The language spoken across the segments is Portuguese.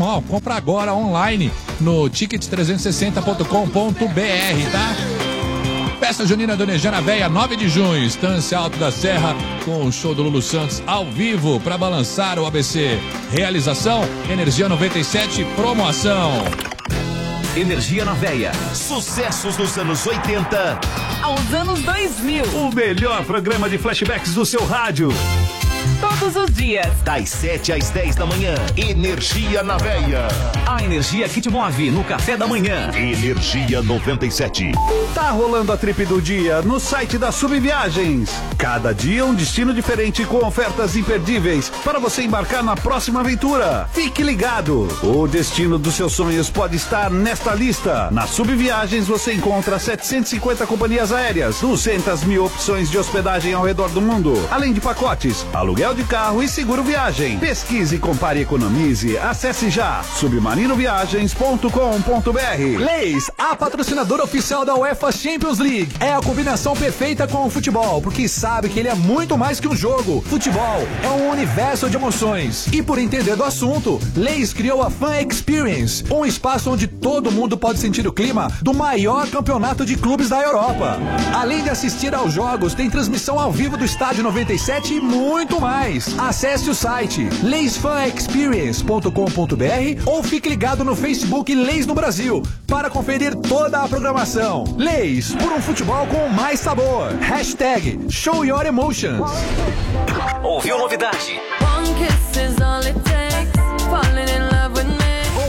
Ó, compra agora online no ticket360.com.br, tá? Festa Junina do Nejana Véia, 9 de junho, Estância Alto da Serra, com o show do Lulu Santos ao vivo para balançar o ABC. Realização, Energia 97, promoção. Energia na Veia. Sucessos dos anos 80 aos anos 2000. O melhor programa de flashbacks do seu rádio. Todos os dias. Das 7 às 10 da manhã. Energia na Veia. A energia que te move no café da manhã. Energia 97. Tá rolando a trip do dia no site da Subviagens. Cada dia um destino diferente com ofertas imperdíveis para você embarcar na próxima aventura. Fique ligado. O destino dos seus sonhos pode estar nesta lista. Na Subviagens você encontra 750 companhias aéreas, 200 mil opções de hospedagem ao redor do mundo, além de pacotes, aluguel de carro e seguro viagem. Pesquise, compare e economize. Acesse já submarinoviagens.com.br. Leis, a patrocinadora oficial da UEFA Champions League. É a combinação perfeita com o futebol, porque sabe que ele é muito mais que um jogo. Futebol é um universo de emoções. E por entender do assunto, Leis criou a Fan Experience, um espaço onde todo mundo pode sentir o clima do maior campeonato de clubes da Europa. Além de assistir aos jogos, tem transmissão ao vivo do estádio 97 e muito mais. Acesse o site leisfanexperience.com.br ou fique ligado no Facebook Leis no Brasil para conferir toda a programação. Leis por um futebol com mais sabor. Hashtag Show Your Emotions. Ouviu novidade?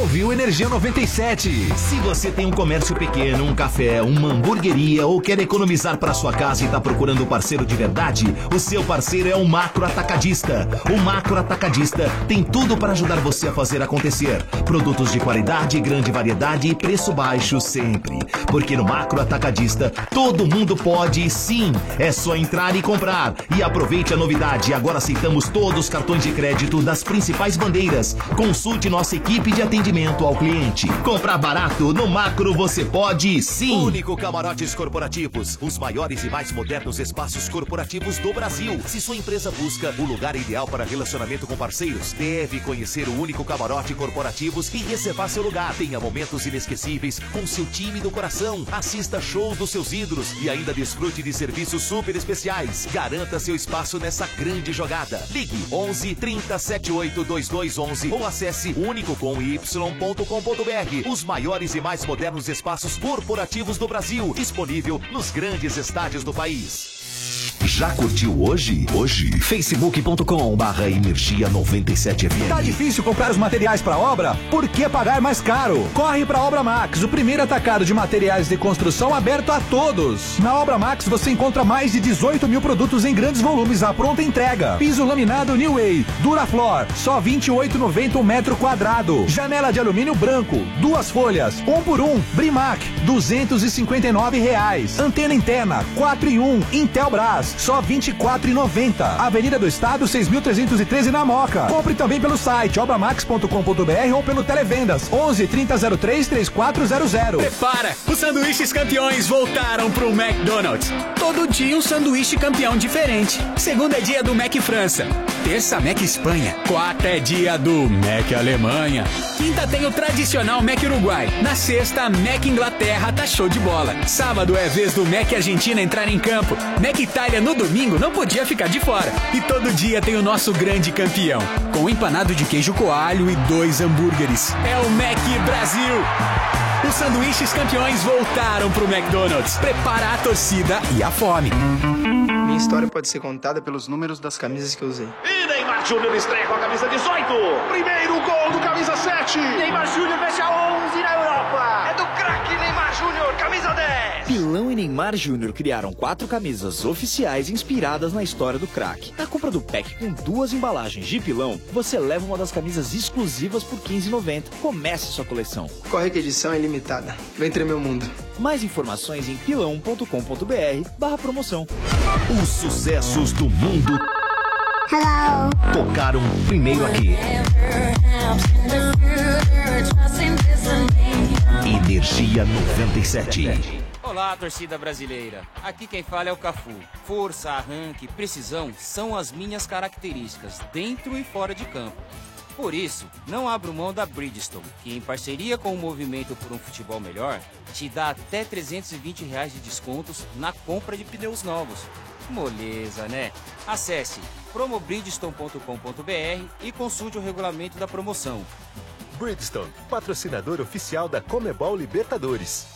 Ouviu Energia 97. Se você tem um comércio pequeno, um café, uma hamburgueria ou quer economizar para sua casa e está procurando um parceiro de verdade, o seu parceiro é o Macro Atacadista. O Macro Atacadista tem tudo para ajudar você a fazer acontecer. Produtos de qualidade, grande variedade e preço baixo sempre. Porque no Macro Atacadista, todo mundo pode sim. É só entrar e comprar. E aproveite a novidade. Agora aceitamos todos os cartões de crédito das principais bandeiras. Consulte nossa equipe de atendimento ao cliente. Comprar barato no macro você pode sim. Único Camarotes Corporativos, os maiores e mais modernos espaços corporativos do Brasil. Se sua empresa busca o lugar ideal para relacionamento com parceiros, deve conhecer o Único Camarote Corporativos e reservar seu lugar. Tenha momentos inesquecíveis com seu time do coração. Assista shows dos seus ídolos e ainda desfrute de serviços super especiais. Garanta seu espaço nessa grande jogada. Ligue 11 30 78 2211 ou acesse único com Y com.br Os maiores e mais modernos espaços corporativos do Brasil, disponível nos grandes estádios do país. Já curtiu hoje? Hoje, facebook.com barra energia 97FM. Tá difícil comprar os materiais para obra? Por que pagar mais caro? Corre para Obra Max, o primeiro atacado de materiais de construção aberto a todos. Na Obra Max você encontra mais de 18 mil produtos em grandes volumes à pronta entrega. Piso laminado New Way, Duraflor, só 28,90 um metro quadrado. Janela de alumínio branco, duas folhas, um por um, Brimac, 259 reais. Antena interna, 4 em 1, Intelbras só R$ 24,90. Avenida do Estado, 6.313 na Moca. Compre também pelo site obramax.com.br ou pelo Televendas 11 3003 3400. Prepara! Os sanduíches campeões voltaram pro McDonald's. Todo dia um sanduíche campeão diferente. Segunda é dia do Mac França. Terça, Mac Espanha. Quarta é dia do Mac Alemanha. Quinta tem o tradicional Mac Uruguai. Na sexta, Mac Inglaterra tá show de bola. Sábado é vez do Mac Argentina entrar em campo. Mac Itália no domingo não podia ficar de fora. E todo dia tem o nosso grande campeão, com empanado de queijo coalho e dois hambúrgueres. É o Mac Brasil. Os sanduíches campeões voltaram pro McDonald's. Prepara a torcida e a fome. Minha história pode ser contada pelos números das camisas que eu usei. E Neymar Júnior estreia com a camisa 18. Primeiro gol do camisa 7. Neymar Júnior fecha 11 na Europa. É do craque Neymar Júnior, camisa 10. Pilão e Neymar Júnior criaram quatro camisas oficiais inspiradas na história do craque. Na compra do pack com duas embalagens de pilão, você leva uma das camisas exclusivas por R$ 15,90. Comece sua coleção. Corre que edição é limitada. Vem ter meu mundo. Mais informações em pilão.com.br barra promoção. Os sucessos do mundo tocaram primeiro aqui. Energia 97. Olá, torcida brasileira. Aqui quem fala é o Cafu. Força, arranque, precisão são as minhas características, dentro e fora de campo. Por isso, não abro mão da Bridgestone, que em parceria com o Movimento por um Futebol Melhor, te dá até 320 reais de descontos na compra de pneus novos. Moleza, né? Acesse promobridgestone.com.br e consulte o regulamento da promoção. Bridgestone, patrocinador oficial da Comebol Libertadores.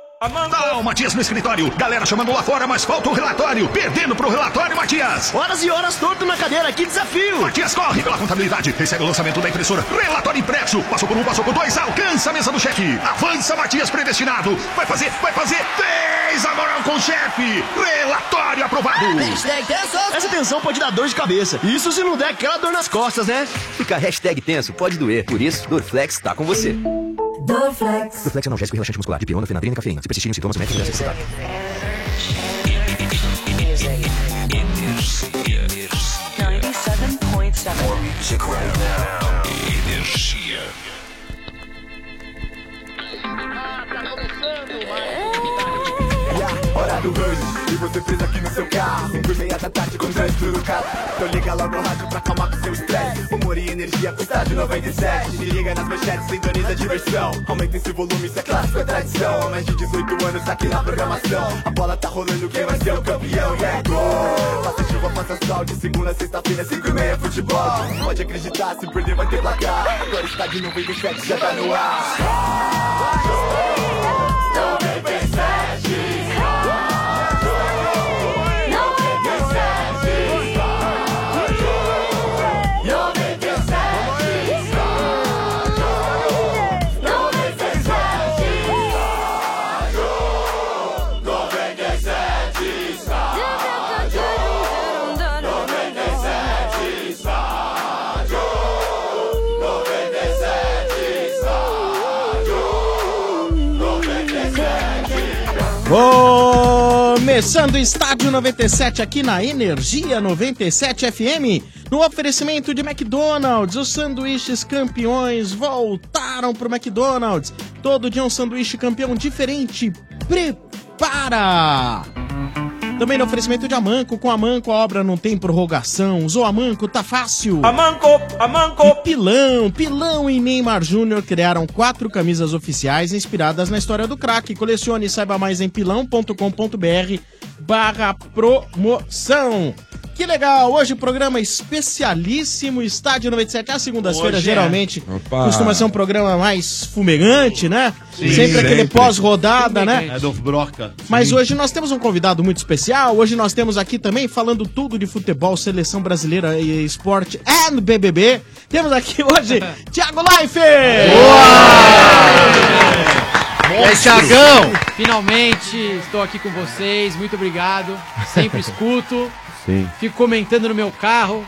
Amanda! Não, Matias no escritório. Galera chamando lá fora, mas falta o um relatório. Perdendo pro relatório, Matias. Horas e horas torto na cadeira. Que desafio. Matias corre pela contabilidade. Recebe o lançamento da impressora. Relatório impresso. Passou por um, passou por dois. Alcança a mesa do cheque. Avança, Matias predestinado. Vai fazer, vai fazer. Fez a moral com o chefe. Relatório aprovado. Essa tensão pode dar dor de cabeça. Isso se não der aquela dor nas costas, né? Ficar hashtag tenso pode doer. Por isso, Dorflex tá com você. Dorflex. Dorflex é analgésico e relaxante muscular, dipirona, fenadrina e cafeína. Se persistirem os sintomas, o médico deve ser Energia. É a hora do rush E você presa aqui no seu carro Cinco e meia da tarde com trânsito no carro Então liga logo o rádio pra acalmar com seu estresse Humor e energia custa de 97 Me liga nas manchetes, sintoniza a diversão Aumenta esse volume, isso é clássico, é tradição Há mais de 18 anos aqui na programação A bola tá rolando, quem vai ser o campeão? E é gol! Faça chuva, faça sol De segunda a sexta-feira, cinco e meia, futebol Pode acreditar, se perder vai ter placar Agora está de 97, já tá no ar Rádio 97 Começando o Estádio 97 aqui na Energia 97 FM, no oferecimento de McDonald's, os sanduíches campeões voltaram pro McDonald's. Todo dia um sanduíche campeão diferente. Prepara! Também no oferecimento de Amanco, com Amanco a obra não tem prorrogação. Usou Amanco, tá fácil. Amanco, Amanco. E Pilão, Pilão e Neymar Júnior criaram quatro camisas oficiais inspiradas na história do craque. Colecione e saiba mais em pilão.com.br barra promoção. Que legal! Hoje programa é especialíssimo, Estádio 97. Às segundas-feiras, Hoje é. geralmente, Opa. costuma ser um programa mais fumegante, né? Sim, sempre aquele sempre. pós-rodada, né? É do Broca. Mas hoje nós temos um convidado muito especial. Hoje nós temos aqui também falando tudo de futebol, seleção brasileira e esporte and BBB. Temos aqui hoje Thiago É. Leifert! E aí, Thiagão? Finalmente estou aqui com vocês, muito obrigado. Sempre escuto, Sim. fico comentando no meu carro.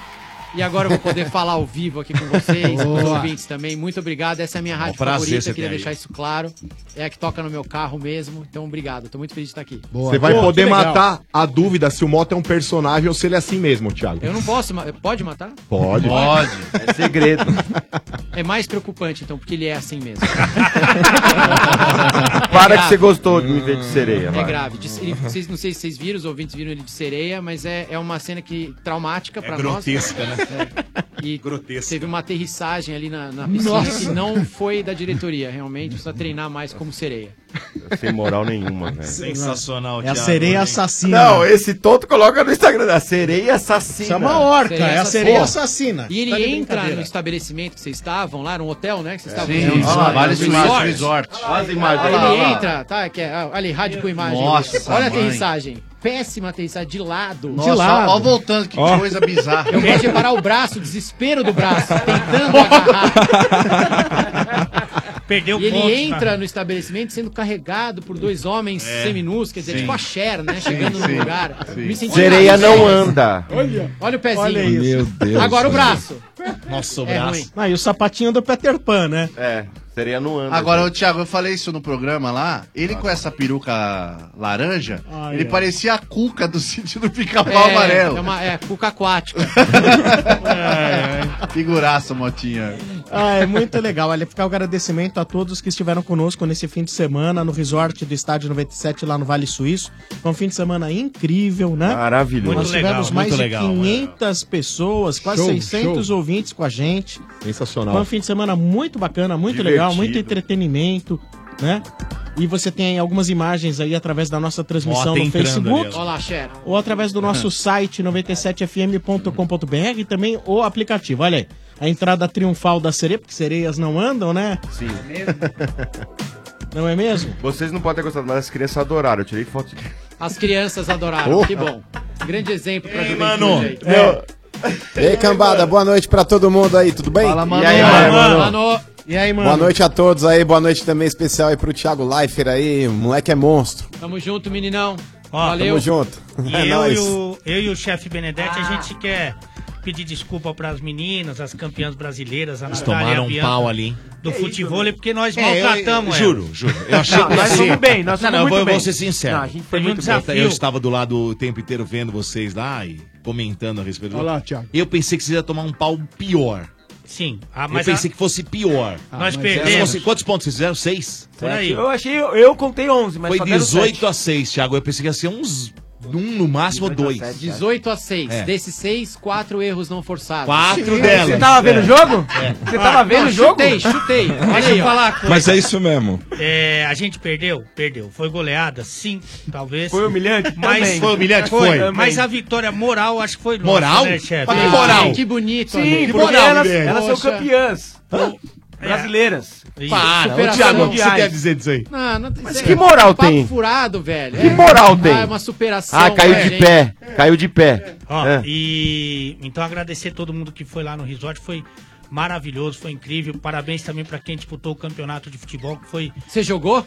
E agora eu vou poder falar ao vivo aqui com vocês, com os Boa. Um ouvintes também. Muito obrigado. Essa é a minha rádio prazer favorita, você queria tem aí. deixar isso claro. É a que toca no meu carro mesmo. Então, obrigado. Tô muito feliz de estar aqui. Você vai Pô, que poder legal. matar a dúvida se o Mota é um personagem ou se ele é assim mesmo, Thiago. Eu não posso, ma- pode matar? Pode. É segredo. É mais preocupante, então, porque ele é assim mesmo. Para que você gostou de me ver de sereia, É vai. grave. De- ele- vocês, não sei se vocês viram, os ouvintes viram ele de sereia, mas é, é uma cena que traumática pra nós. É grotesca, né? É. E Teve uma aterrissagem ali na, na piscina Nossa. que não foi da diretoria, realmente. Precisa treinar mais como sereia. Sem moral nenhuma, né? velho. É a Sensacional, Thiago, sereia hein? assassina. Não, esse tonto coloca no Instagram da sereia assassina. Isso é uma horta, Pô. E Tá ele entra no estabelecimento que vocês estavam lá, num hotel, né? Que vocês estavam É. Sim, no olha lá, vários imagens, resort. resort. Olha as imagens, Ele olha lá, olha lá. entra, tá? Que é, olha ali, rádio com imagem. Tipo, Nossa, olha a mãe. aterrissagem. Péssima aterrissagem, de lado. Nossa, de lado. ó, ó voltando, que Ó. coisa bizarra. Eu gosto de parar o braço, o desespero do braço, tentando agarrar. Perdeu e ele ponto, entra tá? no estabelecimento sendo carregado por dois homens É, seminus, quer dizer, sim. tipo a Cher, né? Sim, Chegando sim, no lugar. sim. Me senti Sereia nada, não é. sério. anda. Olha, olha o pezinho. Olha isso. Meu Deus, Agora o olha. braço. Nossa, o É braço. ruim. Ah, e o sapatinho do Peter Pan, né? É, seria no ano. Agora, ô, Thiago, eu falei isso no programa lá. Ele com essa peruca laranja, Ai, ele ai. parecia a cuca do sentido pica-pau é, amarelo. É, uma, é cuca aquática. Figuraça, Motinha. Ah, é muito legal. Olha, ficar o agradecimento a todos que estiveram conosco nesse fim de semana no resort do Estádio 97 lá no Vale Suíço. Foi um fim de semana incrível, né? Maravilhoso. Nós Muito tivemos legal, mais muito de legal, é. 500 pessoas, quase Show, 600 ouvintes com a gente. Sensacional. Foi um fim de semana muito bacana, muito Divertido. legal, muito entretenimento, né? E você tem algumas imagens aí através da nossa transmissão Ó, tem no entrando Facebook ali, Olha lá, Xera. ou através do nosso site 97fm.com.br e também o aplicativo. Olha aí, a entrada triunfal da sereia, porque sereias não andam, né? Sim. Não é mesmo? Vocês não podem ter gostado, mas as crianças adoraram. Eu tirei foto de... As crianças adoraram, que bom. Grande exemplo pra juventude mano? aí. Meu- E aí, cambada, boa noite pra todo mundo É. aí, tudo bem? Fala, E aí, mano? E aí, Boa noite a todos aí, boa noite também especial aí pro Thiago Leifert aí, o moleque é monstro. Tamo junto, meninão. Ó, Tamo junto. E É eu, nóis. e o, eu e o chefe Benedetti, Ah. a gente quer pedir desculpa para as meninas, as campeãs brasileiras, a Natália e a tomaram um Bianca pau ali, hein? Do É futebol, porque nós É, maltratamos eu- juro, juro. Eu achei que ia ser- Não, não, eu vou- eu vou ser sincero. Não, a gente foi muito Eu ta- Eu desafio. estava do lado o tempo inteiro vendo vocês lá e comentando a respeito. do- Olha lá, Thiago. Eu pensei que vocês iam tomar um pau pior. Sim. Ah, eu mas pensei que fosse pior. Ah, Nós mas perdemos. Vocês- Quantos pontos vocês fizeram? Seis? Por É, aí. Eu achei, eu contei 11, mas Foi só deram 18 a 6, Thiago. Eu pensei que ia ser uns... Um no máximo, dois. 18 a 6. É. Desses 6, 4 erros não forçados. Quatro delas. É. É. Ah, não, Chutei, chutei. Deixa eu falar a coisa. Mas é isso mesmo. É, a gente perdeu? Perdeu. Foi goleada? Sim, talvez. Foi humilhante? Mas Também. Foi humilhante? Foi. Mas a vitória moral, acho que foi nossa, Moral? né, chefe? Olha que moral. Que bonito. Sim, Que porque moral, elas, Guilherme. elas são Poxa. campeãs. É. Brasileiras. Isso. Para, ô, Thiago, o que você quer dizer disso aí? Não, não tem Mas isso que é moral papo tem? furado, velho. Que É. moral tem? Ah, é uma superação. Ah, caiu né, de gente? pé. Caiu de pé. Ó, É. e então agradecer todo mundo que foi lá no resort, foi maravilhoso, foi incrível. Parabéns também pra quem disputou o campeonato de futebol, que foi. Você jogou?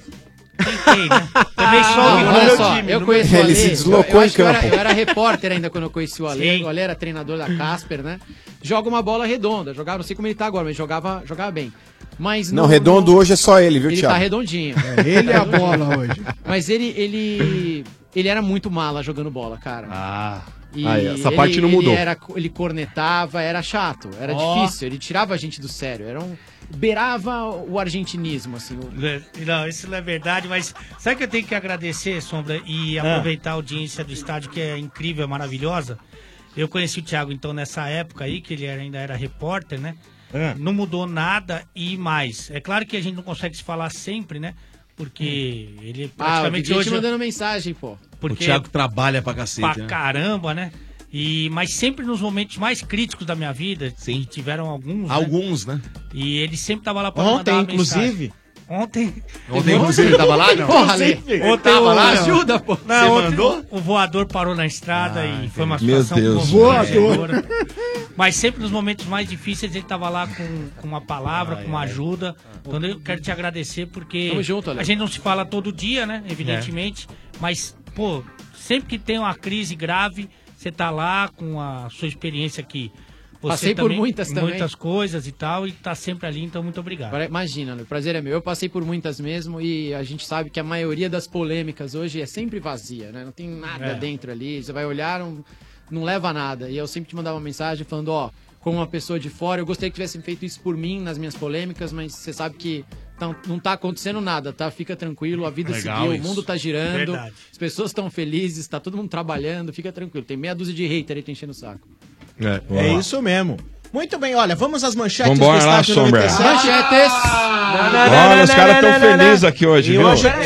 Tentei, né? Também só Não, o Ah, olha meu só, time, eu não- é conheço o Ele Ale, se eu- deslocou eu em acho que eu era- campo. Eu era, repórter ainda quando eu conheci o Ale, o Ale era treinador da Casper, né? Joga uma bola redonda, jogava, não sei como ele tá agora, mas jogava, jogava bem. Mas Não, redondo hoje é só ele, viu, ele Thiago? tá redondinho. É, ele é a bola hoje. Mas ele, ele, ele era muito mala jogando bola, cara. Ah. E Aí, essa ele- parte não mudou. Ele, era, ele cornetava, era chato, era Ó. difícil, ele tirava a gente do sério, era um, beirava o argentinismo, assim. o- Não, isso não é verdade, mas sabe que eu tenho que agradecer, Sombra, e Ah. aproveitar a audiência do estádio, que é incrível, é maravilhosa. Eu conheci o Thiago, então, nessa época aí, que ele era- ainda era repórter, né? Ah. Não mudou nada e mais. É claro que a gente não consegue se falar sempre, né? Porque ele é Ah, o praticamente Didi hoje... te mandando mensagem, pô. Porque O Thiago trabalha pra cacete, pra né? caramba, né? E, mas sempre nos momentos mais críticos da minha vida, Sim. tiveram alguns, né? Alguns, né? E ele sempre tava lá pra mandar Ontem, uma mensagem. inclusive... Ontem. Ontem você tava lá, não? Porra, Você Ale. que Ontem tava o- lá, não? Ajuda, pô. Não, Você ontem mandou? Ah, O voador parou na estrada e foi uma entendi. Meu situação Deus. constrangedora. Voador. Mas sempre nos momentos mais difíceis ele tava lá com, com uma palavra, com uma ajuda. Ah, Então eu quero te agradecer porque Tamo junto, Ale. a gente não se fala todo dia, né? Evidentemente. É. Mas, pô, sempre que tem uma crise grave, você tá lá com a sua experiência aqui. Passei por muitas também. Muitas coisas e tal, e tá sempre ali, então muito obrigado. Agora, Imagina, Ale, o prazer é meu. Eu passei por muitas mesmo e a gente sabe que a maioria das polêmicas hoje é sempre vazia, né? Não tem nada É. dentro ali. Você vai olhar, não, não leva a nada. E eu sempre te mandava uma mensagem falando, ó, como uma pessoa de fora, eu gostaria que tivessem feito isso por mim nas minhas polêmicas, mas você sabe que tá- não tá acontecendo nada, tá? Fica tranquilo, a vida Legal seguiu, isso. o mundo tá girando, Verdade. as pessoas estão felizes, tá todo mundo trabalhando, fica tranquilo. Tem meia dúzia de hater aí te enchendo o saco. É, É isso mesmo. Muito bem, olha, vamos às manchetes Vambora lá, Sombra. Manchetes! Olha, os caras tão felizes aqui hoje, E viu? hoje- é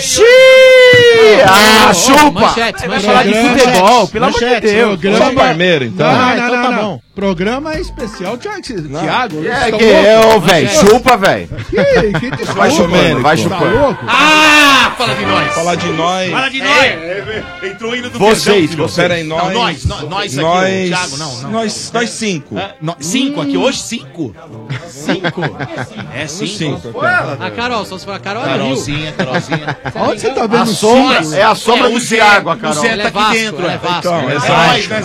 Ah, chupa! Manchetes, Vai manchetes. falar de futebol, pelo amor de Manchetes, Deus. programa- Só Parmeira, então. Ah, Não, então não, tá não. bom. Programa especial, Thiago. Thiago, tá É que eu, velho. tá Chupa, velho. Que, que desculpa, Vai chupando, mano. vai Tá chupando. louco? Ah, fala de nós. Falar de nós. Fala de É, nós. É, entrou indo do Vocês, Verdão, filho. vocês. Peraí, Não, nós. nós, no- nós aqui, o Thiago, não, não. Nós, nós cinco. É, Ah, nó- cinco aqui hoje? Cinco? Cinco? É cinco. Cinco, Pô, ok. ela- A Carol, só se fala, Carol é do Rio. Carolzinha, Carolzinha. Onde você tá A vendo sombra- cinco? é a sombra do o Zé- Thiago, a o tá Carol. Zé Ela é Vasco, ela é Vasco. Então, Ela é é Vasco, Vasco, é Vasco,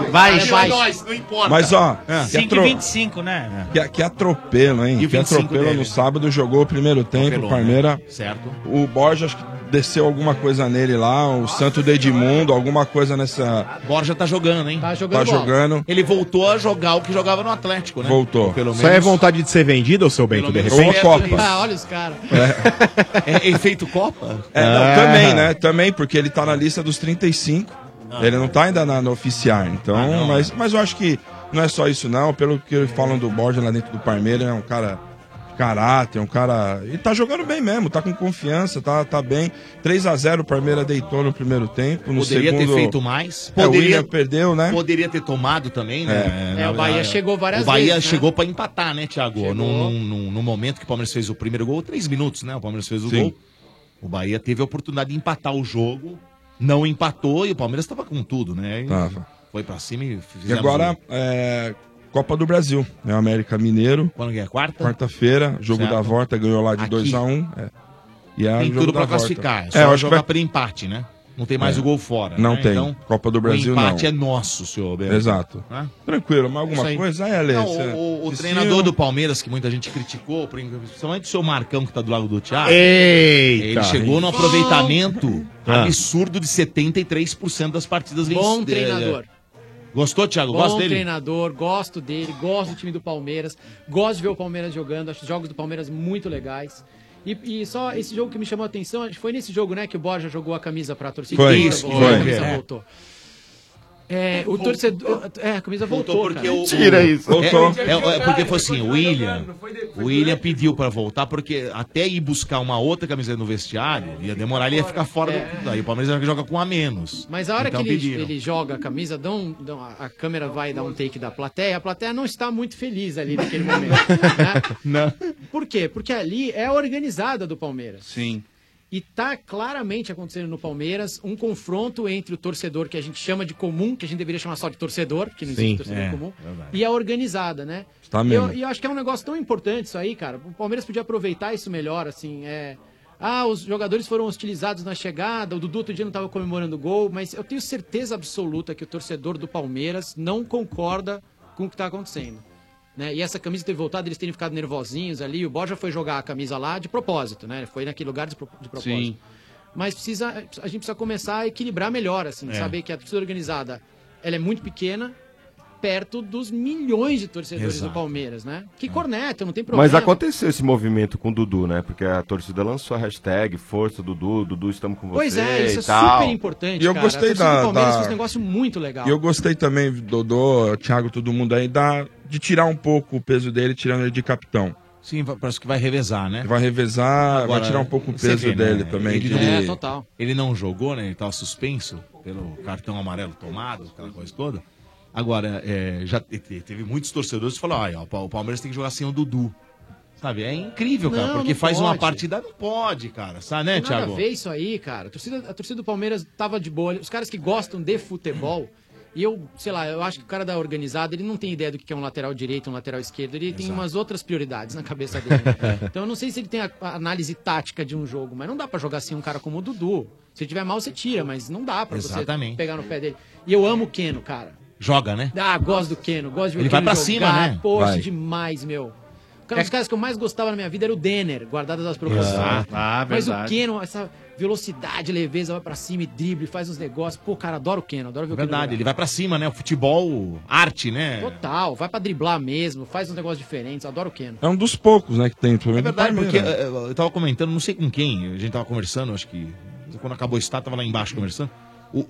Vasco. é Vasco. Vasco. Não foda. Mas, ó, é. 5 e 25, né? Que, que atropelo, hein? E o que 25 atropelo dele. no sábado, jogou o primeiro tempo, Atropelou, o Parmeira. né? Certo. O Borja acho que desceu alguma coisa nele lá, o Santo do Edmundo, alguma coisa nessa. Borja tá jogando, hein? Tá jogando Tá bola. jogando. Ele voltou a jogar o que jogava no Atlético, né? Voltou. Pelo Isso aí é vontade de ser vendido, seu Bento, de menos repente? perto disso. Ah, olha os caras. É efeito Copa? É, não, Ah. também, né? Também, porque ele tá na lista dos 35. Ele não tá ainda na, na oficial, então. Ah, não, mas, mas eu acho que não é só isso, não. Pelo que falam do Borja lá dentro do Parmeira, é um cara de caráter, um cara. Ele tá jogando bem mesmo, tá com confiança, tá, tá bem. 3 a 0 o Parmeira deitou no primeiro tempo. Tipo, No Poderia segundo, ter feito mais. É, o Poderia- William perdeu, né? Poderia ter tomado também, né? É, É, o Bahia chegou várias O Bahia vezes, né? chegou pra empatar, né, Thiago? No, momento que o Palmeiras fez o primeiro gol, três minutos, né? O Palmeiras fez o Sim. gol. O Bahia teve a oportunidade de empatar o jogo, não empatou e o Palmeiras tava com tudo, né? E Tava. Foi pra cima e E fizemos agora, o- é, Copa do Brasil, né? América Mineiro. Quando que é? Quarta? Quarta-feira, jogo Certo. da volta, ganhou lá de 2x1. é. E é Tem jogo tudo da pra volta. classificar. É eu só acho que jogar vai- por empate, né? Não tem mais É. o gol fora. Não né? tem. Copa do Brasil, o empate não. é nosso, senhor Bento. Exato. Né? Tranquilo, mas alguma Isso aí. coisa? É, Alê, Não, você- o- o, o Esse treinador eu- do Palmeiras, que muita gente criticou, por- principalmente o seu Marcão, que tá do lado do Thiago. Eita! Ele chegou num Bom. aproveitamento Ah. absurdo de 73% das partidas Bom venci- treinador. Gostou, Thiago? Bom Gosta dele? treinador, gosto dele, gosto do time do Palmeiras, gosto de ver o Palmeiras jogando, acho os jogos do Palmeiras muito legais. E, e só esse jogo que me chamou a atenção, acho que foi nesse jogo, né, que o Borja jogou a camisa pra torcida. Foi, isso, Isso, voltou, foi. A camisa É. voltou. É, o torcedor... É, a camisa voltou, porque cara. o- o- É, é, é porque foi assim, o William, o William pediu pra voltar, porque até ir buscar uma outra camiseta no vestiário, ia demorar, ele ia ficar fora do... Aí o Palmeiras já joga com um a menos. É. Mas a hora Então que ele, pediram. ele joga a camisa, dão, um, dão- a, a câmera vai dar um take da plateia, a plateia não está muito feliz ali naquele momento. Não. Por quê? Porque ali é a organizada do Palmeiras. Sim. E tá claramente acontecendo no Palmeiras um confronto entre o torcedor que a gente chama de comum, que a gente deveria chamar só de torcedor, porque não existe Sim, torcedor é, comum, verdade. e a organizada, né? Tá E eu- mesmo. E eu, acho que é um negócio tão importante isso aí, cara. O Palmeiras podia aproveitar isso melhor, assim, é... Ah, os jogadores foram hostilizados na chegada, o Dudu outro dia não estava comemorando o gol, mas eu tenho certeza absoluta que o torcedor do Palmeiras não concorda com o que está acontecendo. Né? E essa camisa ter voltado, eles terem ficado nervosinhos ali, o Borja foi jogar a camisa lá de propósito, né? Foi naquele lugar de, pro- de propósito. Sim. Mas precisa, a gente precisa começar a equilibrar melhor, assim, É. saber que a torcida organizada ela é muito pequena, perto dos milhões de torcedores Exato. do Palmeiras, né? Que corneta, não tem problema. Mas aconteceu esse movimento com o Dudu, né? Porque a torcida lançou a hashtag Força Dudu, Dudu estamos com você. Pois é, isso é e tal. super importante. E eu cara. gostei a torcida da- do Palmeiras da- fez um negócio muito legal. E eu gostei também, Dodô, Thiago, todo mundo aí, da, de tirar um pouco o peso dele, tirando ele de capitão. Sim, parece que vai revezar, né? Vai revezar, Agora, vai tirar um pouco o você peso vê, né? dele também. Ele, que não- É, ele- Ele não jogou, né? Ele tava suspenso pelo cartão amarelo tomado, aquela coisa toda. Agora, é, já te- te- teve muitos torcedores que falaram, "Ai, ó, o Palmeiras tem que jogar sem o Dudu. Sabe, é incrível, cara, Não, porque não faz uma pode. partida, não pode, cara, sabe, né, Tem nada Thiago? a ver isso aí, cara. A torcida, a torcida do Palmeiras tava de boa. Os caras que gostam de futebol. E eu, sei lá, eu acho que o cara da organizada, ele não tem ideia do que é um lateral direito, um lateral esquerdo. Ele tem Exato. umas outras prioridades na cabeça dele. então eu não sei se ele tem a, a análise tática de um jogo, mas não dá pra jogar assim um cara como o Dudu. Se ele tiver mal, você tira, mas não dá pra Exatamente. você pegar no pé dele. E eu amo o Keno, cara. Joga, né? Ah, gosto do Keno, gosto de ver Ele o Keno vai pra jogar. cima, né? Poxa, Vai. demais, meu. Um dos caras que eu mais gostava na minha vida era o Denner, guardadas as proporções. Ah, tá, ah, Mas o verdade. Keno, essa velocidade, leveza, vai pra cima e drible, faz uns negócios. Pô, cara, adoro o Keno, adoro ver o Keno É Verdade, ele jogar. vai pra cima, né? O futebol, arte, né? Total, vai pra driblar mesmo, faz uns negócios diferentes, adoro o Keno. É um dos poucos, né, que tem. pelo É menos no verdade, porque Palmeiras. eh, eu tava comentando, não sei com quem, a gente tava conversando, acho que quando acabou o estado, tava lá embaixo conversando. O,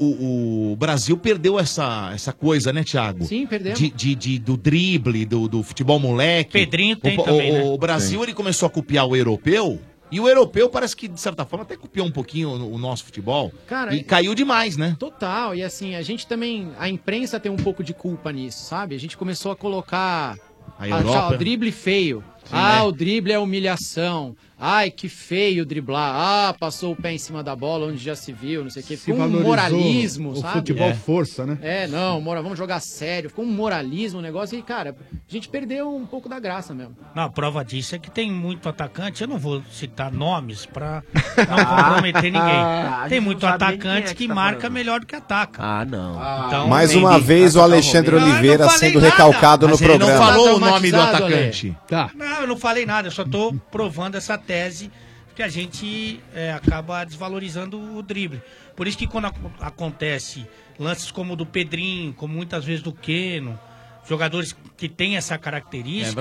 o- o Brasil perdeu essa, essa coisa, né, Thiago? Sim, perdemos. De, de- de- do drible, do, do futebol moleque. Pedrinho tem o, também, o- né? o Brasil, Tem. ele começou a copiar o europeu, e o europeu parece que, de certa forma, até copiou um pouquinho o, o nosso futebol. Cara, e caiu demais, né? Total, e assim, a gente também, a imprensa tem um pouco de culpa nisso, sabe? A gente começou a colocar A a Europa. achar o drible feio. ah, o drible é humilhação. Ai, que feio driblar. Ah, passou o pé em cima da bola, onde já se viu, não sei o quê. Ficou um valorizou moralismo, o sabe? futebol É. força, né? É, não, mora, vamos jogar sério. Ficou um moralismo o negócio e, cara, a gente perdeu um pouco da graça mesmo. Não, a prova disso é que tem muito atacante, eu não vou citar nomes pra não comprometer Ah, a ninguém. Tem gente muito não sabe nem quem é que atacante que, tá marca falando. melhor do que ataca. Ah, não. Então, Mais uma ninguém- vez o Tá, Alexandre Oliveira sendo recalcado no Mas ele não programa. falou o nome do traumatizado, Ale. atacante. Ah. Tá. Não, eu não falei nada, eu só tô provando essa tese que a gente é, acaba desvalorizando o drible. Por isso que quando ac- acontece lances como o do Pedrinho, como muitas vezes do Keno, jogadores que têm essa característica,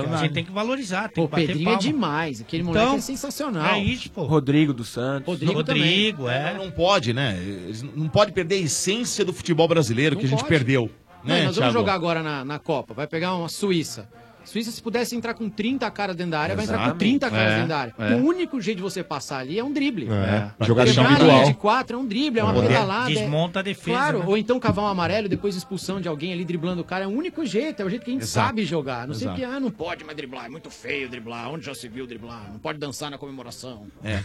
É a verdade. gente tem que valorizar, tem Pô, o que bater Pedrinho é palma. demais. Aquele moleque Então, é sensacional. É isso, pô. Rodrigo dos Santos. Rodrigo Rodrigo, é. Não, não pode, né? Eles não pode perder a essência do futebol brasileiro que a gente pode. perdeu. Não, né, nós Thiago? vamos jogar agora na, na Copa. Vai pegar uma Suíça. Suíça, se pudesse entrar com 30 caras dentro da área, vai entrar com Exatamente. 30 caras É, dentro da área. é. O único jeito de você passar ali é um drible. É. Pra Jogada quebrar a linha individual. de quatro é um drible, é uma Poder- pedalada. é- Desmonta a defesa, Claro, né? ou então cavar um amarelo, depois expulsão de alguém ali driblando o cara. É o único jeito, é o jeito que a gente Exato. sabe jogar. Não Exato. sei que, ah, não pode mais driblar, é muito feio driblar. Onde já se viu driblar? Não pode dançar na comemoração. É.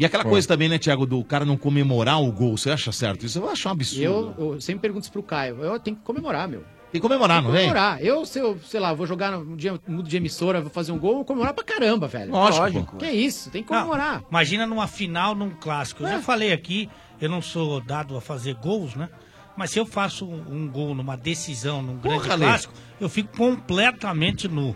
E aquela coisa também, né, Thiago, do cara não comemorar o gol, você acha certo? Isso eu acho um absurdo. Eu, eu sempre pergunto isso pro Caio. Eu tenho que comemorar, meu. Tem que comemorar, não vem? comemorar. Eu, se eu, sei lá, vou jogar no dia, mudo de emissora, vou fazer um gol, eu vou comemorar pra caramba, velho. Lógico, pô. é. Que isso, tem que comemorar. Imagina numa final, num clássico. Eu já falei aqui, eu não sou dado a fazer gols, né? Mas se eu faço um, um gol numa decisão, num grande Porra, Ale. clássico, eu fico completamente nu.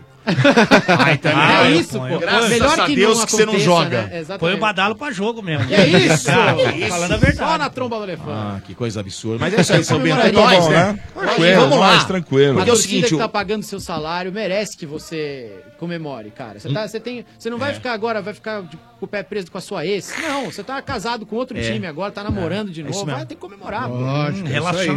tá é eu isso, ponho- pô. Graças Melhor a que Deus não que você não aconteça, joga. né? Exatamente. Põe o badalo pra jogo mesmo. Que isso? Cara, Que isso? Falando a verdade. Só na tromba do elefante. Ah, que coisa absurda. Mas é isso aí, seu Bento. É Tá bom, nóis, né? né? Tranquilo, vamos lá. tranquilo. Porque a é o torcida seguinte, que tá o- pagando seu salário merece que você comemore, cara. Você, tá, você, tem, você não vai Hum? É. ficar agora, vai ficar de- com o pé preso com a sua ex. Não, você tá casado com outro É. time agora, tá namorando de É isso novo. mesmo. Vai ter que comemorar. pô. Lógico, Hum, é isso aí.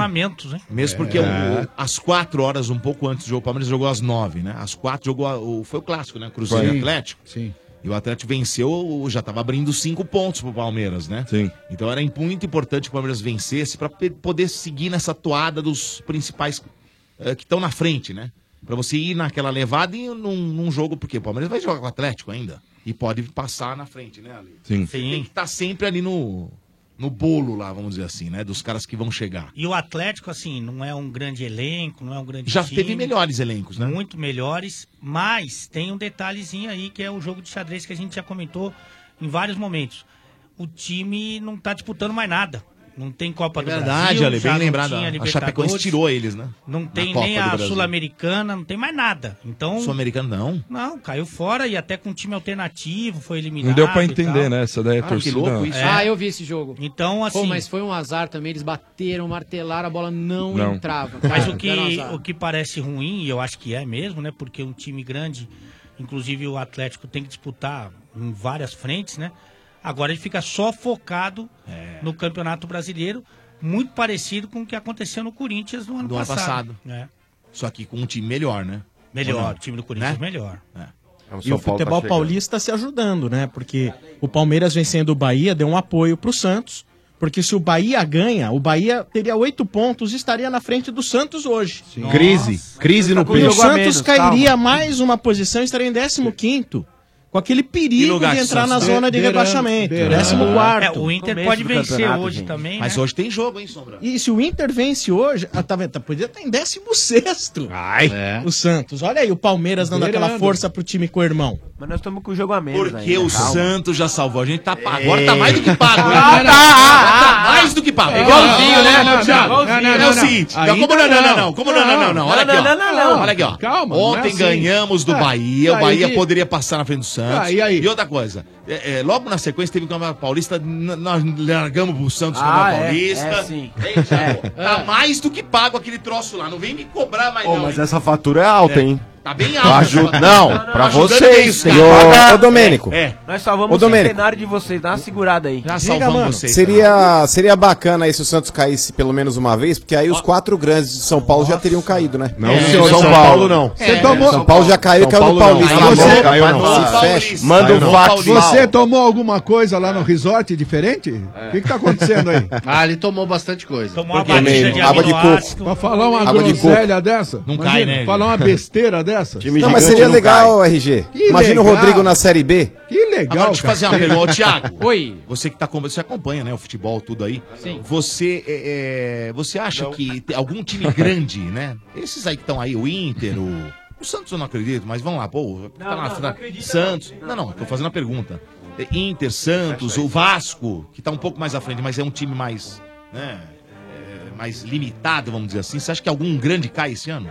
né? Mesmo porque É. o- o- às quatro horas, um pouco antes do jogo, o Palmeiras jogou às nove, né? Às quatro jogou. a- o, foi o clássico, né? Cruzeiro Sim, e Atlético. sim. E o Atlético venceu, o- já tava abrindo cinco pontos pro Palmeiras, né? Sim. Então era muito importante que o Palmeiras vencesse pra pe- poder seguir nessa toada dos principais eh, que estão na frente, né? Pra você ir naquela levada e num, num jogo, porque o Palmeiras vai jogar com o Atlético ainda. E pode passar na frente, né, Ale? Sim. Tem que estar sempre ali no, no bolo lá, vamos dizer assim, né? Dos caras que vão chegar. E o Atlético, assim, não é um grande elenco, não é um grande Já time. teve melhores elencos, né? muito melhores, mas tem um detalhezinho aí que é o jogo de xadrez que a gente já comentou em vários momentos. O time não tá disputando mais nada. Não tem Copa É do verdade, Brasil, Ale, já bem não lembrado. tinha A Libertadores, Chapecoense tirou eles, né? Não Na tem Copa nem do a Brasil. Sul-Americana, não tem mais nada. Então, Sul-Americano não. não, caiu fora e até com um time alternativo foi eliminado. Não deu pra e entender, tal. né? Essa daí é Ah, que torcida. louco isso. É. Ah, eu vi esse jogo. Então, assim- Pô, mas foi um azar também. Eles bateram, martelaram, a bola não, Não. entrava. Mas cara, o que, deram um azar. o que parece ruim, e eu acho que é mesmo, né? Porque um time grande, inclusive o Atlético, tem que disputar em várias frentes, né? Agora ele fica só focado É. no Campeonato Brasileiro, muito parecido com o que aconteceu no Corinthians no ano Do ano passado. passado. né? Só que com um time melhor, né? Melhor, Ou não? Né? É. o time do Corinthians melhor. Então, E o tá tá futebol paulista se ajudando, né? Porque o Palmeiras vencendo o Bahia deu um apoio pro Santos. Porque se o Bahia ganha, o Bahia teria oito pontos e estaria na frente do Santos hoje. Crise. Crise no E o peito. Santos cairia mais uma posição e estaria em 15 com aquele perigo de entrar na zona de rebaixamento. 14. É, o Inter pode vencer hoje também. Mas né? hoje tem jogo, hein, Sombra? E se o Inter vence hoje, ah, tá vendo? Tá- Podia estar em 16 Ai. É. o Santos. Olha aí o Palmeiras dando aquela Beirando. força pro time com o irmão. Mas nós estamos com o jogo a menos Porque ainda, o calma. Santos já salvou. A gente tá pago. Agora É. tá mais do que pago. hein? Ah, tá, ah, Tá mais do que pago. É igualzinho, né? Não, não, Thiago. Não, não, não, É o não. seguinte. Ainda Como não, não, não, não. não. Como não, não, não, não. Olha Não, aqui, ó. não, não, não, não. Olha aqui, ó. Calma, não é Ontem assim. ganhamos do É, Bahia. O aí- Bahia poderia passar na frente do Santos. Ah, e aí? outra coisa. é, é, logo na sequência teve o Campeonato Paulista. n- Nós largamos pro Santos no Ah, Campeonato é, Paulista. é, sim. Hein, Thiago? Ah. Tá mais do que pago aquele troço lá. Não vem me cobrar mais, Pô, não. mas hein? essa fatura é alta, hein? Tá bem alta ah. Pra essa aju- fatura. Não, Não, não, pra ajudando vocês. eles, tem cara. que pagar. Ô, ô, Domênico. É. Nós salvamos Ô, o Domênico. centenário de vocês. Dá uma segurada aí. Já Seria, seria bacana aí se o Santos caísse pelo menos uma vez, porque aí os quatro grandes de São Paulo já teriam caído, né? Não, senhor, São Paulo não. Você É, tomou... São Paulo já caiu, São caiu no Paulo não. Paulista. Caiu Você- não, caiu não. Se Caiu fecha. não. Manda um Caiu não. fax. Você tomou alguma coisa lá no resort diferente? O que, que tá acontecendo aí? Ah, ele tomou bastante coisa. Tomou uma batida de Pra falar uma Água de coco. groselha dessa? Não cai, né, Falar gente? uma besteira dessas. Não, mas seria legal, RG. Que Imagina o legal. Rodrigo na Série B. Que Agora, deixa eu fazer uma pergunta. Ô, Thiago. Oi. Você que tá com... você acompanha, né, o futebol, tudo aí. Sim. Você, é, é, você acha que tem algum time grande, né? Esses aí que estão aí, o Inter, o... o Santos eu não acredito, mas vamos lá, pô. tá Não, na não, fra- não acredita Santos. Não, não, tô fazendo a pergunta. É, Inter, Santos, o Vasco, que tá um pouco mais à frente, mas é um time mais, né, é, mais limitado, vamos dizer assim. Você acha que algum grande cai esse ano?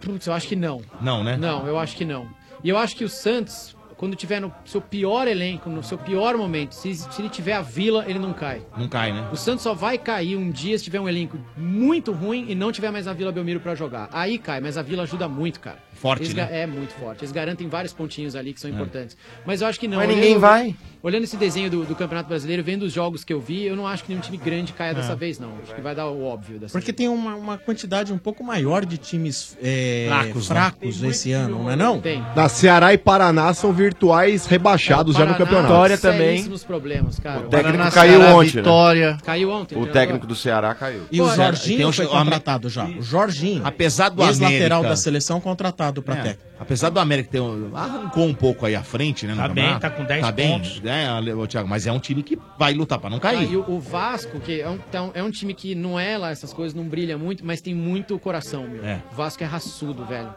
Putz, eu acho que não. Não, né? Não, eu acho que não. E eu acho que o Santos, quando tiver no seu pior elenco, no seu pior momento, se, se ele tiver a vila, ele não cai. Não cai, né? O Santos só vai cair um dia se tiver um elenco muito ruim e não tiver mais a Vila Belmiro pra jogar. Aí cai, mas a Vila ajuda muito, cara. Forte, Eles né? ga- É muito forte. Eles garantem vários pontinhos ali que são É. importantes. Mas eu acho que não. Mas Olhando- ninguém vai. Olhando esse desenho do, do Campeonato Brasileiro, vendo os jogos que eu vi, eu não acho que nenhum time grande caia É. dessa vez, não. Acho que vai dar o óbvio dessa Porque tem uma, uma quantidade um pouco maior de times é, Fracos, fracos, né? esse ano, não é não? Tem. Na Ceará e Paraná são virtuais É, rebaixados já no campeonato. Seríssimos problemas, cara. O técnico caiu ontem, né? Caiu ontem. né? O técnico do Ceará caiu. E o Jorginho um foi contratado já. O Jorginho, Apesar do ex-lateral América- da seleção, contratado pra É, técnico. Apesar do América ter um- arrancou um pouco aí à frente, né? no Tá bem, campeonato. tá com 10 pontos. Bem, né, Ale- ô, Thiago, mas é um time que vai lutar pra não cair. Ah, e o, o Vasco, que é um, tá um- é um time que não é lá essas coisas, não brilha muito, mas tem muito coração, meu. É. O Vasco é raçudo, velho.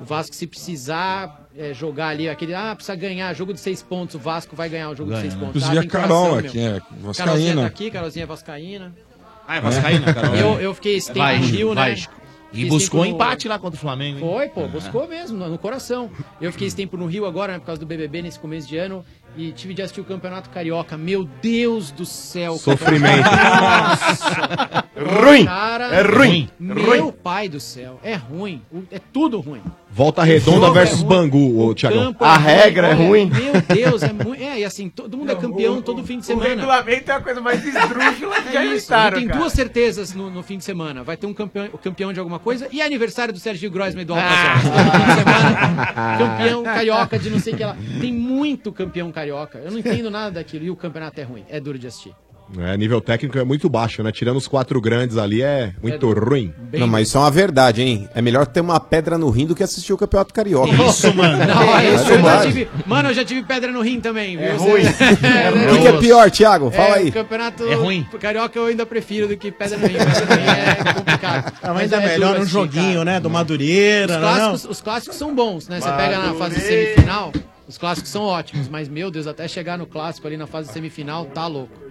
O Vasco, se precisar é, jogar ali, aquele, ah, precisa ganhar, jogo de seis pontos, o Vasco vai ganhar o jogo Ganha, de seis né? pontos. Inclusive Ah, a tem Carol meu. aqui, é vascaína. Carolzinha tá aqui, Carolzinha é vascaína. Ah, é vascaína, Carol? Eu, eu fiquei esse tempo Vai, no Rio, né? vai. E buscou empate lá contra o Flamengo. Foi, pô, buscou mesmo, no, no coração. Eu fiquei esse tempo no Rio agora, né, por causa do BBB nesse começo de ano. E tive de assistir o Campeonato Carioca. Meu Deus do céu. cara. Sofrimento. Nossa. Ruim. É ruim. Meu Ruim. pai do céu. É ruim. O- É tudo ruim. é Volta Redonda versus Bangu, ô, Thiagão. é Campo é é olha, Meu Deus, é ruim. É, e assim, todo mundo é campeão todo fim de semana. O regulamento é a coisa mais esdrúxula que já inventaram, É Tem cara. duas certezas no, no fim de semana. Vai ter um campeão, o campeão de alguma coisa e é aniversário do Sérgio Grossman e do Alta Ah. campeão carioca de não sei o que lá. Tem muito campeão carioca. Eu não entendo nada daquilo. E o campeonato é ruim. É duro de assistir. É, nível técnico é muito baixo, né? Tirando os quatro grandes ali é muito ruim. Não, mas isso é uma verdade, hein? É melhor ter uma pedra no rim do que assistir o Campeonato Carioca. Não, é isso, É eu já verdade. tive, mano, eu já tive pedra no rim também. É viu? ruim. né? O que que é pior, Thiago? Fala É, aí. O campeonato É ruim. carioca eu ainda prefiro do que pedra no rim. Pedra no rim é complicado. Tava Mas ainda é melhor duro um assistir, joguinho, né? Do Os Madureira, não, clássicos, não? os clássicos são bons, né? Você pega na fase Madureira. semifinal, os clássicos são ótimos, mas meu Deus, até chegar no clássico ali na fase semifinal, tá louco.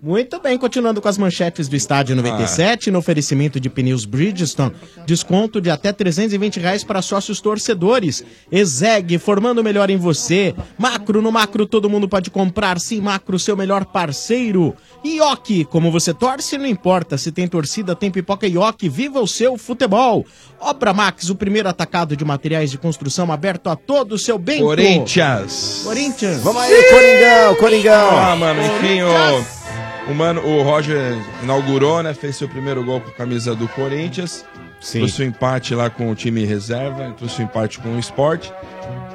Muito bem, continuando com as manchetes do Estádio 97, no oferecimento de pneus Bridgestone, desconto de até 320 reais para sócios torcedores. Exeg, formando o melhor em você. Macro, no Macro todo mundo pode comprar, sim, Macro, seu melhor parceiro. Ioki, como você torce, não importa, se tem torcida, tem pipoca Ioki, viva o seu futebol. Obra Max, o primeiro atacado de materiais de construção aberto a todo o seu bem. Corinthians. Corinthians. Vamos aí, Coringão, Coringão. Ah, mano, enfim, o, o, mano, o Roger inaugurou, né? Fez seu primeiro gol com a camisa do Corinthians. Sim. Trouxe o empate lá com o time reserva, trouxe o empate com o esporte.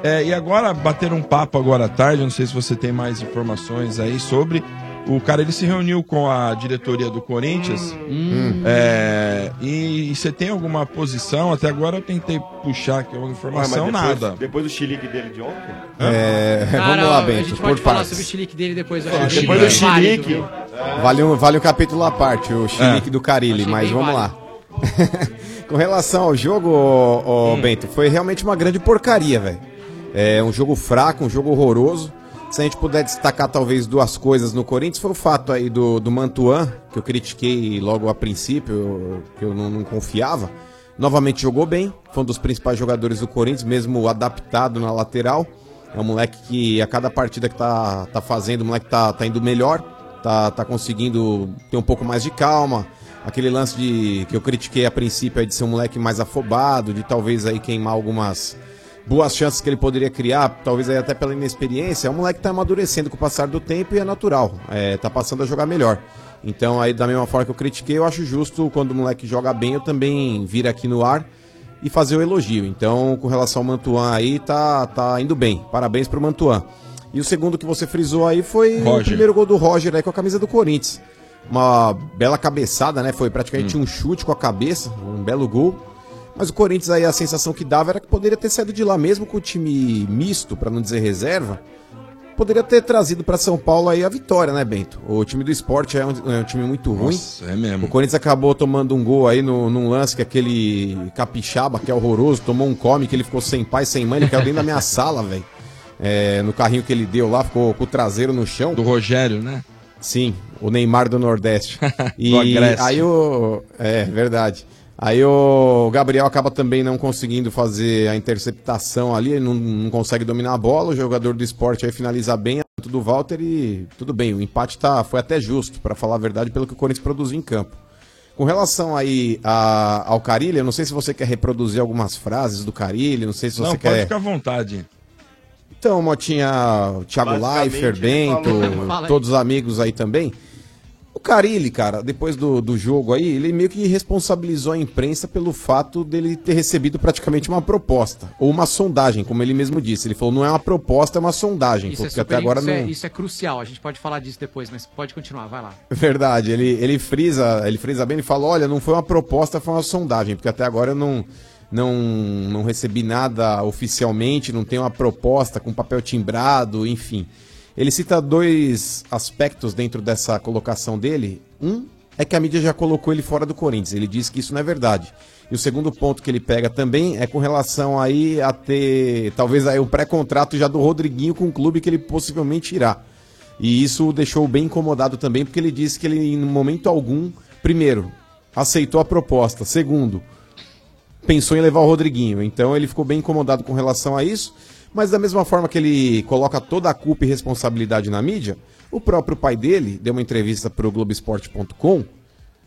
É, e agora, bateram um papo agora à tarde, não sei se você tem mais informações aí sobre. O cara, ele se reuniu com a diretoria do Corinthians. Hum. É, e você tem alguma posição? Até agora eu tentei puxar aqui alguma informação, Ué, mas depois, nada. Depois do chilique dele de ontem? É, vamos lá, Bento. A gente por pode falar partes. sobre o chilique dele depois. eu Depois acho. é do Válido, chilique. viu? Vale um, vale um capítulo à parte, o chilique É. do Carilli, Achei mas bem vamos válido. lá. Com relação ao jogo, ô, ô, Bento, foi realmente uma grande porcaria, velho. É um jogo fraco, um jogo horroroso. Se a gente puder destacar talvez duas coisas no Corinthians, foi o fato aí do, do Mantuan, que eu critiquei logo a princípio, que eu não, não confiava. Novamente jogou bem, foi um dos principais jogadores do Corinthians, mesmo adaptado na lateral. É um moleque que a cada partida que tá, tá fazendo, o moleque tá, tá indo melhor tá, tá conseguindo ter um pouco mais de calma. Aquele lance de que eu critiquei a princípio aí de ser um moleque mais afobado, de talvez aí queimar algumas boas chances que ele poderia criar, talvez aí até pela inexperiência. É um moleque que tá amadurecendo com o passar do tempo e é natural, é, tá passando a jogar melhor. Então aí da mesma forma que eu critiquei, eu acho justo quando o moleque joga bem, eu também vir aqui no ar e fazer o elogio. Então, com relação ao Mantuan aí, tá, tá indo bem. Parabéns pro Mantuan. E o segundo que você frisou aí foi o Roger. primeiro gol do Roger aí com a camisa do Corinthians. Hum. Uma bela cabeçada, né? Foi praticamente um chute com a cabeça, um belo gol. Mas o Corinthians aí a sensação que dava era que poderia ter saído de lá mesmo com o time misto, pra não dizer reserva. Poderia ter trazido pra São Paulo aí a vitória, né, Bento? O time do esporte é um, é um time muito ruim. Nossa, é mesmo. O Corinthians acabou tomando um gol aí no, num lance que aquele capixaba, que é horroroso, tomou um come que ele ficou sem pai, sem mãe, ele caiu dentro da minha sala, velho. É, no carrinho que ele deu lá, ficou com o traseiro no chão. Do Rogério, né? Sim, o Neymar do Nordeste. Do E Agreste. aí o. É, verdade. Aí o Gabriel acaba também não conseguindo fazer a interceptação ali, ele não, não consegue dominar a bola, o jogador do esporte aí finaliza bem, tudo Walter e tudo bem, o empate tá, foi até justo, pra falar a verdade, pelo que o Corinthians produziu em campo. Com relação aí a- ao Carilho, eu não sei se você quer reproduzir algumas frases do Carilho, não sei se você Não, pode quer... ficar à vontade. Então, Motinha, o Thiago Basicamente, Leifert, ele Bento, falou. Fala aí. todos os amigos aí também. O Carilli, cara, depois do, do jogo aí, ele meio que responsabilizou a imprensa pelo fato dele ter recebido praticamente uma proposta. Ou uma sondagem, como ele mesmo disse. Ele falou, não é uma proposta, é uma sondagem. Isso é, porque super- até agora isso, não... é, isso é crucial, a gente pode falar disso depois, mas pode continuar, vai lá. Verdade, ele, ele frisa, ele frisa bem, ele fala, olha, não foi uma proposta, foi uma sondagem, porque até agora eu não, não, não recebi nada oficialmente, não tenho uma proposta com papel timbrado, enfim. Ele cita dois aspectos dentro dessa colocação dele. Um é que a mídia já colocou ele fora do Corinthians, ele diz que isso não é verdade. E o segundo ponto que ele pega também é com relação aí a ter, talvez aí o pré-contrato já do Rodriguinho com o clube que ele possivelmente irá. E isso o deixou bem incomodado também, porque ele disse que ele, em momento algum, primeiro, aceitou a proposta, segundo, pensou em levar o Rodriguinho. Então ele ficou bem incomodado com relação a isso. Mas da mesma forma que ele coloca toda a culpa e responsabilidade na mídia, o próprio pai dele deu uma entrevista para o Globoesporte.com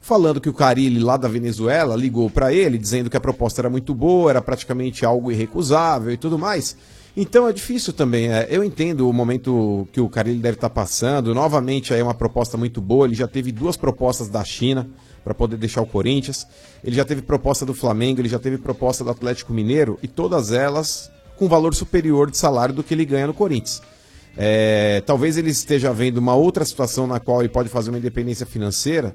falando que o Carilli lá da Venezuela ligou para ele dizendo que a proposta era muito boa, era praticamente algo irrecusável e tudo mais. Então é difícil também. é, eu entendo o momento que o Carilli deve estar passando. Novamente aí é uma proposta muito boa. Ele já teve duas propostas da China para poder deixar o Corinthians. Ele já teve proposta do Flamengo, ele já teve proposta do Atlético Mineiro e todas elas com valor superior de salário do que ele ganha no Corinthians. É, talvez ele esteja vendo uma outra situação na qual ele pode fazer uma independência financeira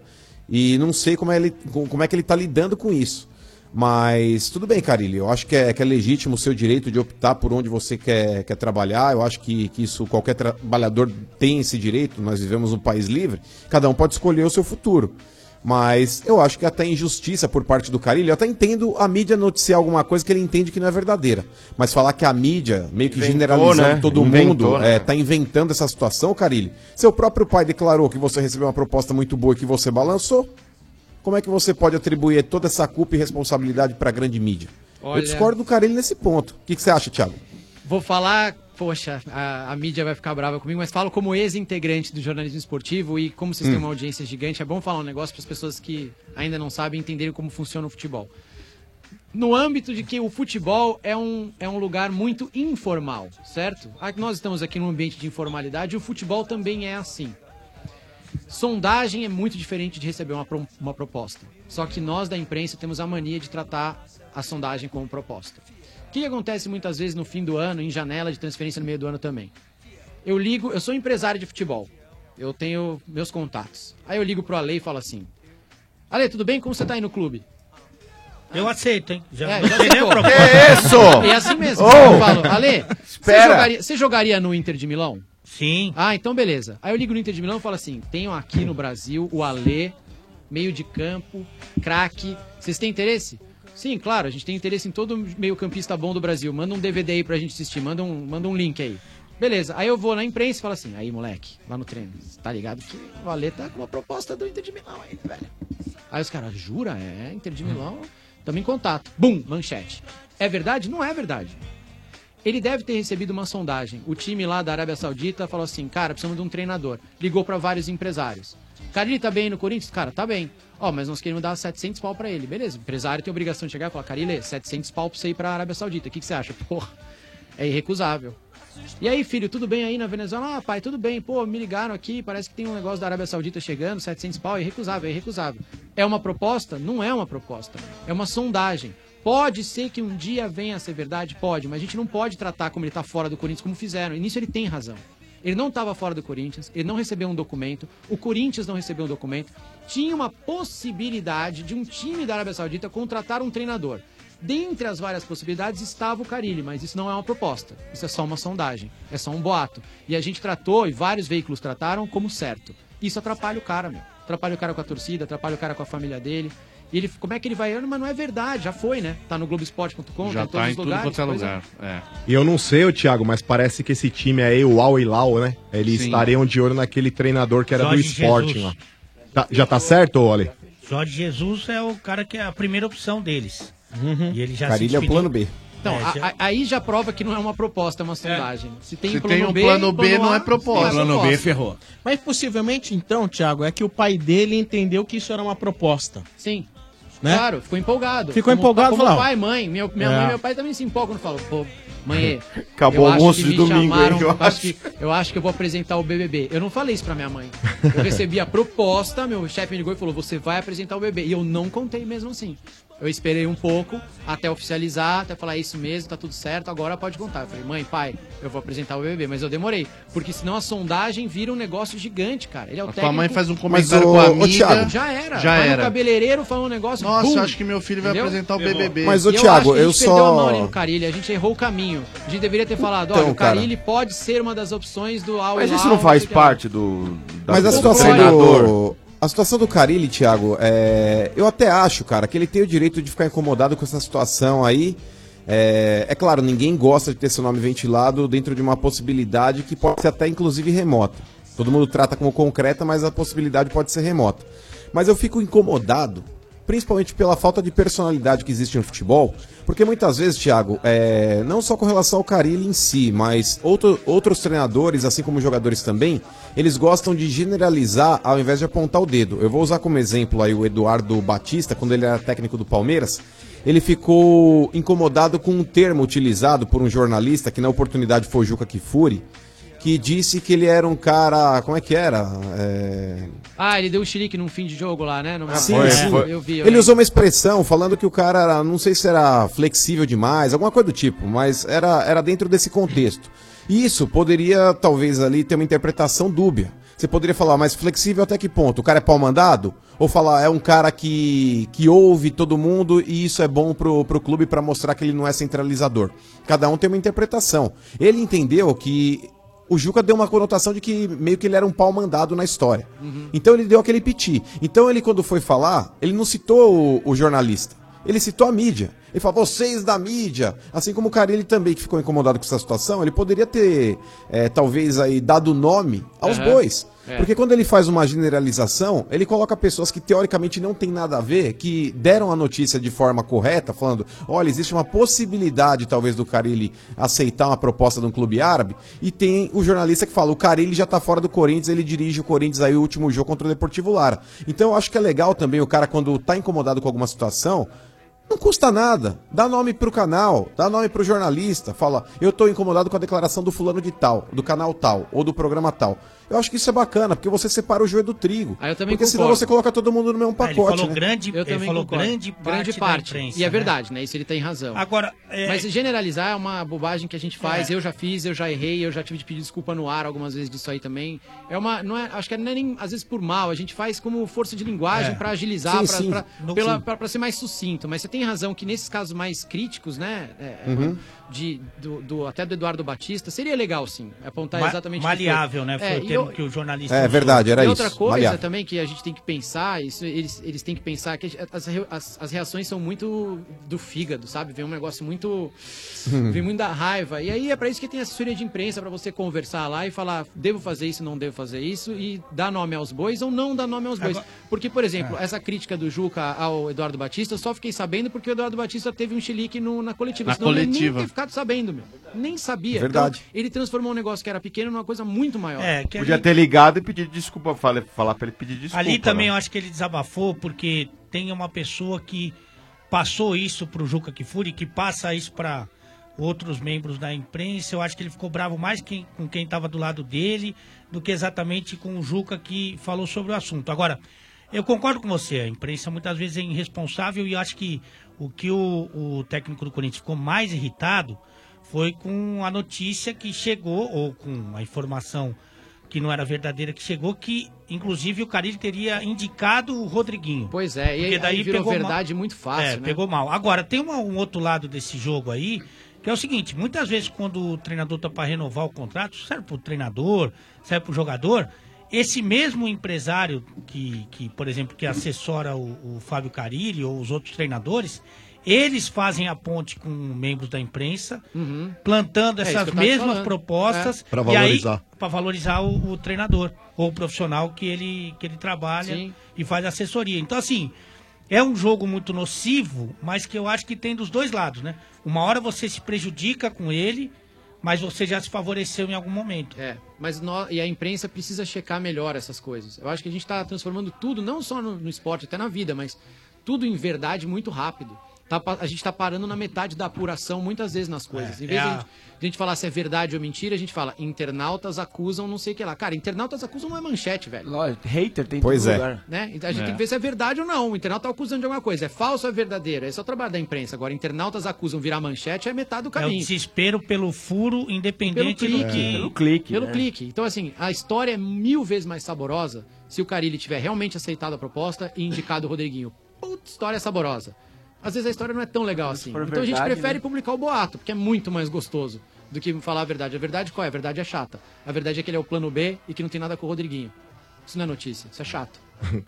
e não sei como é, ele, com- como é que ele está lidando com isso. Mas tudo bem, Carilli. Eu acho que é, que é legítimo o seu direito de optar por onde você quer, quer trabalhar. Eu acho que, que isso qualquer trabalhador tem esse direito. Nós vivemos um país livre. Cada um pode escolher o seu futuro. Mas eu acho que até injustiça por parte do Carilho. Eu até entendo a mídia noticiar alguma coisa que ele entende que não é verdadeira. Mas falar que a mídia meio que Inventou, generalizando né? todo Inventou, mundo, né? é, tá inventando essa situação, Carilli. Seu próprio pai declarou que você recebeu uma proposta muito boa e que você balançou. Como é que você pode atribuir toda essa culpa e responsabilidade pra grande mídia? Olha- Eu discordo do Carilli nesse ponto. O que, que você acha, Thiago? Vou falar, poxa, a, a mídia vai ficar brava comigo, mas falo como ex-integrante do jornalismo esportivo e como vocês Hum. têm uma audiência gigante, é bom falar um negócio para as pessoas que ainda não sabem entenderem como funciona o futebol. No âmbito de que o futebol é um, é um lugar muito informal, certo? Ah, Nós estamos aqui num ambiente de informalidade e o futebol também é assim. Sondagem é muito diferente de receber uma, pro- uma proposta. Só que nós da imprensa temos a mania de tratar a sondagem como proposta. O que acontece muitas vezes no fim do ano, em janela de transferência no meio do ano também? Eu ligo, eu sou empresário de futebol. Eu tenho meus contatos. Aí eu ligo pro Ale e falo assim: Ale, tudo bem? Como você tá aí no clube? Eu aceito, hein? Já É, não já tem nem aceitou. a proposta. E é assim mesmo. Oh! Eu falo, Ale, você Espera. jogaria, você jogaria no Inter de Milão? Sim. Ah, então beleza. Aí eu ligo no Inter de Milão e falo assim: tenho aqui no Brasil o Ale, meio de campo, craque. Vocês têm interesse? Sim, claro, a gente tem interesse em todo meio-campista bom do Brasil. Manda um DVD aí pra gente assistir, manda um, manda um link aí. Beleza, aí eu vou na imprensa e falo assim: aí moleque, lá no treino, tá ligado que o Ale tá com uma proposta do Inter de Milão aí, velho. Aí os caras, jura? É, Inter de Milão, tamo em contato. Bum, manchete. É verdade? Não é verdade. Ele deve ter recebido uma sondagem. O time lá da Arábia Saudita falou assim: cara, precisamos de um treinador. Ligou pra vários empresários. Cara, ele tá bem no Corinthians? Cara, tá bem. Ó, mas nós queremos dar 700 pau pra ele. Beleza, o empresário tem obrigação de chegar e falar: Carilê, 700 pau pra você ir pra Arábia Saudita. O que, que você acha? Porra, é irrecusável. E aí, filho, tudo bem aí na Venezuela? Ah, pai, tudo bem. Pô, me ligaram aqui, parece que tem um negócio da Arábia Saudita chegando, 700 pau, é irrecusável, é irrecusável. É uma proposta? Não é uma proposta. É uma sondagem. Pode ser que um dia venha a ser verdade? Pode, mas a gente não pode tratar como ele tá fora do Corinthians, como fizeram. E nisso ele tem razão. Ele não estava fora do Corinthians, ele não recebeu um documento, o Corinthians não recebeu um documento. Tinha uma possibilidade de um time da Arábia Saudita contratar um treinador. Dentre as várias possibilidades estava o Carilli, mas isso não é uma proposta. Isso é só uma sondagem, é só um boato. E a gente tratou, e vários veículos trataram, como certo. Isso atrapalha o cara, meu. Atrapalha o cara com a torcida, atrapalha o cara com a família dele. E ele, como é que ele vai? Mas não é verdade, já foi, né? Tá no Globoesporte.com, tá Já em todos tá em os tudo lugares. quanto é pois lugar. É. E eu não sei, ô, Thiago, mas parece que esse time aí, o Al Hilal, né? Eles Sim. estariam de olho naquele treinador que era do Jorge Sporting Jesus. lá. Tá- já tá certo, Oli? Jorge Jesus é o cara que é a primeira opção deles. E ele já Carilho é o plano B. Então, É, a- já- a- aí já prova que não é uma proposta, é uma sondagem. Se tem Se plano tem um B, plano B, não A, é proposta. não é Plano B, proposta. ferrou. Mas possivelmente, então, Thiago, é que o pai dele entendeu que isso era uma proposta. Sim. Né? Claro, ficou empolgado. Ficou empolgado, como falou, ó. pai, mãe, meu, minha É. mãe e meu pai também se empolgam quando falam, pô, mãe, eu Acabou o acho almoço que de me domingo, chamaram, hein, eu acho que, eu acho que eu vou apresentar o BBB. Eu não falei isso pra minha mãe. Eu recebi a proposta, meu chefe me ligou e falou, você vai apresentar o BBB. E eu não contei mesmo assim. Eu esperei um pouco até oficializar, até falar "É isso mesmo, tá tudo certo, agora pode contar. Eu falei, mãe, pai, eu vou apresentar o BBB, mas eu demorei. Porque senão a sondagem vira um negócio gigante, cara. Ele é o A técnico. tua mãe faz um comentário com a amiga. Já era. Já Vai no era. cabeleireiro falou um negócio. Nossa, eu acho que meu filho vai apresentar o BBB. Mas, ô, E eu Thiago, acho que a gente eu perdeu só- a mão ali no Carilli, a gente errou o caminho. A gente deveria ter falado, Então, olha, o cara. Carilli pode ser uma das opções do Al Mas isso Hilal, não faz sei o que lá. parte do. da- Mas a do situação treinador. do. A situação do Carilli, Thiago, é, eu até acho, cara, que ele tem o direito de ficar incomodado com essa situação aí. É, é claro, ninguém gosta de ter seu nome ventilado dentro de uma possibilidade que pode ser até inclusive remota. Todo mundo trata como concreta, mas a possibilidade pode ser remota. Mas eu fico incomodado, principalmente pela falta de personalidade que existe no futebol, porque muitas vezes, Thiago, é, não só com relação ao Carilli em si, mas outro- outros treinadores, assim como jogadores também, eles gostam de generalizar ao invés de apontar o dedo. Eu vou usar como exemplo aí o Eduardo Batista, quando ele era técnico do Palmeiras, ele ficou incomodado com um termo utilizado por um jornalista, que na oportunidade foi o Juca Kifuri, que disse que ele era um cara. Como é que era? É, Ah, ele deu um chilique num fim de jogo lá, né? Numa- Sim, É, sim. Eu vi. eu Ah, ele vi. usou uma expressão falando que o cara, era, não sei se era flexível demais, alguma coisa do tipo, mas era, era dentro desse contexto. E Isso poderia, talvez, ali ter uma interpretação dúbia. Você poderia falar, mas flexível até que ponto? O cara é pau mandado? Ou falar, é um cara que, que ouve todo mundo e isso é bom pro, pro clube pra mostrar que ele não é centralizador? Cada um tem uma interpretação. Ele entendeu que o Juca deu uma conotação de que meio que ele era um pau mandado na história. Então ele deu aquele piti. Então ele, quando foi falar, ele não citou o, o jornalista. Ele citou a mídia. Ele falou, vocês da mídia. Assim como o Carilli também, que ficou incomodado com essa situação, ele poderia ter, eh, talvez, aí, dado nome aos Aham. bois. É. Porque quando ele faz uma generalização, ele coloca pessoas que teoricamente não tem nada a ver, que deram a notícia de forma correta, falando: olha, existe uma possibilidade, talvez, do Carilli aceitar uma proposta de um clube árabe, e tem o jornalista que fala: o Carilli já tá fora do Corinthians, ele dirige o Corinthians aí o último jogo contra o Deportivo Lara. Então eu acho que é legal também o cara, quando tá incomodado com alguma situação, não custa nada. Dá nome pro canal, dá nome pro jornalista, fala, eu tô incomodado com a declaração do fulano de tal, do canal tal, ou do programa tal. Eu acho que isso é bacana, porque você separa o joio do trigo. Ah, eu também porque senão concordo. você coloca todo mundo no mesmo Ah, pacote, né? Eu também concordo. parte da imprensa, E é né? verdade, né? Isso ele tem razão. Agora, é- Mas generalizar é uma bobagem que a gente faz. Eu já fiz, eu já errei, eu já tive de pedir desculpa no ar algumas vezes disso aí também. É uma, não é, acho que não é nem às vezes por mal, a gente faz como força de linguagem É. pra agilizar, Sim, pra- sim. pra- No- pela- sim. pra- pra ser mais sucinto. Mas você tem razão que nesses casos mais críticos, né? é, Uhum. de, do, do- até do Eduardo Batista, seria legal sim apontar Ma- exatamente o que foi. Maleável, né? Foi É, o e termo eu- que o jornalista. É usou. verdade, era e isso. outra coisa Maleável. também que a gente tem que pensar, isso, eles, eles têm que pensar que as, re- as, as reações são muito do fígado, sabe? Vem um negócio muito. Uhum. vem muito da raiva. E aí é pra isso que tem assessoria de imprensa, pra você conversar lá e falar, devo fazer isso, não devo fazer isso, e dar nome aos bois ou não dar nome aos bois. Porque, por exemplo, essa crítica do Juca ao Eduardo Batista, eu só fiquei sabendo porque o Eduardo Batista teve um chilique no- na coletiva. Na eu coletiva. nem ter ficado sabendo, meu. Nem sabia. Verdade. Então, ele transformou um negócio que era pequeno numa coisa muito maior. É, que Podia ter ligado e pedido desculpa, fala- falar pra ele pedir desculpa. Ali também é né? eu acho que ele desabafou, porque tem uma pessoa que passou isso pro Juca Kifuri, que passa isso pra outros membros da imprensa. Eu acho que ele ficou bravo mais quem- com quem tava do lado dele do que exatamente com o Juca que falou sobre o assunto. Agora, eu concordo com você, a imprensa muitas vezes é irresponsável e eu acho que o que o, o técnico do Corinthians ficou mais irritado foi com a notícia que chegou, ou com a informação que não era verdadeira, que chegou, que inclusive o Carilli teria indicado o Rodriguinho. Pois é, e aí, aí virou verdade muito fácil, É, né? pegou mal. Agora, tem uma- um outro lado desse jogo aí, que é o seguinte, muitas vezes quando o treinador tá para renovar o contrato, serve pro treinador, serve pro jogador, esse mesmo empresário que, que por exemplo, que assessora o, o Fábio Carilli ou os outros treinadores, eles fazem a ponte com membros da imprensa, Uhum. plantando É isso que essas eu tava mesmas falando. propostas É. Pra e aí- valorizar. pra valorizar o, o treinador ou o profissional que ele, que ele trabalha Sim. e faz assessoria. Então, assim, é um jogo muito nocivo, mas que eu acho que tem dos dois lados, né? Uma hora você se prejudica com ele, mas você já se favoreceu em algum momento. É, mas nó- e a imprensa precisa checar melhor essas coisas. Eu acho que a gente está transformando tudo, não só no, no esporte, até na vida, mas tudo em verdade muito rápido. Tá pa- a gente está parando na metade da apuração muitas vezes nas coisas. É, em vez é de a- a... gente, de a gente falar se é verdade ou mentira, a gente fala internautas acusam não sei o que lá. Cara, internautas acusam não é manchete, velho. Hater tem Pois todo é. lugar. Né? Então A gente É. tem que ver se é verdade ou não. O internauta tá acusando de alguma coisa. É falso ou é verdadeiro? Esse é o trabalho da imprensa. Agora, internautas acusam virar manchete, é metade do É o caminho. desespero pelo furo, Pelo independente do clique. que... Pelo clique. Então, assim, a história é mil vezes mais saborosa se o Carilli tiver realmente aceitado a proposta e indicado o Rodriguinho. Puta, história saborosa. Às vezes a história não é tão legal assim. for Então a gente verdade, prefere né? publicar o boato, porque é muito mais gostoso do que falar a verdade. A verdade qual é? A verdade é chata. A verdade é que ele é o plano B e que não tem nada com o Rodriguinho. Isso não é notícia, isso é chato.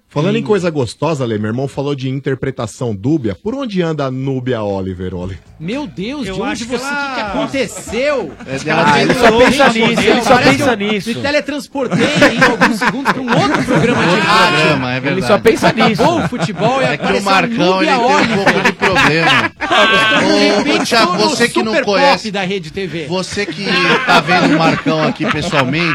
Falando em coisa gostosa, Ale, meu irmão falou de interpretação dúbia. Por onde anda a Núbia Oliver, Oli? Meu Deus, Eu de onde acho que você. O que, que ela- aconteceu? É, Acho que ela ah, ele veio só do- pensa veio do- nisso, ele só Parece pensa que eu nisso. Me teletransportei em alguns segundos para um outro programa de rádio. programa, é verdade. Acabou o futebol e É que o apareceu Marcão Núbia ele tem um Oliver. pouco de problema. Ô, ô, Thiago, estou no você que não Super Pop conhece. da Rede TV. Você que tá vendo o Marcão aqui pessoalmente,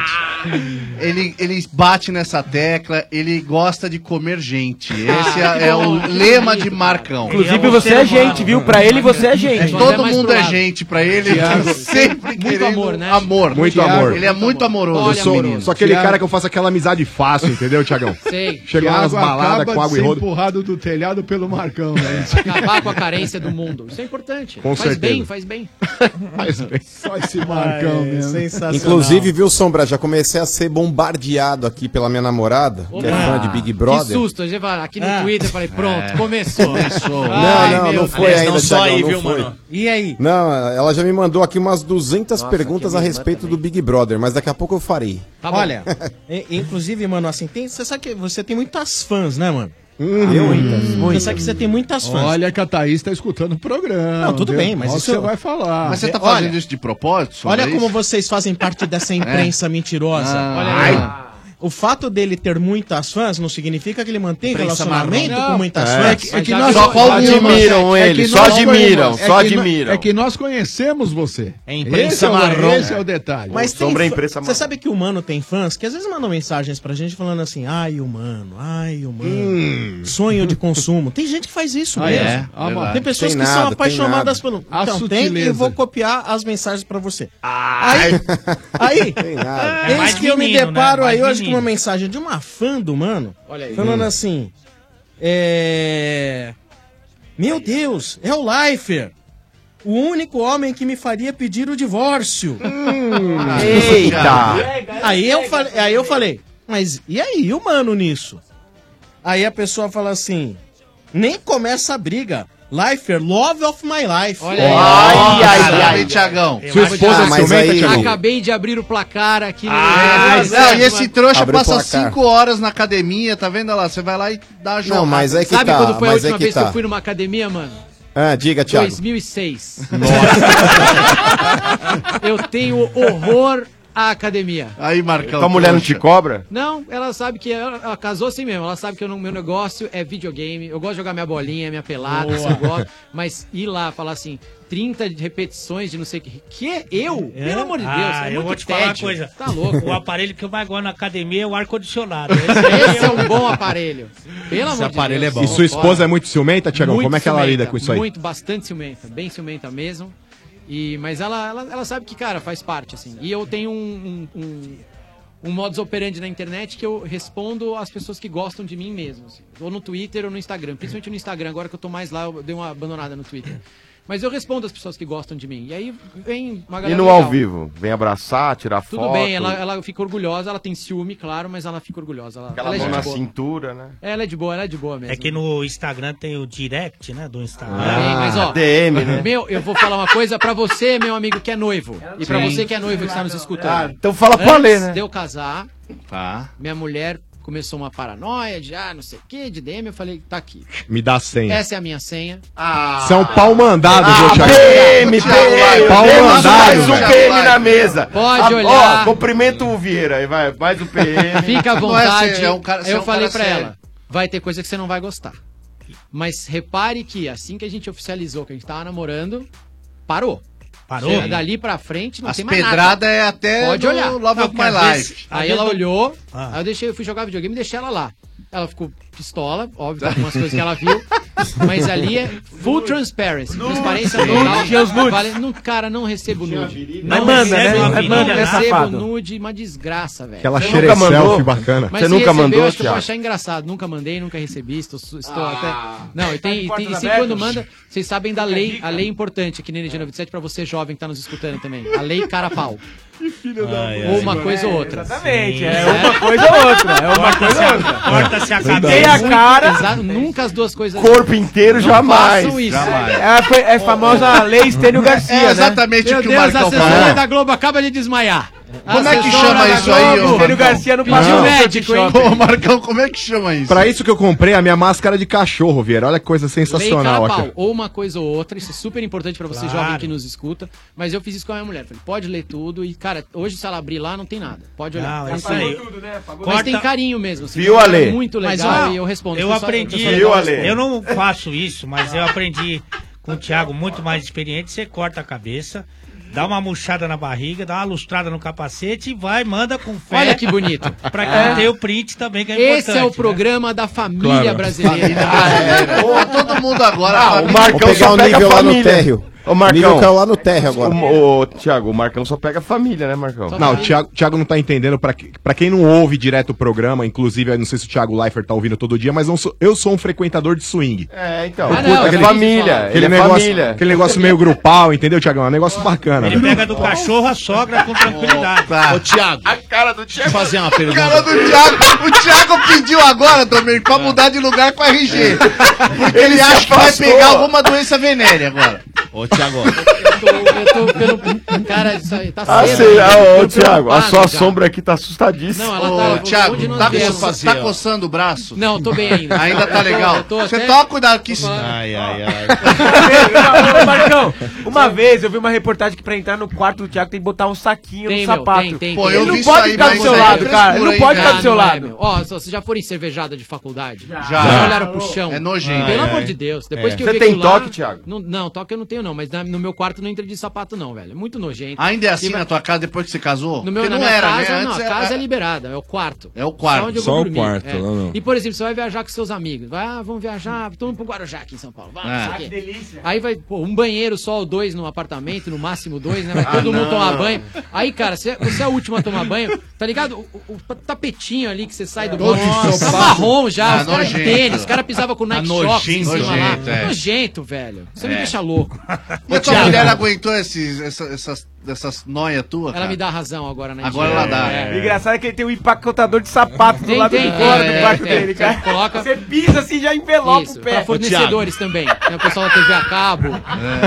ele, ele bate nessa tecla, ele gosta de comer gente. Esse Ah, é, que é bom. o lema de Marcão. Inclusive, você é gente, viu? Pra ele, você é gente. Todo mundo é gente pra ele, ele tá sempre querendo amor, né? amor. Muito amor. Ele é muito amoroso. Eu sou, menino. sou aquele Thiago. cara que eu faço aquela amizade fácil, entendeu, Tiagão? Sei. Chegou nas Thiago baladas acaba com água de e ser rodo. Empurrado do telhado pelo Marcão, né? Acabar com a carência do mundo. Isso é importante. Com faz certeza. bem, faz bem. é Faz bem. Só esse Marcão mesmo. Inclusive, viu, Sombra, já comecei a ser bombardeado aqui pela minha namorada, que é fã de Big Ah, Que Brother. susto, eu já falei, aqui no Twitter eu falei, pronto, É. começou. Começou. Não, não, não foi ainda, Thiagão, não foi. E aí? Não, ela já me mandou aqui umas 200 Nossa, perguntas que a minha respeito do Big Brother, mas daqui a pouco eu farei. Tá Olha, e- inclusive, mano, assim, tem, você sabe que você tem muitas fãs, né, mano? Uhum. Eu, hein? Você sabe que você tem muitas fãs. Olha que a Thaís tá escutando o programa. Não, tudo viu? bem, mas Olha o isso- que você vai falar. Mas você tá Olha, fazendo isso de propósito? Sombra, Olha é como isso? vocês fazem parte É. dessa imprensa mentirosa. Ah. Olha Ai. aí. O fato dele ter muitas fãs não significa que ele mantém Imprensa relacionamento marrom. com muitas É. fãs. É que nós- é Só Olha, admiram Marcelo, ele, que só nós- admiram, é só que no- É que nós conhecemos você. É imprensa imprensa marrom. marrom. Esse é o detalhe. Mas tem fã- imprensa Você sabe que o humano tem fãs que às vezes mandam mensagens pra gente falando assim: ai, humano, ai, humano. Sonho de consumo. Tem gente que faz isso Hum. Ah, mesmo. é? Ah, verdade. Tem pessoas Tem que são nada, tem nada. apaixonadas pelo. A então, tem que sutileza. eu vou copiar as mensagens pra você. Aí, nada. aí É mais eis que eu me menino, né? deparo Mais aí hoje com menino. uma mensagem de uma fã do mano Olha aí. falando Hum. assim: é. Meu Deus, é o Lifer. O único homem que me faria pedir o divórcio. Eita. Aí eu, falei, aí eu falei, mas e aí, o mano nisso? Aí a pessoa fala assim, nem começa a briga. Lifer, love of my life. Olha aí. Ai, ai, ai, ai. Tiagão. Sua esposa é mas ciumenta, aí... Thiago? Acabei de abrir o placar aqui. no- Ah, Mas não, é, e esse mano. trouxa Abriu passa o placar. 5 horas na academia, tá vendo lá? Você vai lá e dá a jornada. Não, mas é que Sabe tá, quando foi a mas é última que vez que tá. eu fui numa academia, mano? Ah, diga, Thiago. 2006. eu tenho horror à academia. Aí, Marcão. Tua mulher não te trouxa. cobra? Não, ela sabe que ela, ela casou assim mesmo. Ela sabe que o meu negócio é videogame. Eu gosto de jogar minha bolinha, minha pelada, Boa. isso eu gosto. Mas ir lá falar assim, 30 de repetições de não sei o que. Que? Eu? Pelo amor de Deus. Ah, é eu muito vou te falar uma tédio. coisa. Tá louco. O aparelho que eu mais gosto na academia é o ar-condicionado. Esse é um bom aparelho. Pelo amor de Deus. E sua esposa é muito ciumenta, Tiagão? Muito Como é que ela ciumenta, lida com isso aí? Muito, bastante ciumenta, bem ciumenta mesmo. E, mas ela, ela, ela sabe que, cara, faz parte, assim. E eu tenho um, um, um, um modus operandi na internet que eu respondo às pessoas que gostam de mim mesmo. assim. Ou no Twitter ou no Instagram. Principalmente no Instagram, agora que eu tô mais lá, eu dei uma abandonada no Twitter. Mas eu respondo as pessoas que gostam de mim. E aí vem uma E galera. no legal. ao vivo? Vem abraçar, tirar Tudo foto. bem, ela, ela fica orgulhosa, ela tem ciúme, claro, mas ela fica orgulhosa. Ela, Aquela ela é mão na gente boa. cintura, né? Ela é de boa, ela é de boa mesmo. assim. É que no Instagram tem o direct, né? Do Instagram. Ah, Tem, Ah, mas ó, né? meu, eu vou falar uma coisa pra você, meu amigo, que é noivo. E pra Sim. você que é noivo que está nos escutando. Ah, então fala pro Antes Alê, né? de eu casar, Tá. minha mulher começou uma paranoia de, ah, não sei o que, de DM. Eu falei, tá aqui. Me dá a senha. Essa é a minha senha. Ah, Você é Ah, um pau mandado, Ah, viu, Thiago? PM, um PM, Pau temos mandado. mais um velho. PM na mesa. Pode Ah, olhar. Ó, cumprimento o Vieira aí, vai. Mais um PM. Fica à Não é assim, vontade. é um cara- Aí você é eu um falei cara pra sério. ela, vai ter coisa que você não vai gostar. Mas repare que assim que a gente oficializou que a gente tava namorando, parou. Parou? Chega Dali pra frente não As tem mais nada. pedrada é até Pode do olhar. Love of porque My às Life. vezes- Aí Às ela vezes- olhei, Ah. aí eu deixei, eu fui jogar videogame e deixei ela lá. Ela ficou pistola, óbvio, algumas coisas que ela viu. Mas ali é full transparency. Transparência Nude. total. Tinha os nudes. Vale- não, cara, não recebo nude. Mas manda, né? recebo Mas nude, manda, né, recebo safado? nude, uma desgraça, velho. Aquela Você cheira nunca selfie mandou? bacana. Mas Você se nunca receber, mandou, eu acho que eu vou Thiago? achar engraçado. Nunca mandei, nunca recebi, estou, estou Ah. até... Não, e tem, e, Porta tem- e da se Beca. quando manda, vocês sabem da lei, a lei é importante aqui na É. Energia 97 para você jovem que tá nos escutando também. A lei cara pau. ou uma coisa ou outra. Né? Exatamente, é uma coisa ou outra, é uma Corta-se coisa a- ou outra. corta-se a Verdade. Tem cabeça. a cara- Exato, nunca as duas coisas. Corpo inteiro, Não jamais. façam isso. Jamais. É a, é a famosa lei Estênio Garcia. É exatamente né? o que o Meu Deus, Marcão a falou. assessora É. da Globo acaba de desmaiar. Como é que Assessora chama da isso aí, Globo, ô Estênio Garcia não Pediu pediu não. médico, hein? Ô, Marcão, como é que chama isso? Pra isso que eu comprei a minha máscara de cachorro, Vieira. Olha que coisa Lei cara sensacional pau, aqui. ou uma coisa ou outra, isso é super importante pra você Claro. jovem que nos escuta, mas eu fiz isso com a minha mulher, falei, pode ler tudo e cara, hoje se ela abrir lá não tem nada, pode olhar. Não, é isso Assim, aí. Mas Corta- tem carinho mesmo, assim, Viu, é Ale? muito legal Mas, ó, e eu respondo. Eu só- aprendi. só- Eu, só- não faço isso, mas eu aprendi com o Thiago, muito mais experiente. Você corta a cabeça, dá uma murchada na barriga, dá uma lustrada no capacete e vai, manda com fé. Olha que bonito. Pra quem É. tem o print também, que é importante. Esse é o programa da família Claro. brasileira. Família brasileira. Pô, todo mundo agora. Ah, o Marcão Vou pegar só o pega nível a lá no família. térreo. Ô, Marcão. Nível caiu lá no térreo agora. Ô, ô, Thiago, o Marcão só pega a família, né, Marcão? Não, o Thiago, Thiago não tá entendendo. Pra, que- pra quem não ouve direto o programa, inclusive, eu não sei se o Thiago Leifert tá ouvindo todo dia, mas eu sou, eu sou um frequentador de swing. É, então. Eu Ah, curto não, aquele- é família. aquele Ele é negócio, família. Aquele negócio meio grupal, entendeu, Thiago? É um negócio bacana. Ele velho. pega do cachorro é a sogra com tranquilidade. Tá. Ô, Thiago. A cara do Thiago. Fazer uma pergunta. cara do Thiago. O Thiago pediu agora, Domênico, pra mudar de lugar com a É. RG. Porque ele, Ele acha se que vai afastou. pegar alguma doença venérea agora. Ô, Thiago. Cara, isso aí tá Ah, cedo. sei, ah, eu ô, tô Thiago, a preocupado, sua cara. sombra aqui tá assustadíssima. Não, ela tá. Thiago, onde nós tá, viemos coça- fazer, tá ó. coçando o braço? Não, tô bem ainda. Ainda tá Eu tô- legal. eu tô Você até- toca cuidado que. Ai, ai, ai. Ô, Marcão, uma vez eu vi uma reportagem que pra entrar no quarto do Thiago tem que botar um saquinho no Tem, meu, sapato. tem, tem, Pô, tem. ele Eu não vi pode isso ficar aí, do seu mas lado, é cara. Ele não frescura, pode hein, ficar cara? do seu Não é, lado. meu. Ó, só- vocês já foram em cervejada de faculdade? Já. né? Já. olharam pro chão? É nojento. Pelo Ai, amor ai. de Deus. Depois É. que eu Você vi tem aquilo toque, Thiago? Não, não, toque eu não tenho, não. Mas na- no meu quarto não entra de sapato, não, velho. É muito nojento. Ainda é assim E- na tua casa depois que você casou? no meu, Porque na não minha era, casa, né? não, Antes a era- casa é liberada, é o quarto. É o quarto. onde eu Só vou o dormir, quarto, é. não, não. E, por exemplo, você vai viajar com seus amigos. Vai, ah, vamos viajar, todo mundo pro Guarujá aqui em São Paulo. Vai, É. não sei o Ah, quê. que delícia. Aí vai, pô, um banheiro só, ou dois no apartamento, no máximo dois, né? Vai Ah, todo mundo não. tomar banho. Aí, cara, você, você é a última a tomar banho, tá ligado? O, o- o tapetinho ali que você sai do Todo banho, tá ensopado. marrom já, Ah, os caras de nojento. tênis, os caras pisavam com Nike Ah, Shox em nojento, cima lá. nojento, é. Nojento, velho. Você me É. deixa louco. E a tua Thiago. mulher aguentou esses, essa- essas, essas noias tuas? Ela me dá razão né, agora na Agora ela dá. O engraçado é que ele tem um empacotador de sapato do Tem, lado tem, de fora tem, do quarto tem, dele, tem. cara. Coloca- Você pisa assim e já envelopa Isso, o pé. pra fornecedores também. Tem o pessoal da TV a cabo. É.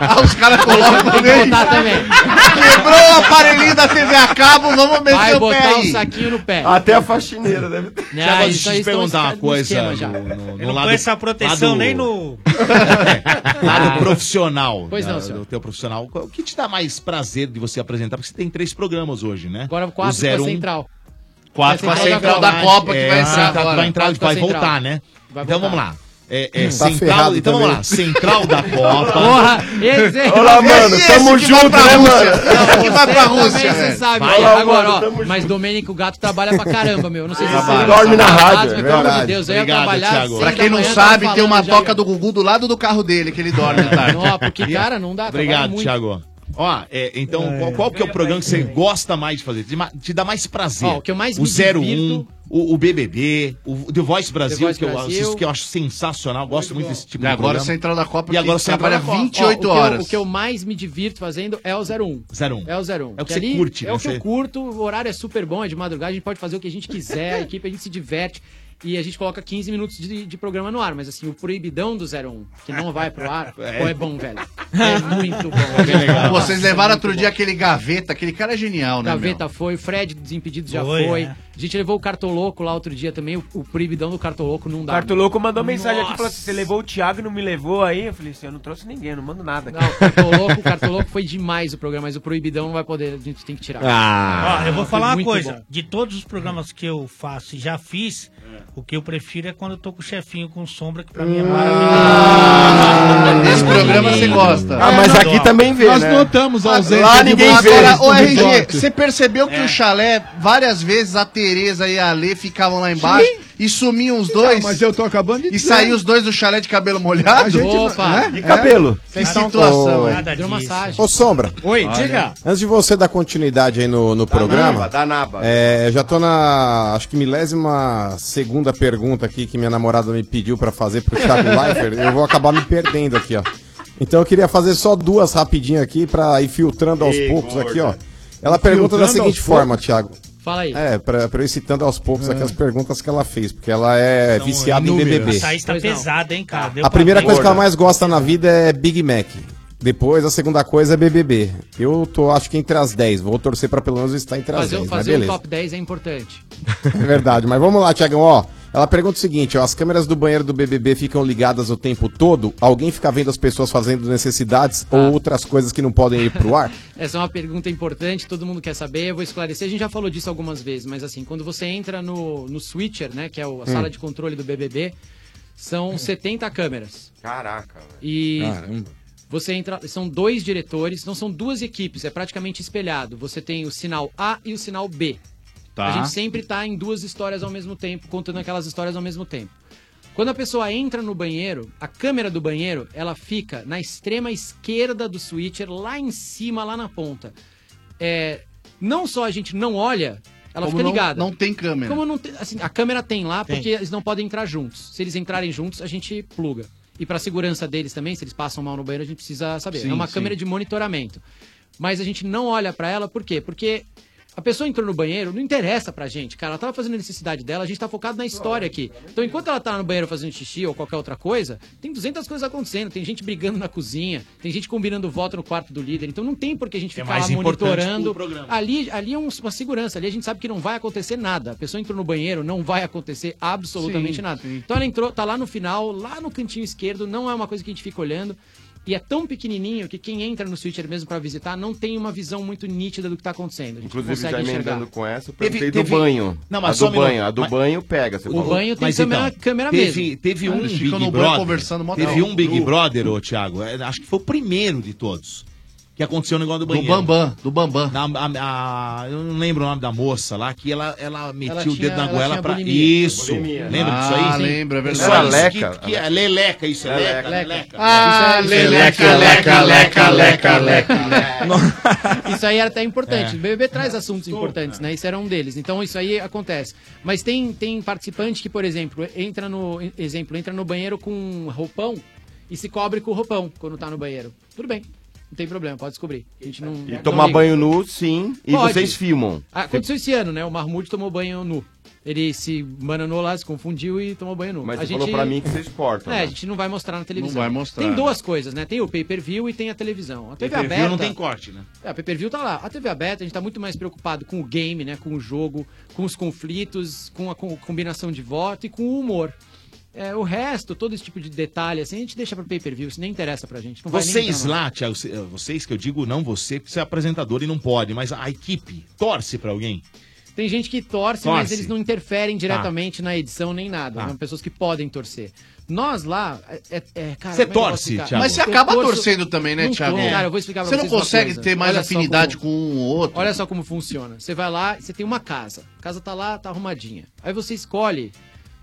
Ah, os caras Tem colocam que também. botar também. Quebrou Ah, o aparelhinho da TV a cabo, vamos meter Vai o pé botar um aí. saquinho no pé. Ah, Até Tá a faxineira deve ter. Não, Thiago, isso deixa eu aí te estão perguntar uma no coisa. esquema já. No, no, Eu não conheço a proteção lado- nem no. Lado profissional. Pois não, da- senhor. Do teu profissional. O que te dá mais prazer de você apresentar? Porque você tem três programas hoje, né? Agora o quatro pra 01, central. Quatro com a Central central da da Copa, Copa é, que vai entrar, central, agora. vai Vai entrar, entrar, vai central. voltar, né? Vai Então voltar. vamos lá. É, é, Tá central, ferrado então vamos também. lá. Central da Copa. Porra, esse- Olá, mano, Esse tamo que vai junto, pra né, Rússia. mano? Não, Que vai pra Rússia, Você velho. sabe. Vai. agora, Olá, ó. mano, tamo Mas Domênico Gato trabalha pra caramba, meu. Não sei se Trabalha. sabe, Dorme na mas, rádio, mas, é Pelo amor de verdade. Deus, eu ia Obrigado, trabalhar. Thiago. seis Pra da quem não manhã, eu sabe, tava tem uma falando já, toca do Gugu do lado do carro dele, que ele dorme, tá? Não, porque, cara, não dá, trabalha Obrigado, muito. Thiago. Ó, é, então, qual, qual que é o programa que você gosta mais de fazer? Te, ma- te dá mais prazer? Ó, o que eu mais O me 01, divirto- o, o BBB, o The Voice Brasil, The Voice que, Eu, Brasil. assisto, que eu acho sensacional. Gosto muito desse tipo E de agora programa. o Central da Copa, E que agora você trabalha trabalha 20... 28 Ó, o que eu- horas. o que eu mais me divirto fazendo é o 01. 01. É o 01. É o que Porque você ali curte, É né? o que Você- eu curto, o horário é super bom, é de madrugada, a gente pode fazer o que a gente quiser, a equipe, a gente se diverte. E a gente coloca 15 minutos de, de programa no ar, mas assim, o proibidão do 01, que não vai pro ar, É. pô, é bom, velho. É muito bom. Pô, vocês Nossa, é levaram muito outro bom. dia aquele gaveta, aquele cara é genial, né? Gaveta foi, o Fred dos Impedidos já Foi, foi. é. né? A gente levou o Cartoloco lá outro dia também, o, o proibidão do Cartoloco não dá. Cartoloco mandou mensagem aqui Nossa. falou assim: você levou o Thiago e não me levou aí? Eu falei assim: eu não trouxe ninguém, eu não mando nada. Não, o Cartoloco, o Cartoloco foi demais o programa, mas o Proibidão não vai poder, a gente tem que tirar. Ó, eu vou Foi falar uma muito coisa. bom. De todos os programas que eu faço e já fiz, o que eu prefiro é quando eu tô com o chefinho com sombra, que pra mim é maravilhoso. Nesse Ah. programa você gosta. É, não dó. Nós notamos notamos a a ausência né? Lá de ninguém vocês vê. do Ô, RG, Bigote. você percebeu que o chalé, várias vezes a Tereza e a Lê ficavam lá embaixo e sumiam os dois? mas eu tô acabando de E dizer. saíam os dois do chalé de cabelo molhado? A gente não- Opa. É? E cabelo? É. Que Vocês estão situação, com- hein? Nada Deu massagem. Ô, Sombra. Oi, Olha. diga. Antes de você dar continuidade aí no, no programa. naba, dá naba. É, eu já tô na, acho que milésima segunda pergunta aqui que minha namorada me pediu pra fazer pro Thiago Leifert. Eu vou acabar me perdendo aqui, ó. Então eu queria fazer só duas rapidinho aqui pra ir filtrando aos Ih, poucos gorda. aqui, ó. Ela pergunta da Filtrando seguinte aos forma, poucos? Thiago. Fala aí. É, pra, pra eu ir citando aos É. poucos aqui as perguntas que ela fez, porque ela é viciada em BBB. A Thaís tá é. pesada, hein, Ah. cara. Deu A primeira parabéns. coisa que ela mais gosta na vida é Big Mac. Depois, a segunda coisa é BBB. Eu tô, acho que entre as 10. Vou torcer pra pelo menos estar entre as Fazer, 10, mas fazer um beleza. top 10 é importante. É verdade. Mas vamos lá, Tiagão, ó. Ela pergunta o seguinte, ó, as câmeras do banheiro do BBB ficam ligadas o tempo todo? Alguém fica vendo as pessoas fazendo necessidades Tá. ou outras coisas que não podem ir pro ar? Essa é uma pergunta importante, todo mundo quer saber, eu vou esclarecer. A gente já falou disso algumas vezes, mas assim, quando você entra no, no switcher, né, que é o- a Hum. sala de controle do BBB, são 70 câmeras. Caraca. velho. E Você entra, são dois diretores, não são duas equipes, é praticamente espelhado. Você tem o sinal A e o sinal B. Tá. A gente sempre tá em duas histórias ao mesmo tempo, contando aquelas histórias ao mesmo tempo. Quando a pessoa entra no banheiro, a câmera do banheiro, ela fica na extrema esquerda do switcher, lá em cima, lá na ponta. É, não só a gente não olha, ela Como fica não- ligada. não tem câmera. Como não tem- assim, a câmera tem lá Tem. porque eles não podem entrar juntos. Se eles entrarem juntos, a gente pluga. E pra segurança deles também, se eles passam mal no banheiro, a gente precisa saber. Sim, é uma sim. câmera de monitoramento. Mas a gente não olha pra ela, por quê? Porque a pessoa entrou no banheiro, não interessa pra gente, cara. Ela tava fazendo a necessidade dela, a gente tá focado na história aqui. Então, enquanto ela tá no banheiro fazendo xixi ou qualquer outra coisa, tem 200 coisas acontecendo. Tem gente brigando na cozinha, tem gente combinando voto no quarto do líder. Então, não tem por que a gente ficar mais lá importante o monitorando. programa. Ali, ali é um- uma segurança, ali a gente sabe que não vai acontecer nada. A pessoa entrou no banheiro, não vai acontecer absolutamente Sim, nada. sim. Então ela entrou, tá lá no final, lá no cantinho esquerdo, não é uma coisa que a gente fica olhando. E é tão pequenininho que quem entra no switcher mesmo pra visitar não tem uma visão muito nítida do que tá acontecendo. A gente Inclusive, consegue já emendando enxergar. com essa, eu Teve- perguntei teve- do banho. Não, mas a só um do banho, minuto. a do Mas- banho pega, você O falou. banho tem câmera- câmera então, teve, mesmo. Teve Ah, um eles Big ficam no banho Brother. conversando mó teve tempo. um Big Nu. Brother, ô Thiago. é, Acho que foi o primeiro de todos. Que aconteceu o negócio do banheiro. Bambam, do Bambam. eu não lembro o nome da moça lá, que ela, ela metia Ela o dedo tinha- na ela goela tinha pra. bulimia. Isso! Bulimia. Lembra Ah, disso aí? lembra, é Isso verdade. aí, Era que- leca. que é leleca, isso é leca, leleca. Ah, Isso aí, leleca, leca, leca, leca, leca. Isso aí era até importante. É. O BBB traz assuntos importantes, né? Isso era um deles. Então isso aí acontece. Mas tem, tem participante que, por exemplo, entra no exemplo, entra no banheiro com roupão e se cobre com o roupão quando tá no banheiro. Tudo bem. Não tem problema, pode descobrir. A gente não, E não tomar liga. banho nu, sim. E Pode. vocês filmam. Ah, Aconteceu esse ano, né? O Marmude tomou banho nu. Ele se bananou lá, se confundiu e tomou banho nu. Mas você falou pra mim que vocês cortam, É, né? a gente não vai mostrar na televisão. vai mostrar, Tem né? duas coisas, né? Tem o pay-per-view e tem a televisão. A TV Pay-per-view aberta... não tem corte, né? É, a pay-per-view tá lá. A TV aberta, a gente tá muito mais preocupado com o game, né? Com o jogo, com os conflitos, com a co- combinação de voto e com o humor. É, o resto, todo esse tipo de detalhe, assim, a gente deixa pra pay-per-view, isso nem interessa pra gente. Não vai nem Vocês entrar no- lá, Thiago, cê- vocês que eu digo não você, porque você é apresentador e não pode, mas a equipe torce pra alguém. Tem gente que torce, mas Torce. eles não interferem diretamente na edição nem nada. Tá. São pessoas que podem torcer. Nós lá, é, é- cara, Você como é que eu posso torce, explicar? Thiago? Mas você Eu acaba torcendo também, né, Não tô, Thiago? Cara, eu vou explicar pra Você não vocês uma consegue coisa. ter mais Olha só afinidade como- com um ou outro? Olha só como funciona. Você vai lá, você tem uma casa. A casa tá lá, tá arrumadinha. Aí você escolhe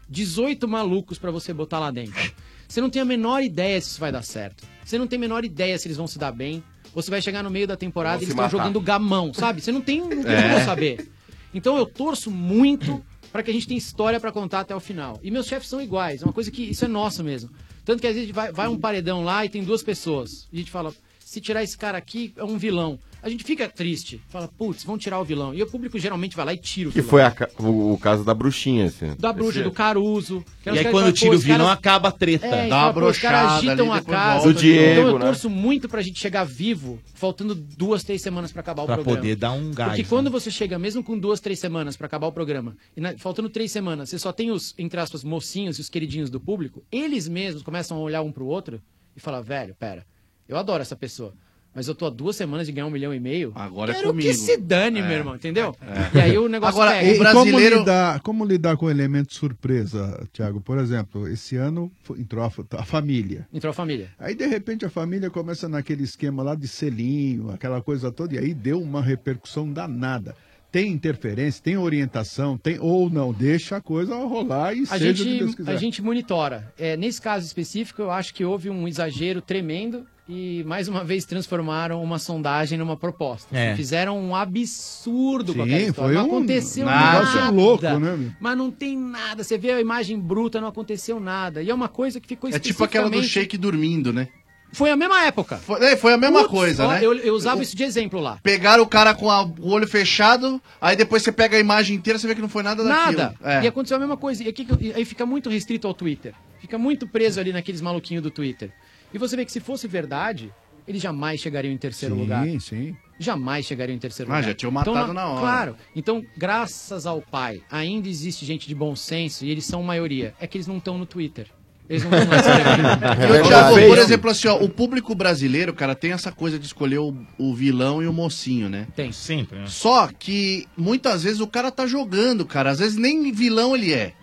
18 malucos pra você botar lá dentro. Você não tem a menor ideia se isso vai dar certo. Você não tem a menor ideia se eles vão se dar bem. Você vai chegar no meio da temporada Vão e eles se estão matar. jogando gamão, sabe? Você não tem, não tem É. como saber. Então eu torço muito pra que a gente tenha história pra contar até o final. E meus chefes são iguais, é uma coisa que isso é nosso mesmo. Tanto que às vezes vai, vai um paredão lá e tem duas pessoas. A gente fala, se tirar esse cara aqui é um vilão. A gente fica triste, fala, putz, vão tirar o vilão. E o público geralmente vai lá e tira o Que vilão. foi a ca- o, o caso da bruxinha, assim. Da bruxa, Esse- do Caruso. E Os aí caras quando falam, tira pô, o os vilão, caras- acaba a treta. É, e Dá uma fala, pô, os caras brochada agitam ali, a depois casa. volta. Do Diego, então eu né? torço muito pra gente chegar vivo, faltando duas, três semanas pra acabar o Pra programa. poder dar um gás, Porque né? quando você chega, mesmo com duas, três semanas pra acabar o programa, e na- faltando três semanas, você só tem os, entre aspas, mocinhos e os queridinhos do público, eles mesmos começam a olhar um pro outro e falar, velho, pera, eu adoro essa pessoa. Mas eu tô há duas semanas de ganhar um milhão e meio. é Agora Quero comigo." que se dane, É. meu irmão, entendeu? É. E aí o negócio Agora, pega. o brasileiro- Como lidar, como lidar com o elemento surpresa, Thiago? Por exemplo, esse ano fo- entrou a, fa- a família. Entrou a família. Aí, de repente, a família começa naquele esquema lá de selinho, aquela coisa toda, e aí deu uma repercussão danada. Tem interferência, tem orientação, tem ou não, deixa a coisa rolar e a seja o que Deus gente, quiser. a gente monitora. É, nesse caso específico, eu acho que houve um exagero tremendo e, mais uma vez, transformaram uma sondagem numa proposta. É. Fizeram um absurdo com Sim, aquela história. foi não um- aconteceu um nada. negócio louco, né? Mas não tem nada. Você vê a imagem bruta, não aconteceu nada. E é uma coisa que ficou É tipo aquela do especificamente- shake dormindo, né? Foi a mesma época. Foi, é, foi a mesma Putz, coisa, ó, né? Eu, eu usava isso de exemplo lá. Pegaram o cara com a- o olho fechado, aí depois você pega a imagem inteira, você vê que não foi nada daquilo. Nada. É. E aconteceu a mesma coisa. E aqui que eu- e aí fica muito restrito ao Twitter. Fica muito preso ali naqueles maluquinhos do Twitter. E você vê que se fosse verdade, eles jamais chegariam em terceiro lugar. Sim, sim. Jamais chegariam em terceiro Ah, lugar. já tinham matado Então, na hora. Claro. Então, graças ao pai, ainda existe gente de bom senso e eles são maioria. É que eles não estão no Twitter. Eles não estão na É Instagram. E, ô, Thiago, por exemplo, assim, ó, o público brasileiro, cara, tem essa coisa de escolher o, o vilão e o mocinho, né? Tem. Sempre, né? Só que muitas vezes o cara tá jogando, cara. Às vezes nem vilão ele é.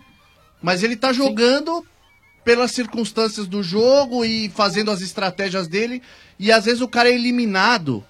Mas ele tá jogando pelas circunstâncias do jogo e fazendo as estratégias dele. E às vezes o cara é eliminado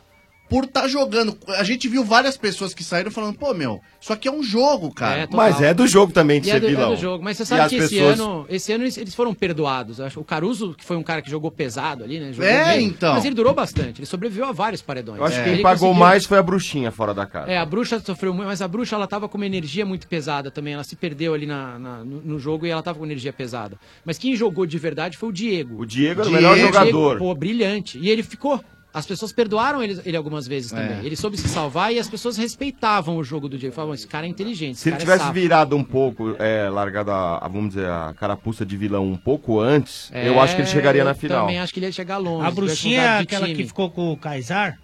por tá jogando. A gente viu várias pessoas que saíram falando, pô, meu, isso aqui é um jogo, cara. É, total. Mas é do jogo também de E ser é do, é vilão. do jogo. Mas você E sabe as que esse pessoas- ano, esse ano eles, eles foram perdoados. Eu acho. O Caruso, que foi um cara que jogou pesado ali, né? Jogou É, então. Mas ele durou bastante. Ele sobreviveu a vários paredões. Eu acho É. que quem Ele pagou conseguiu- mais foi a bruxinha fora da casa. É, a bruxa sofreu muito, mas a bruxa ela tava com uma energia muito pesada também. Ela se perdeu ali na- na- no, no jogo e ela tava com energia pesada. Mas quem jogou de verdade foi o Diego. O Diego era o melhor jogador. pô, brilhante. E ele ficou. As pessoas perdoaram ele, ele algumas vezes também. É. Ele soube se salvar e as pessoas respeitavam o jogo do Diego. Falavam, esse cara é inteligente. Esse Se ele cara é tivesse sábio. virado um pouco, é, largado a, a, vamos dizer, a carapuça de vilão um pouco antes, É, eu acho que ele chegaria na final. Também acho que ele ia chegar longe. A tivesse bruxinha mudado é de aquela time. que ficou com o Kaysar?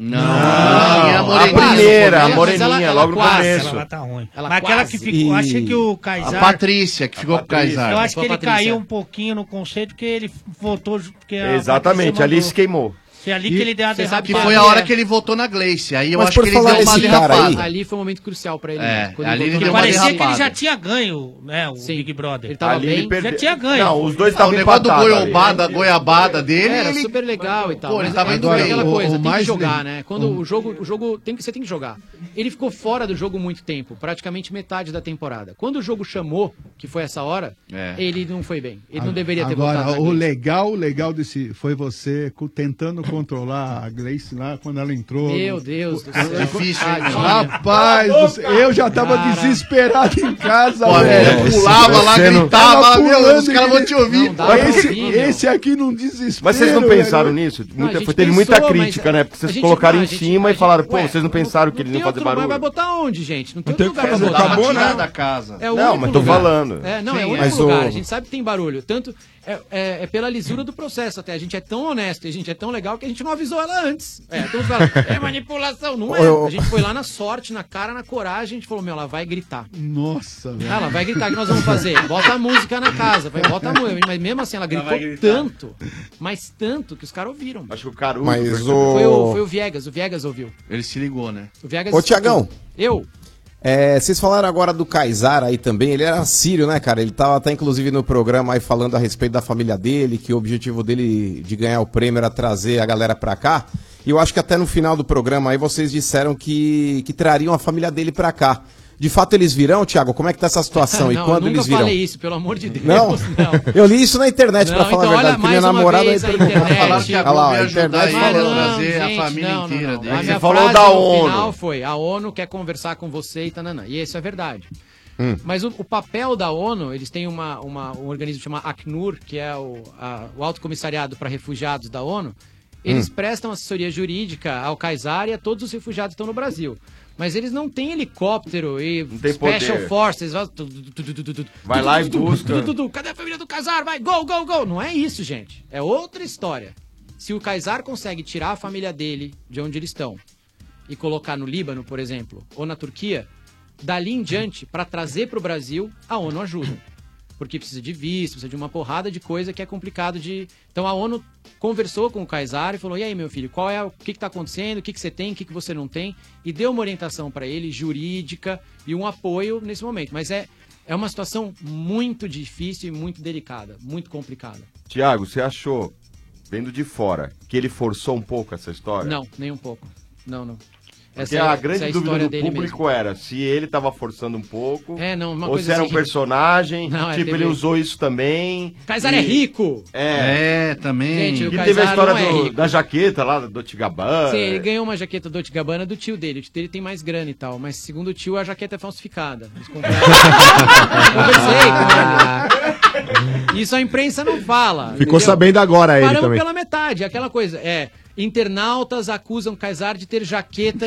Não, Ah, a moreninha, a moreninha, logo no quase, começo. Ela lá tá ruim. Ela Mas aquela quase. que ficou, acho que o Kaysar... A Patrícia, que ficou com o Kaysar. Eu acho que Foi a ele Patrícia. caiu um pouquinho no conceito, porque ele votou... ju- Porque a Exatamente, Patrícia ali mandou. se queimou. Foi ali que ele deu a Você sabe derrapada. que foi a hora que ele votou na Gleice. Aí eu Mas acho por que ele falar deu uma nesse cara derrapada. Ali foi um momento crucial pra ele. É, mesmo, quando ali ele voltou na deu uma Parecia que ele derrapada. Já tinha ganho, né, o Big Brother. Ele tava Ali ele bem. perdeu. Já tinha ganho. Não, os dois estavam Ah, O negócio do empatados ali. goiobada, goiabada dele, Era ele- super legal e tal. Pô, ele mas tava é indo aquela bem. Aquela O- o coisa, tem que mais jogar, le- né? Quando o jogo, o jogo tem que, você tem que jogar. Ele ficou fora do jogo muito tempo, praticamente metade da temporada. Quando o jogo chamou, que foi essa hora, É. ele não foi bem. Ele não Agora- deveria ter Agora, votado. o na Gleice. legal, o legal desse foi você co- tentando controlar a Gleice lá quando ela entrou. Meu No- Deus do Eu- céu. eu- Difícil, hein? Rapaz, Cala a do céu, eu já tava desesperado em casa, Pô, velho. eu pulava lá, gritava, Tava meu, pulando os caras e vão te ouvir. Não dá, Esse- esse, esse aqui não desespero. Mas vocês não velho. pensaram nisso? Não, Muita- a gente teve pensou, muita mas crítica, né? Porque a vocês gente- colocaram não, a em gente- cima e falaram, pô, ué, vocês não pensaram que eles Tem iam fazer outro lugar, vai barulho? botar onde, gente? Não tem tem outro o que lugar pra fazer, botar. acabou, né? da casa. É o Não, único mas tô lugar. falando. É, não, Sim, é o único mas lugar. o- A gente sabe que tem barulho. Tanto é, é- é pela lisura do processo até. A gente é tão honesto, e a gente é tão legal que a gente não avisou ela antes. É, então fala, é manipulação. Não é. Eu- A gente foi lá na sorte, na cara, na coragem. A gente falou, meu, ela vai gritar. Nossa, velho. Ela vai gritar o que nós vamos fazer. Bota a música na casa. Vai, bota a música. Mas mesmo assim, ela gritou vai gritar. tanto, mas tanto que os caras ouviram. Acho que o Caruso... Mas Foi o, foi o Viegas, o Viegas ouviu. Ele se ligou, né? O Viegas Ô, escutou. Tiagão. Eu? É, vocês falaram agora do Kaysar aí também, ele era sírio, né, cara? Ele tava até inclusive no programa aí falando a respeito da família dele, que o objetivo dele de ganhar o prêmio era trazer a galera pra cá. E eu acho que até no final do programa aí vocês disseram que, que trariam a família dele pra cá. De fato eles virão, Thiago? Como é que tá essa situação? e Ah, Não, quando eu nunca eles virão? falei isso, pelo amor de Deus. Não? Eu li isso na internet, Não, pra falar então a olha verdade, que minha mais uma namorada vez aí a perguntou. internet, Olha a lá, Globo a ia ajudar internet aí, falou. né? Trazer a gente, família não, não, inteira não. dele. A Você minha falou frase da no ONU. final foi, a ONU quer conversar com você e tananã. E isso é verdade. Hum. Mas o, o papel da ONU, eles têm uma, uma- um organismo chamado ACNUR, que é o, a- o Alto Comissariado para Refugiados da ONU. Eles Hum. prestam assessoria jurídica ao Kaysar e a todos os refugiados que estão no Brasil. Mas eles não têm helicóptero e tem Special poder. Forces. vai- tu, tu, tu, tu, tu, tu, Vai lá e tu, tu, tu, busca. tu, tu, tu, Cadê a família do Kaysar? Vai, gol, gol, gol. Não é isso, gente. É outra história. Se o Kaysar consegue tirar a família dele de onde eles estão e colocar no Líbano, por exemplo, ou na Turquia, dali em diante, para trazer para o Brasil, a ONU ajuda. Porque precisa de visto, precisa de uma porrada de coisa que é complicado de. Então a ONU conversou com o Kaysar e falou: e aí, meu filho, qual é o que está acontecendo, o que, que você tem, o que, que você não tem, e deu uma orientação para ele jurídica e um apoio nesse momento. Mas é, é uma situação muito difícil e muito delicada, muito complicada. Tiago, você achou, vendo de fora, que ele forçou um pouco essa história? Não, nem um pouco. Não, não. Porque é- a essa grande é dúvida história do dele mesmo. público era se ele tava forçando um pouco, É, não, uma ou coisa se era um assim. personagem, Não, é, tipo, teve- ele usou isso também. Kaysar é rico! É, É, também. Gente, o e teve a Kaysar história não é do- rico. da jaqueta lá, do É. Tigabana. Sim, ele ganhou uma jaqueta do Gabbana do tio dele. O tio dele tem mais grana e tal. Mas segundo o tio, a jaqueta é falsificada. Eles compraram. Conversei com ele. Isso a imprensa não fala. Ficou sabendo agora ele Paramos também. pela metade. Aquela coisa. É. Internautas acusam Kaysar de ter jaqueta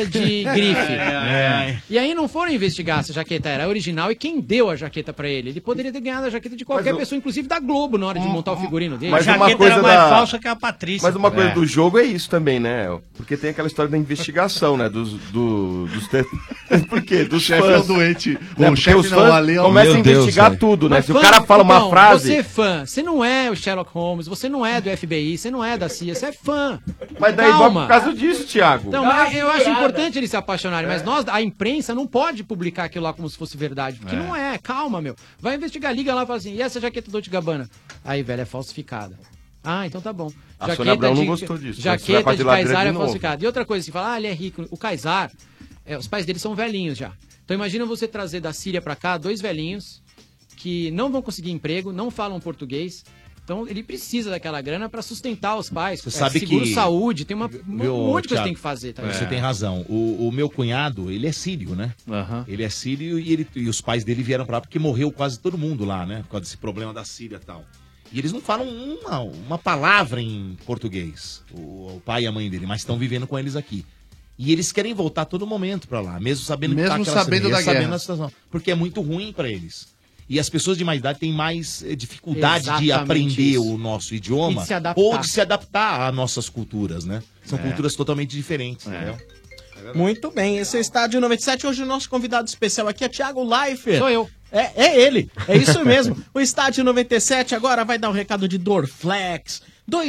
de grife. É. E aí não foram investigar se a jaqueta era original e quem deu a jaqueta pra ele. Ele poderia ter ganhado a jaqueta de qualquer o- pessoa, inclusive da Globo, na hora de montar o figurino dele. Hum, Mas uma coisa da- que a Patrícia. Mas uma coisa É. do jogo é isso também, né? Porque tem aquela história da investigação, né? Dos. Do, dos te... Por quê? Dos chefe fãs. é o doente. O Porque chefe os não, fãs ali é o- começam a Meu Deus, um investigar velho. tudo, né? Mas Se fã- o cara fala uma Então, frase. Você é fã, você não é o Sherlock Holmes, você não é do FBI, você não é da CIA, você é fã. Mas daí igual por causa disso, Thiago. É. Não, Então, mas eu acho importante eles se apaixonarem, mas nós, a imprensa, não pode publicar aquilo lá como se fosse verdade, porque É. não é. Calma, meu. Vai investigar, liga lá e fala assim: e essa jaqueta do Gabbana? Aí, velho, é falsificada. Ah, então tá bom. A Sônia Abrão não gostou disso, né? Você vai Jaqueta pra de geladeira Kaysar de é novo. falsificada. E outra coisa, você fala, ah, ele é rico. O Kaysar, é, os pais dele são velhinhos já. Então imagina você trazer da Síria pra cá dois velhinhos que não vão conseguir emprego, não falam português. Então ele precisa daquela grana pra sustentar os pais. É, Você sabe seguro que- saúde, tem uma, Viu, um monte de coisa Thiago? É. que tem que fazer. É. Tá Você ligado? tem razão. O, o meu cunhado, ele é sírio, né? Ele é sírio e, ele, e os pais dele vieram pra lá porque morreu quase todo mundo lá, né? Por causa desse problema da Síria e tal. E eles não falam uma, uma palavra em português, o, o pai e a mãe dele, mas estão vivendo com eles aqui. E eles querem voltar a todo momento pra lá, mesmo sabendo tá Mesmo aquela sabendo situação, da sabendo guerra. a situação, porque é muito ruim pra eles. E as pessoas de mais idade têm mais eh, dificuldade de Exatamente aprender isso. o nosso idioma E de se adaptar. ou de se adaptar às nossas culturas, né? São É. culturas totalmente diferentes, entendeu? Muito bem, esse é o Estádio 97. Hoje o nosso convidado especial aqui é Thiago Leifert. Sou eu. É, é ele, é isso mesmo. o Estádio 97 agora vai dar o recado de Dorflex.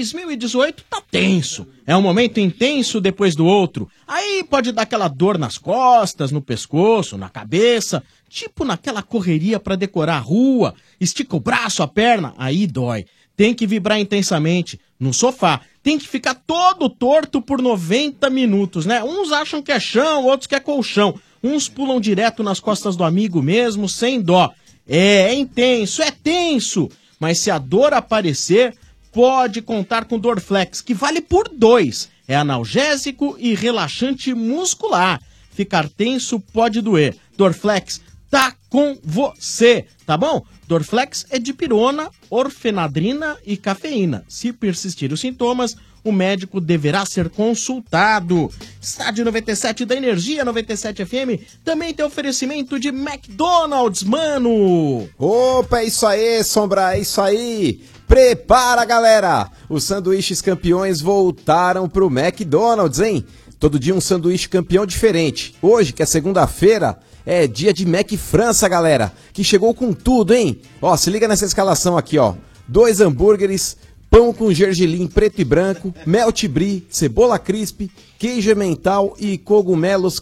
2018 tá tenso. É um momento intenso depois do outro. Aí pode dar aquela dor nas costas, no pescoço, na cabeça, tipo naquela correria pra decorar a rua, estica o braço, a perna, aí dói. Tem que vibrar intensamente no sofá. Tem que ficar todo torto por 90 minutos, né? Uns acham que é chão, outros que é colchão. Uns pulam direto nas costas do amigo mesmo, sem dó. É, é intenso, é tenso. Mas se a dor aparecer, pode contar com Dorflex, que vale por dois. É analgésico e relaxante muscular. Ficar tenso pode doer. Dorflex tá com você, tá bom? Dorflex é de pirona, orfenadrina e cafeína. Se persistir os sintomas, o médico deverá ser consultado. Estádio 97 da Energia 97 FM também tem oferecimento de McDonald's, mano! Opa, é isso aí, Sombra, é isso aí. Prepara, galera! Os sanduíches campeões voltaram pro McDonald's, hein? Todo dia um sanduíche campeão diferente. Hoje, que é segunda-feira, é dia de Mac França, galera, que chegou com tudo, hein? Ó, se liga nessa escalação aqui, ó. Dois hambúrgueres, pão com gergelim preto e branco, melt brie, cebola crisp, queijo mental e cogumelos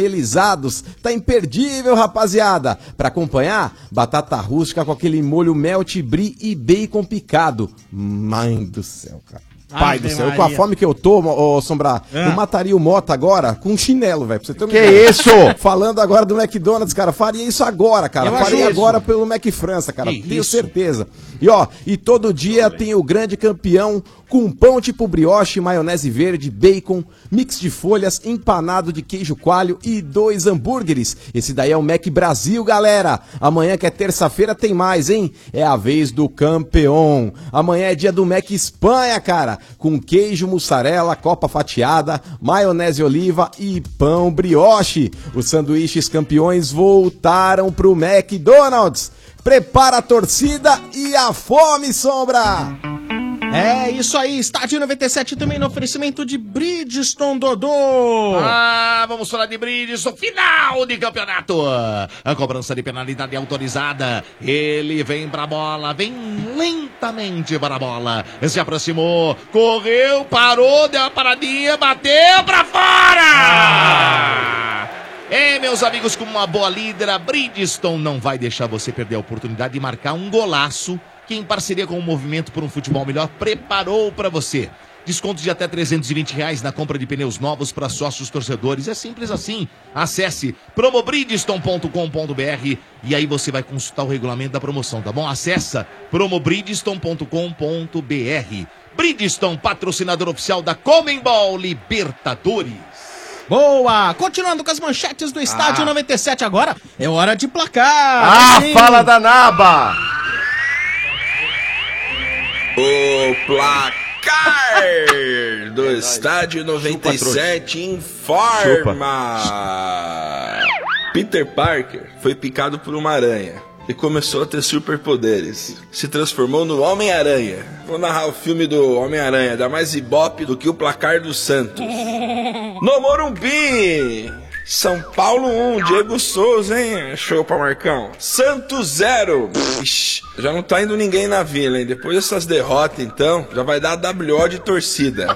caramelizados. Tá imperdível, rapaziada! Pra acompanhar, batata rústica com aquele molho melt brie e bacon picado. Mãe do céu, cara. pai Ave do céu. Eu, Com a Maria. Ah. fome que eu tô, ô, ô, Sombra, eu mataria o Mota agora com um chinelo, velho. pra você ter uma Que ideia. isso? Falando agora do McDonald's, cara, faria isso agora, cara. Eu acho faria isso. agora pelo Mac França, cara. Que tenho isso? certeza. E ó, e todo dia tem o grande campeão com pão tipo brioche, maionese verde, bacon, mix de folhas, empanado de queijo coalho e dois hambúrgueres. Esse daí é o Mac Brasil, galera. Amanhã que é terça-feira tem mais, hein? É a vez do campeão. Amanhã é dia do Mac Espanha, cara, com queijo mussarela, copa fatiada, maionese oliva e pão brioche. Os sanduíches campeões voltaram pro McDonald's. Prepara a torcida e a fome, Sombra! É isso aí, estádio 97 também no oferecimento de Bridgestone Dodô. Ah, vamos falar de Bridgestone, final de campeonato. A cobrança de penalidade autorizada. Ele vem pra bola, vem lentamente para a bola. Se aproximou, correu, parou, deu uma paradinha, bateu pra fora! É, meus amigos, com uma boa líder, a Bridgestone não vai deixar você perder a oportunidade de marcar um golaço que, em parceria com o Movimento por um Futebol Melhor, preparou pra você. Desconto de até 320 reais na compra de pneus novos para sócios torcedores. É simples assim. Acesse promobridgestone.com.br e aí você vai consultar o regulamento da promoção, tá bom? Acessa promobridgestone.com.br. Bridgestone, patrocinador oficial da Comembol Libertadores. Boa! Continuando com as manchetes do Ah. estádio 97 agora, é hora de placar. Ah, Sim. fala da Naba! O placar do estádio 97 informa. Peter Parker foi picado por uma aranha e começou a ter superpoderes. Se transformou no Homem-Aranha. Vou narrar o filme do Homem-Aranha, dá mais ibope do que o placar do Santos. No Morumbi! São Paulo 1, Diego Souza, hein? Show pra Marcão. Santos 0. Ixi, Já não tá indo ninguém na vila, hein? Depois dessas derrotas, então, já vai dar WO de torcida.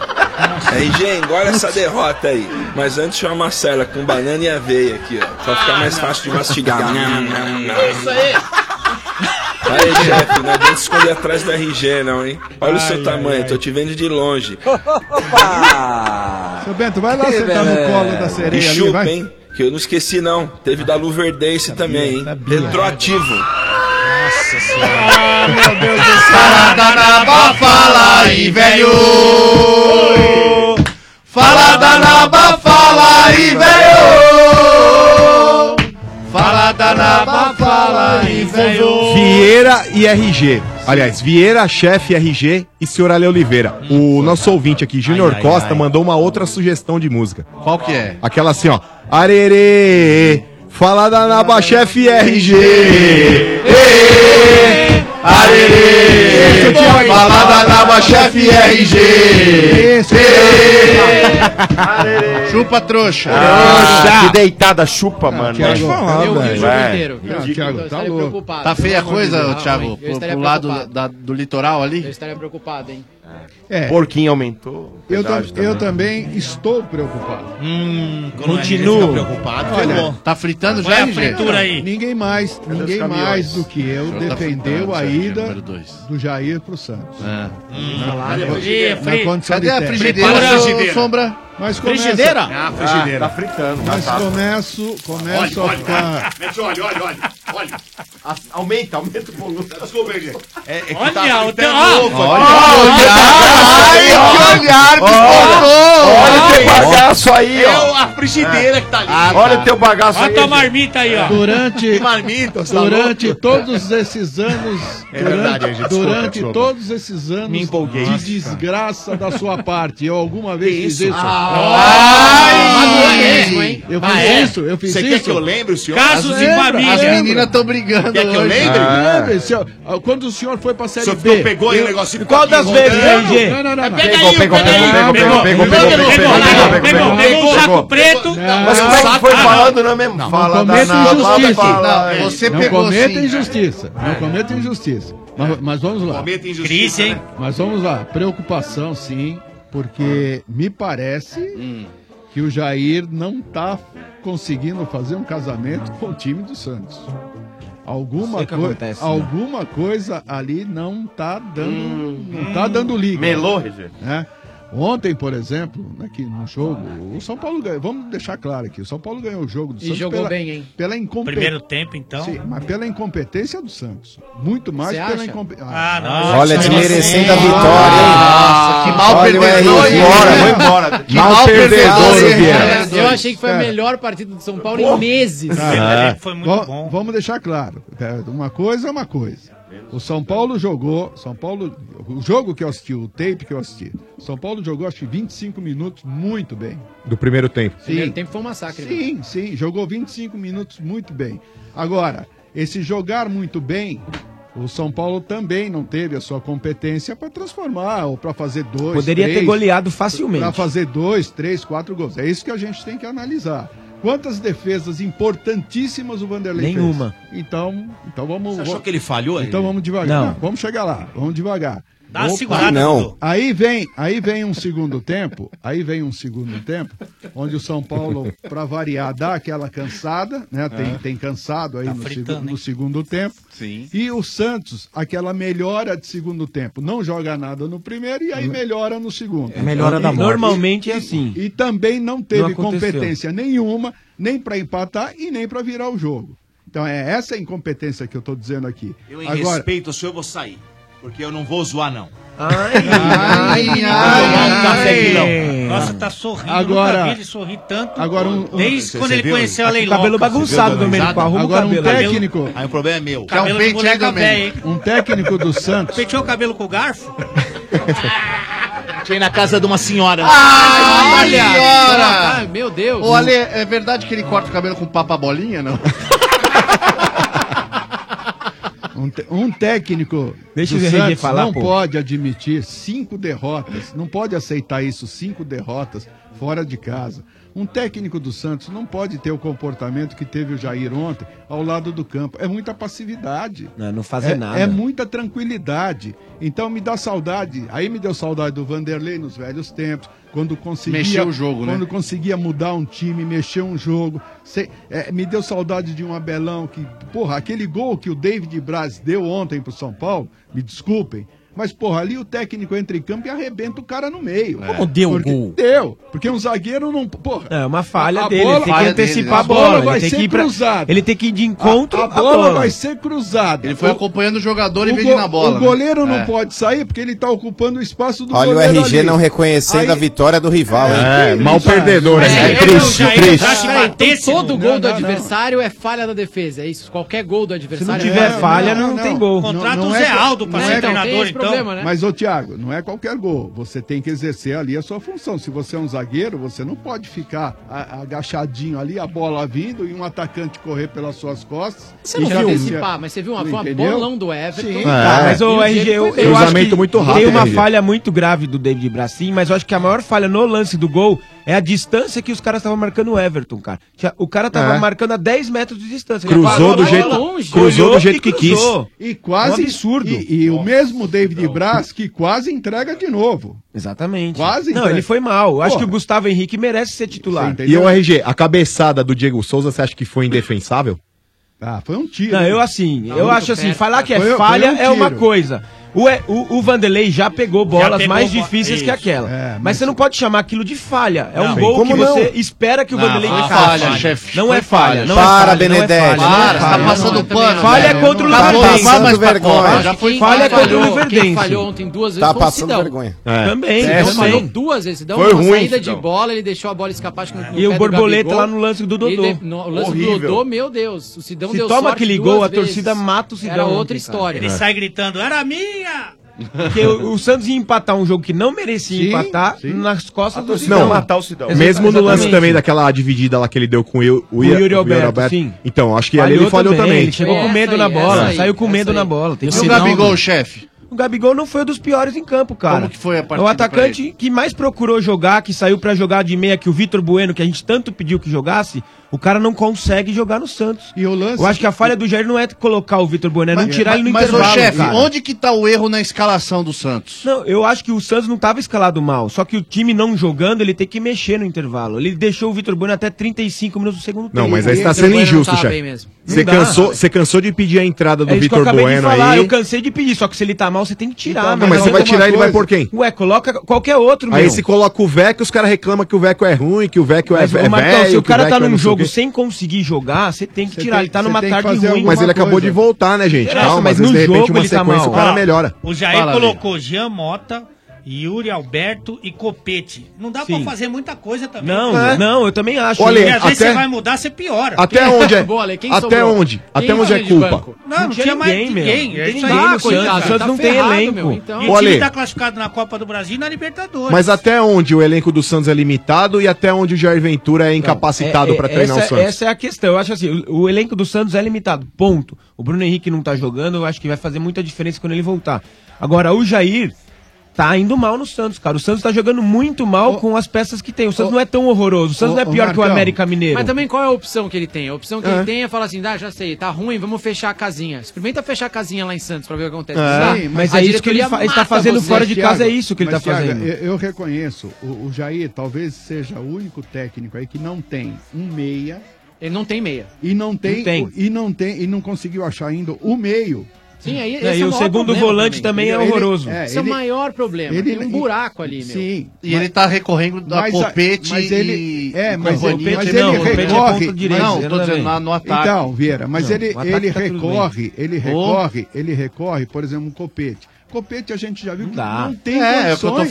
Aí, gente, olha essa derrota aí. Mas antes, tinha uma macela com banana e aveia aqui, ó. Só ficar mais fácil de mastigar. É Isso aí. Aí, chefe, não adianta esconder atrás da RG, não, hein? Olha o seu Ai, tamanho, tô te vendo de longe. Seu Bento, vai lá Ê, sentar no Bené. colo da sereia E ali, é, chupa, vai. hein? Que eu não esqueci, não. Teve da Luverdense também, hein? Retroativo. Nossa senhora. meu Deus do Danaba, fala aí, velho! Fala Danaba, fala aí, velho! Fala Danaba, fala aí, velho! Vieira e RG. Aliás, Vieira, chefe RG e senhor Ale Oliveira. O nosso ouvinte aqui, Júnior ai, Costa, ai. mandou uma outra sugestão de música. Qual que é? Aquela assim, ó. Arerê, fala da Naba Chefe RG. Fala Danaba, chefe RG! Chupa trouxa. que deitada chupa, mano. Ah. Thiago, eu vi o jogo Vai. inteiro. Não, Ridículo. Thiago, Eu tá estaria louco. preocupado. Tá feia a coisa, Não, Thiago, hein? Eu pro, estaria pro lado preocupado. da- do litoral ali? Eu estaria preocupado, hein? Ah. É. Porquinho aumentou. Eu, tam- Verdade eu também estou preocupado. Hum, quando a gente fica preocupado, que bom. Tá fritando já, hein, gente? Ninguém mais, os ninguém caminhões? mais do que eu Já tá defendeu fritando, a Sérgio, ida número dois. do Jair pro Santos. Hum, Na- lá, na- frigideira, na fri- condição Cadê de a técnico. frigideira, Prepara ô, a frigideira. Sombra? Mas começa- Frigideira? Ah, frigideira. tá fritando, Mas tá, tá. começo, começo a É, ficar... Mete olha, olha, olha. Olha. Aumenta, aumenta o volume. Tá, Desculpa, RG. É, é que Olha, tá o fritando teu- ó, ovo olha, aqui. olha, Ai, que olhar que Olha o teu bagaço aí, ó. É a frigideira que tá ali. Olha o teu bagaço Olha aí. tua gente. marmita aí, ó. Durante, Marmita, você tá durante louco? todos esses anos, É durante, verdade, gente, desculpa, durante desculpa. todos esses anos Me empolguei. de Nossa. desgraça da sua parte, eu alguma vez fiz isso? Eu fiz isso, eu fiz Você isso. quer que eu lembre o senhor? Lembra, Quer lembra. que eu hoje. lembre? Ah. Lembre, senhor. Ah, Quando o senhor foi pra Série senhor B... ficou- pegou aí o eu- negócio e ficou Qual das aqui vezes, rodando? RG? Não, não, não. não. Pegou, pegou, pegou, pegou, pegou, pegou, pegou, saco preto. Mas como é que Ah, foi falando, né? não é mesmo? Não, Fala não cometa da É. Naba, injustiça. fala aí. não, não cometa injustiça. Não cometa injustiça. Mas, mas vamos lá. Cometa injustiça, Crise, hein? né? Mas vamos lá. Preocupação, sim, porque me parece Hum. que o Jair não tá conseguindo fazer um casamento com o time do Santos. Alguma, Sei que coi- acontece, né? Hum. alguma coisa ali não tá dando, não tá dando liga. Melou, RG. Né? Ontem, por exemplo, aqui no jogo, o São Paulo ganhou. Vamos deixar claro aqui, o São Paulo ganhou o jogo do E Santos. jogou pela, bem, hein? Pela né? incompetência. Primeiro tempo, então? Sim, mas pela incompetência do Santos. Muito mais Você pela acha? incompetência. Ah, não. Olha, desmerecendo a vitória, hein? Nossa, que mal Olha o perdedor, RG. hein? Foi embora. Que mal perdedor, hein? Vieira. Dois. Eu achei que foi a Cara. melhor partida do São Paulo É. Pô. em meses. Cara, va- bom. Vamos deixar claro. é, Uma coisa é uma coisa. O São Paulo jogou. São Paulo. O jogo que eu assisti, o tape que eu assisti. São Paulo jogou acho que 25 minutos muito bem. Do primeiro tempo. Primeiro tempo foi um massacre. Sim, sim. Jogou 25 minutos muito bem. Agora, esse jogar muito bem. O São Paulo também não teve a sua competência para transformar ou para fazer dois. Poderia ter três, goleado facilmente. Para fazer dois, três, quatro gols. É isso que a gente tem que analisar. Quantas defesas importantíssimas o Vanderlei fez? Nenhuma. Então, então vamos. Você achou vamos- que ele falhou? Então vamos devagar. Não. Não, Vamos chegar lá. Vamos devagar. Dá uma segurada, Não. Dudu. Aí vem, aí vem um segundo tempo, aí vem um segundo tempo, onde o São Paulo, para variar, dá aquela cansada, né? Tem, É. tem cansado aí Tá no, fritando, segu- hein? no segundo tempo. Sim. E o Santos, aquela melhora de segundo tempo. Não joga nada no primeiro e aí melhora no segundo. Melhora da E- morte. Normalmente e- é assim. E, também não teve Não aconteceu. competência nenhuma, nem para empatar e nem para virar o jogo. Então é essa a incompetência que eu estou dizendo aqui. Eu, em Agora, respeito ao senhor, eu vou sair. Porque eu não vou zoar, não. Ai, Vou ai, tomar um café aqui, não. Nossa, tá sorrindo. Agora- nunca vi ele sorrir tanto. Agora um- um- desde Você- quando você ele viu? conheceu a Tá com o Leiloca. cabelo bagunçado, Você viu, Domênico? Domênico? Arruma o Agora um cabelo aí. técnico. Aí o problema é meu. Cabelo do boneco da véia, hein? um técnico do Santos. Penteou o cabelo com o garfo? Tinha na casa de uma senhora. Ah, Olha! senhora! Ah, meu Deus. Ô, Ale, é verdade que ele corta o cabelo com papa bolinha, não? Um, te- um técnico Deixa do o RG Santos falar, não pô. pode admitir cinco derrotas, não pode aceitar isso, cinco derrotas fora de casa. Um técnico do Santos não pode ter o comportamento que teve o Jair ontem ao lado do campo. É muita passividade. Não, não fazer é, nada. É muita tranquilidade. Então me dá saudade. Aí me deu saudade do Vanderlei nos velhos tempos, quando conseguia. Mexer o jogo, né? quando conseguia mudar um time, mexer um jogo. Cê- é, me deu saudade de um Abelão que. Porra, aquele gol que o David Braz deu ontem pro São Paulo, me desculpem. Mas, porra, ali o técnico entra em campo e arrebenta o cara no meio. Como deu o Porque- gol? Deu. Porque um zagueiro não. Porra. É uma falha A dele, bola- ele tem que falha antecipar dele, né? a bola, vai ele tem ser que ir pra- cruzada. ele tem que ir de encontro A, a à bola, bola. vai ser cruzada. Ele foi O- acompanhando o jogador em o vez de go- ir na bola. O goleiro né? não É. pode sair porque ele tá ocupando o espaço do Olha o goleiro RG ali. não reconhecendo a vitória do rival, hein? É, mal perdedor, hein? É, triste, triste. Então, todo Não, gol do não, adversário é falha da defesa, é isso. Qualquer gol do adversário. é- tiver falha, não tem gol. Contrata Não, não o é Zé que- Aldo pra não ser é que- treinador, então. Problema, né? Mas, ô Thiago, não é qualquer gol. Você tem que exercer ali a sua função. Se você é um zagueiro, você não pode ficar a- agachadinho ali, a bola vindo e um atacante correr pelas suas costas. Você não E viu? que- Antecipar, mas você viu uma- Não foi uma entendeu? bolão do Everton. Sim. É. Tá, mas E o o RG, jeito eu, foi eu acho Ah, Cruzamento que muito rápido, tem uma RG. falha muito grave do David Bracim, mas eu acho que a maior falha no lance do gol é a distância que os caras estavam marcando o Everton, cara. Tinha- O cara tava É. marcando a 10 metros de distância. Cruzou Parou, do parou jeito- cruzou do Olhou jeito e que quis. cruzou. E quase. É um absurdo. E, e o mesmo David Então. Braz que quase entrega de novo. Exatamente. Quase Não, entrega. ele foi mal. Eu acho que Porra. o Gustavo Henrique merece ser Tá, titular. E o RG, a cabeçada do Diego Souza, você acha que foi indefensável? Ah, foi um tiro. Não, eu assim, Tá eu muito acho assim, perto, falar cara. que é Foi- foi falha um é uma tiro. coisa. O, E- o, o Vanderlei já pegou bolas pegou mais bo- difíceis que Isso. aquela. É, mas, mas- você não pode chamar aquilo de falha. É Não. um gol Como que não? você espera que o Não, Vanderlei foi faça. falha, Falha. chefe. Não Foi é falha. falha. Não Para, é falha, não é Benedetti. falha, não é Para, você tá falha. passando pano, Falha é velho. contra o Tá Luverdense. passando vergonha. Já Já foi foi falha falha. contra o Quem Luverdense. falhou ontem duas vezes Tá foi o passando Sidão. vergonha. É. Também, Sidão também. falhou duas vezes. Sidão, Foi uma ruim, saída Sidão. de bola, ele deixou a bola escapar. Acho que no E o pé do borboleta Gabigol. lá no lance do Dodô. E de- no- o lance Horrível. do Dodô, meu Deus. O Sidão Se deu toma sorte aquele duas gol, a vezes. torcida mata o Sidão. Era ontem, outra cara. história. Ele sai gritando, era minha! Porque o, o Santos ia empatar um jogo que não merecia Sim, empatar nas costas do Não, Sidão. Mesmo no lance Então, Exatamente. também daquela dividida lá que ele deu com o, Will- o, o Ia- Yuri Alberto, sim. Então, acho que ali ele falhou também. Ele chegou É, Foi com essa medo aí, na bola, essa aí, saiu com essa medo aí. na bola. Tem E o que- Gabigol, chefe? O Gabigol não foi um dos piores em campo, cara. Como que foi a É o partida atacante que mais procurou jogar, que saiu pra jogar de meia, que o Vitor Bueno, que a gente tanto pediu que jogasse, O cara não consegue jogar no Santos. E o lance. Eu acho que a falha do Jair não é colocar o Vitor Bueno, é não tirar ele no mas, intervalo. Mas, ô chefe, cara. onde que tá o erro na escalação do Santos? Não, eu acho que o Santos não estava escalado mal. Só que o time não jogando, ele tem que mexer no intervalo. Ele deixou o Vitor Bueno até 35 minutos do segundo tempo. Não, mas aí você tá sendo injusto, chefe. Você É cansou, você cansou de pedir a entrada do Vitor Bueno aí. Eu cansei de pedir, só que se ele tá mal, você tem que tirar. Então, mas você vai tirar, ele vai por quem? Ué, coloca qualquer outro, Aí meu. se coloca o Vecchio, os caras reclamam que o Vecchio é ruim, que o Vecchio é, é Mas, ô, Marcão, velho, se o que cara tá Vecchio é num não sei o jogo quê. sem conseguir jogar, você tem que tirar. tem- ele tá você numa tem que tarde fazer ruim. alguma Mas ele acabou coisa. de voltar, né, gente? Interessa, Calma, mas às vezes, no de repente, jogo uma ele tá sequência, mal. o cara melhora. O Jair Fala, colocou Jean Mota, Yuri Alberto e Copete. Não dá pra Sim. fazer muita coisa também. Não, Né? não, eu também acho. né? Olha, É. Olha, e às vezes até- você vai mudar, você piora. até onde é- Boa, Ale, quem até sobrou? onde? Quem Até onde é além de culpa? banco? Não, não, Não tinha tinha mais ninguém, meu. ninguém. Não É tem isso aí. ninguém no Ah, coitado, Santos. O Santos não tem ferrado, elenco. meu. Então- Ô, E o time Ale. tá classificado na Copa do Brasil e na Libertadores. Mas até onde o elenco do Santos é limitado e até onde o Jair Ventura é incapacitado É, é, pra treinar essa, o Santos? Essa é a questão. Eu acho assim, o, o elenco do Santos é limitado. Ponto. O Bruno Henrique não tá jogando, eu acho que vai fazer muita diferença quando ele voltar. Agora, o Jair tá indo mal no Santos, cara. O Santos tá jogando muito mal com as peças que tem. O Santos não é tão horroroso. O Santos ô, não é ô, pior que o Marcão. América Mineiro. Mas também qual é a opção que ele tem? A opção que É. ele tem é falar assim, ah, já sei, tá ruim, vamos fechar a casinha. Experimenta fechar a casinha lá em Santos pra ver o que acontece. É, Ah, mas a é isso que ele diretoria fa- ele tá mata fazendo você. fora de Thiago, casa, é isso que ele mas, tá Thiago, fazendo. Eu, eu reconheço, o, o Jair talvez seja o único técnico aí que não tem um meia. Ele não tem meia. E não tem, Não tem. e não tem e não conseguiu achar ainda o meio. Sim, aí Né, esse é o maior problema pra mim. Ele- ele- é, Esse é o ele- maior problema. ele- tem um buraco ali, meu. Sim. E ele tá recorrendo a Mas a- Copete mas ele- e. é, e mas companhia. ele- mas ele Não, Copete é recorre- ponta direita, Não, tô exatamente. dizendo lá no ataque. Então, Vieira, mas Não, ele, o ataque ele tá tudo bem. recorre, ele Ô. recorre, ele recorre, por exemplo, um copete. Copete a gente já viu que não tem É, condições.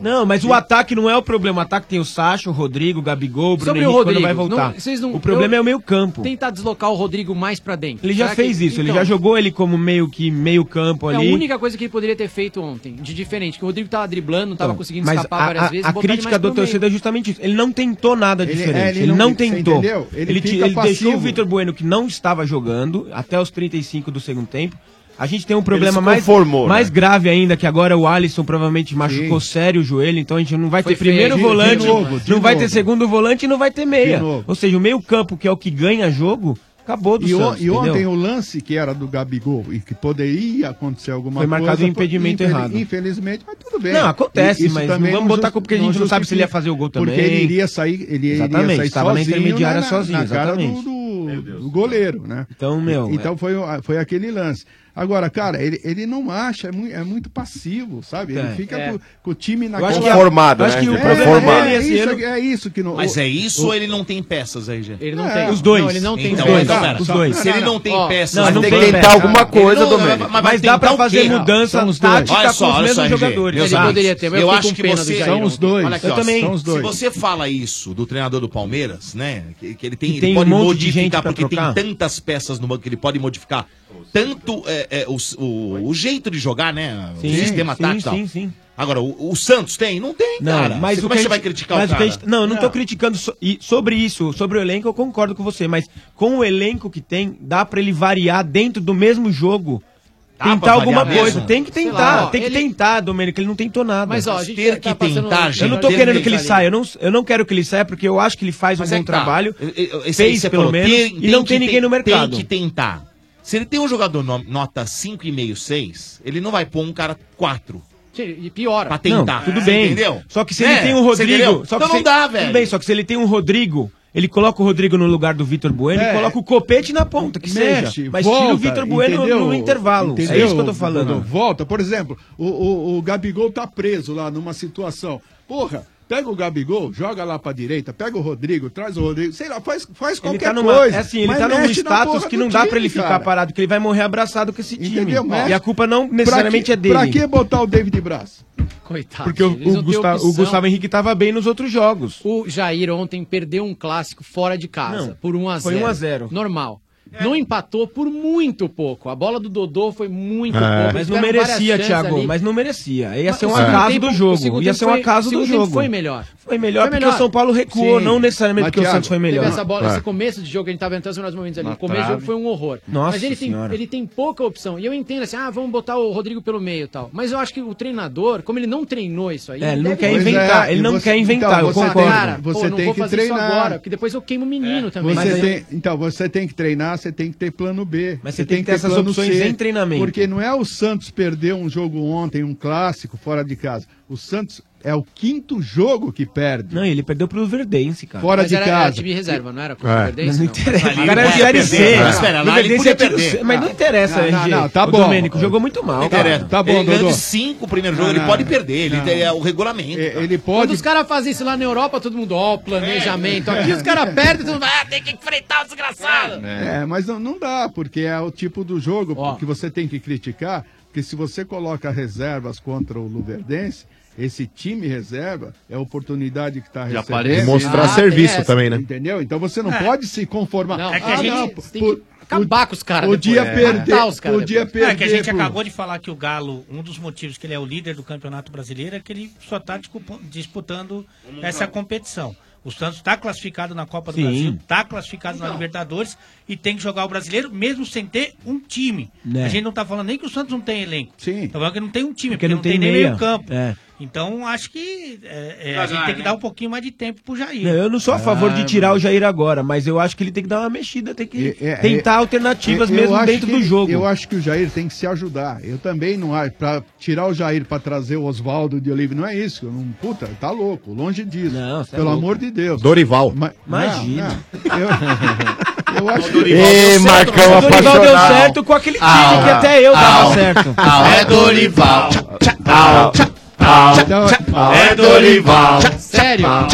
Não, mas o ataque não é o problema. O ataque tem o Sacha, o Rodrigo, o Gabigol, o Bruno Sobre Henrique o Rodrigo, quando vai voltar. não- vocês não- o problema eu- é o meio campo. Tentar deslocar o Rodrigo mais pra dentro. Ele já Será que- fez isso. Ele Então, já jogou ele como meio que meio campo É ali. a única coisa que ele poderia ter feito ontem, de diferente, que o Rodrigo tava driblando, tava conseguindo Tá Então, Mas escapar a, várias a- vezes. a botar ele crítica mais do pro meio. torcedor é justamente isso. Ele não tentou nada Ele- diferente. é, ele, ele não, não- você tentou. entendeu? Ele, Ele ti- fica ele deixou o passivo. Vitor Bueno, que não estava jogando, até os 35 do segundo tempo. A gente tem um se problema mais, conformou, mais né? grave ainda, que agora o Alisson provavelmente machucou sério o joelho, então a gente não vai Foi ter primeiro feio. De- de volante, novo, de não vai ter novo. segundo volante e não vai ter meia. De novo. Ou seja, o meio campo, que é o que ganha jogo, acabou do E, o- Santos, e ontem entendeu? o lance que era do Gabigol e que poderia acontecer alguma Foi coisa. marcado um impedimento errado. Infelizmente, mas tudo bem. Não, acontece, Isso mas também não vamos botar a justi- culpa porque a gente não sabe se ele ia fazer o gol justifica, também. Porque ele iria sair, ele Exatamente, iria sair estava na sozinho intermediária na, sozinho, na cara do, exatamente. do- do goleiro, né? Então, meu, Então foi, o- foi aquele lance. Agora, cara, ele, ele não acha, é mui- é muito, passivo, sabe? Ele É. fica É. com, com o time na Eu acho cara. que- Conformado, eu acho né? que o problema Conformado. dele é assim, isso, eu não- é isso que não. Mas o- é isso o- ou ele não tem peças aí, gente? Ele não tem. Os dois. Não, ele não tem Então, peças. então, Pera, os só- dois. Se ele não Ó, tem não, peças, não ele tem que tentar alguma coisa, Ele não- Domênico. vai Mas tentar dá pra então o quê? fazer mudança São os dois. tática Olha só, com os olha só, mesmos RG. jogadores. Meus Ele amigos, poderia ter, mas eu eu fiquei acho com que pena do você... Jair ontem. Olha aqui, Eu ó, também. são os Se dois. Se você você fala isso do treinador do Palmeiras, né? Que, que ele tem, Que ele tem um pode monte de gente modificar, pra porque trocar. tem tantas peças no banco que ele pode modificar. Tanto é, é, o, o- o jeito de jogar, né? O Sim, sistema sim, tático. e tal. sim, sim. Agora, o, o Santos tem? Não tem, Não, cara. mas Você- o como é que a que você vai gente- criticar mas o que a cara? gente- não, eu não tô criticando so- e sobre isso, sobre o elenco, eu concordo com você, mas com o elenco que tem, dá pra ele variar dentro do mesmo jogo. Dá pra tentar alguma variar coisa. mesmo? Tem que Sei tentar, lá, ó, tem que ele- tentar, Domênico, ele não tentou nada. Mas, ó, a gente Ter tá que passando- tentar, Eu não tô gente, querendo ter que ele que- saia, eu não, eu não quero que ele saia porque eu acho que ele faz Mas um é bom que tá. trabalho, Eu- eu- esse aí fez você pelo falou, menos, tem- e não que tem ninguém no ten- mercado. Tem que tentar. Se ele tem um jogador no- nota 5,5, 6, ele não vai pôr um cara 4. E piora. Pra tentar. Não, tudo Você bem. Entendeu? Só que se Né? ele tem um Você Rodrigo. entendeu? Só que então se- não dá, Tudo velho. bem, só que se ele tem um Rodrigo. Ele coloca o Rodrigo no lugar do Vitor Bueno É. e coloca o Copete na ponta, que seja. Mas tira o Vitor Bueno no intervalo. É isso que eu tô falando. Volta, por exemplo, o, o, o Gabigol tá preso lá numa situação. Porra, pega o Gabigol, joga lá pra direita, pega o Rodrigo, traz o Rodrigo, sei lá, faz, faz Ele qualquer tá, numa, coisa. é assim, ele mas tá num mexe na status porra que do não dá time, pra ele ficar cara. parado, que ele vai morrer abraçado com esse time. Entendeu? Mas- e a culpa não Pra necessariamente que- é dele. Pra que botar o David Braz? Coitado. Porque o, Ah, eles não o têm Gustavo, o opção. Gustavo Henrique tava bem nos outros jogos. O Jair ontem perdeu um clássico fora de casa, Não, por 1 a 0 foi 1 a 0. Normal. Não empatou por muito pouco. A bola do Dodô foi muito É. pouco. Mas não Tiveram várias merecia, chances Thiago, ali. mas não merecia. Ia Mas ser o um segundo acaso tempo- do o jogo. segundo Ia tempo ser um foi- acaso do o segundo tempo jogo. Foi melhor. Foi melhor porque o São Paulo recuou, não necessariamente porque o Santos foi melhor. Teve essa bola, É. esse começo de jogo, a gente tava entrando nos melhores momentos ali. Na o começo do trave. jogo foi um horror. Nossa mas ele tem, Senhora. ele tem pouca opção. E eu entendo assim, ah, vamos botar o Rodrigo pelo meio e tal. Mas eu acho que o treinador, como ele não treinou isso aí. É, ele não deve- quer Pois inventar, é, ele e não você- quer inventar, então, eu você tem- É. concordo. Cara, você pô, não tem vou que fazer treinar. isso agora, porque depois eu queimo o menino também. né? Você Mas tem- eu- então, você tem que treinar, você tem que ter plano B. Mas você tem que ter essas plano opções em treinamento. Porque não é o Santos perder um jogo ontem, um clássico, fora de casa. O Santos é o quinto jogo que perde. Não, ele perdeu pro Verdense, cara. Fora Mas de era- casa. Era time reserva, não era? Contra É. o Verdense, Não interessa. O cara é Mas Série podia C. né? perder, cara. mas pera, O lá ele Verdense podia é tiro- perder. Mas não interessa, Não, RG. não, não, tá o bom. Domênico jogou muito mal. cara. Tá bom, Ele ganhou Dodô. de Cinco o primeiro jogo, ele pode perder. Ele tem- é o regulamento. Ele Quando os caras fazem isso lá na Europa, todo mundo, ó, planejamento. Aqui os caras perdem, todo mundo, ah, tem que enfrentar o desgraçado. É, mas não, não dá, porque é o tipo do jogo que você tem que criticar, porque se você coloca reservas contra o Luverdense, esse time reserva é a oportunidade que está recebendo. aparece. De mostrar Ah, tem serviço essa. também, né? Entendeu? Então você não É. pode se conformar. Não, é que Ah, a gente não, tem que acabar com os Ah, caras podia né? depois, né? perder, Ah, tá, matar os caras podia depois. perder. É que a gente pro- acabou de falar que o Galo, um dos motivos que ele é o líder do Campeonato Brasileiro é que ele só está disputando essa competição. O Santos está classificado na Copa do Sim. Brasil, está classificado Então. na Libertadores e tem que jogar o brasileiro mesmo sem ter um time. Né. A gente não está falando nem que o Santos não tem elenco. Sim. Tá falando que não tem um time, Porque porque, não não, tem tem, nem meia. meio campo. É. Então acho que é, é, a Vai gente lá, tem que né? dar um pouquinho mais de tempo pro Jair. Não, eu não sou a favor de Ah, tirar o Jair agora, mas eu acho que ele tem que dar uma mexida, tem que É, é, tentar é, alternativas eu mesmo acho dentro que do ele- jogo. Eu acho que o Jair tem que se ajudar. Eu também não acho. Pra tirar o Jair pra trazer o Oswaldo de Olive, não é isso. Não, puta, tá louco. Longe disso. é Pelo louco. amor de Deus. Dorival. Imagina. Eu, eu acho Dorival Ei, deu certo. Marcão O Dorival deu apaixonado. certo com aquele time Ah, Ah, Au, que até eu dava au, certo. au, é Dorival. ah, É Dorival. Sério? Eu Não,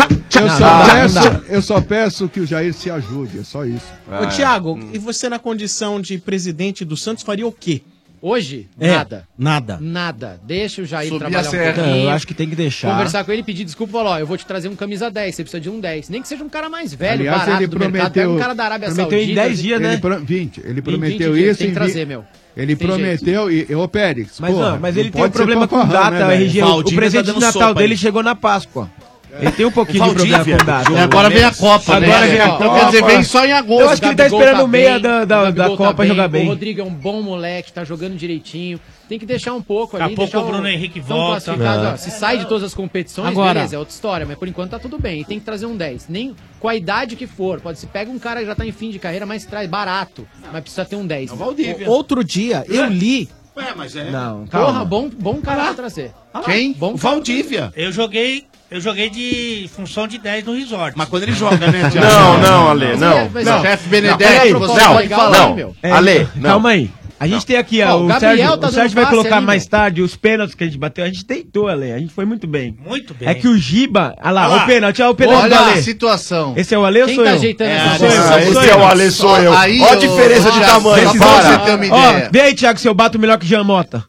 só, não dá, peço, não dá. eu só peço que o Jair se ajude, é só isso. Ah. Ô, Thiago, Hum. e você na condição de presidente do Santos faria o quê? Hoje? É, Nada. Nada. Nada. Deixa o Jair Subir trabalhar a serra. um pouquinho. Não, eu acho que tem que deixar. Conversar com ele, pedir desculpa, falar, ó, eu vou te trazer um camisa 10, você precisa de um 10. Nem que seja um cara mais velho, Aliás, barato ele do mercado. Pega prometeu. um cara da Arábia Saudita. assim. Ele pro- 20. Ele prometeu 20 dias, isso. tem que em vi- trazer, meu. Ele Tem prometeu e, e ô Périx, Mas, porra, não, mas ele tem um pode ser problema com fanfarrão, data, né, RG. velho? O presente de Natal dele chegou na Páscoa. Ele tem um pouquinho de Valdívia, problema com data. jogo Agora vem a Copa, né? Agora vem a Então, Copa. quer dizer, vem só em agosto. Eu acho que ele tá Gabigol esperando tá o meia bem, da, da, da Gabigol tá Copa jogar O bem. Rodrigo é um bom moleque, tá jogando direitinho. Tem que deixar um pouco Daqui ali. a pouco deixar o Bruno Henrique tão volta. classificado, É. ó, se sai de todas as competições, Agora- beleza, é outra história. Mas por enquanto tá tudo bem. E tem que trazer um 10. Nem com a idade que for. Pode se pega um cara que já tá em fim de carreira, mas traz barato. Mas precisa ter um 10. O- Outro dia, eu li. Ué, mas é. Não, Porra, bom, bom cara Ah, pra trazer. Quem? Bom Valdívia. Eu joguei, eu joguei de função de 10 no resort. Mas quando ele joga, né, Thiago? Não, não, Ale, é, não. Não. Chefe Benedetti, não, você não, pode falar, não. hein, meu? É, Ale, não. Calma aí. A gente tem aqui, ó, Ó, o o, Gabriel Sérgio, tá o Sérgio dando vai passe colocar aí, mais tarde os pênaltis que a gente bateu. A gente tentou, Ale. A gente foi muito bem. Muito É que o Giba... Olha lá, Olha lá. o pênalti. Olha o pênalti Olha do a Ale. situação. Esse é o Ale ou Quem sou tá eu? ajeitando É, essa Ale, situação? sou eu, Esse sou é eu. o Ale, sou eu. Aí, Ó a ô, diferença de Jair, tamanho, só pra para. você ter uma Ó, ideia. Vem aí, Thiago, seu bato melhor que o Jamota.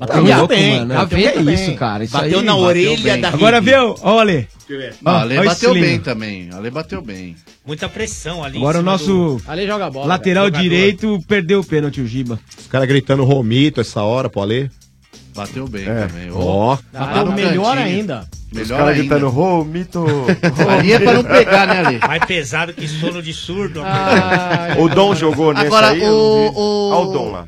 Bateu muito Tá bem, Que gaveta é bem. isso, cara. Isso Bateu aí- na orelha da Agora Ribe. vê, o- ó, o Ale. Não, Ó, Ale ó esse bateu cilindro. bem também. Ale bateu bem. Muita pressão ali. Agora o nosso lateral jogador. direito perdeu o pênalti, o Giba. Os caras gritando Romito essa hora, pô, Ale. É, Bateu bem é, também. Ó. Tá Bateu no melhor ainda. Melhor Os caras ainda. gritando Romito. Ali é pra não pegar, né, Ale? Mais pesado que sono de surdo. é. O Dom jogou nessa Agora, aí, eu o, não vi. o... Olha o Dom lá.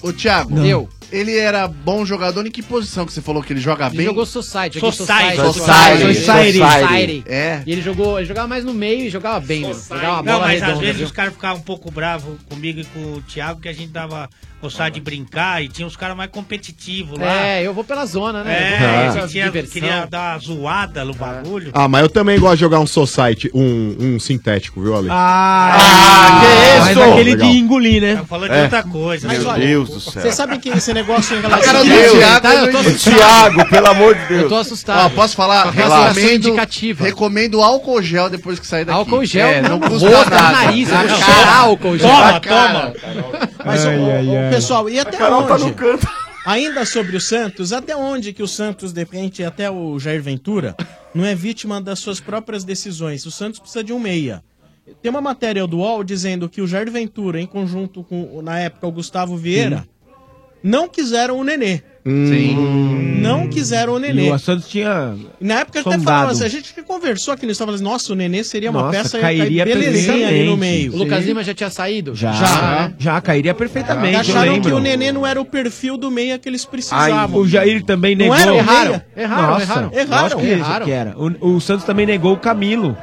O Thiago. Não. Eu. Ele era bom jogador em que posição que você falou que ele joga bem? Ele jogou Society. aqui, Society. Society. Society. Society. Society. É. E ele jogou, ele jogava mais no meio e jogava bem, mano. Jogava a bola Não, mas redonda, às vezes viu? os caras ficavam um pouco bravos comigo e com o Thiago, que a gente dava gostava de brincar e tinha os caras mais competitivos lá. É, eu vou pela zona, né? É, Ah. a gente tinha- Diversão. queria dar uma zoada no bagulho. Ah, mas eu também gosto de jogar um society, um, um sintético, viu, Ale? Ah, que Mas isso? aquele Legal. de engolir, né? Tá falando de É. outra coisa, Mas Meu olha, Deus do céu. Você sabe que esse negócio em A relação cara do Deus, Thiago, tá? Eu tô eu assustado. pelo amor de Eu tô assustado. Ó, posso falar? Relaxa. Recomendo, indicativa. recomendo álcool gel depois que sair daqui. Álcool em gel, é, no não custa rosto, no nada. nariz, eu né? Na vou cara. cheirar álcool em gel. Toma, Na cara. Mas, Ai, ô, ai, ô, ai. pessoal, e até Carol onde? tá no Ainda sobre o Santos, até onde que o Santos, de repente, até o Jair Ventura, não é vítima das suas próprias decisões? O Santos precisa de um meia. Tem uma matéria do UOL dizendo que o Jair Ventura, em conjunto com, na época, o Gustavo Vieira, não quiseram o Nenê. Sim. Não quiseram o Nenê. E o Santos tinha. Na época até Sondado. falava assim, a gente que conversou aqui no estado, falando assim, nossa, o Nenê seria uma Nossa, peça cairia belezinha ali no perfeitamente. meio. O Lucas Sim. Lima já tinha saído? Já, Já, né? já cairia perfeitamente. eu Acharam lembro. que o Nenê não era o perfil do meia que eles precisavam. o Jair também Não negou. era? Erraram. Erraram, erraram. erraram. Acho que, Erraram. que era. O, o Santos também negou o Camilo,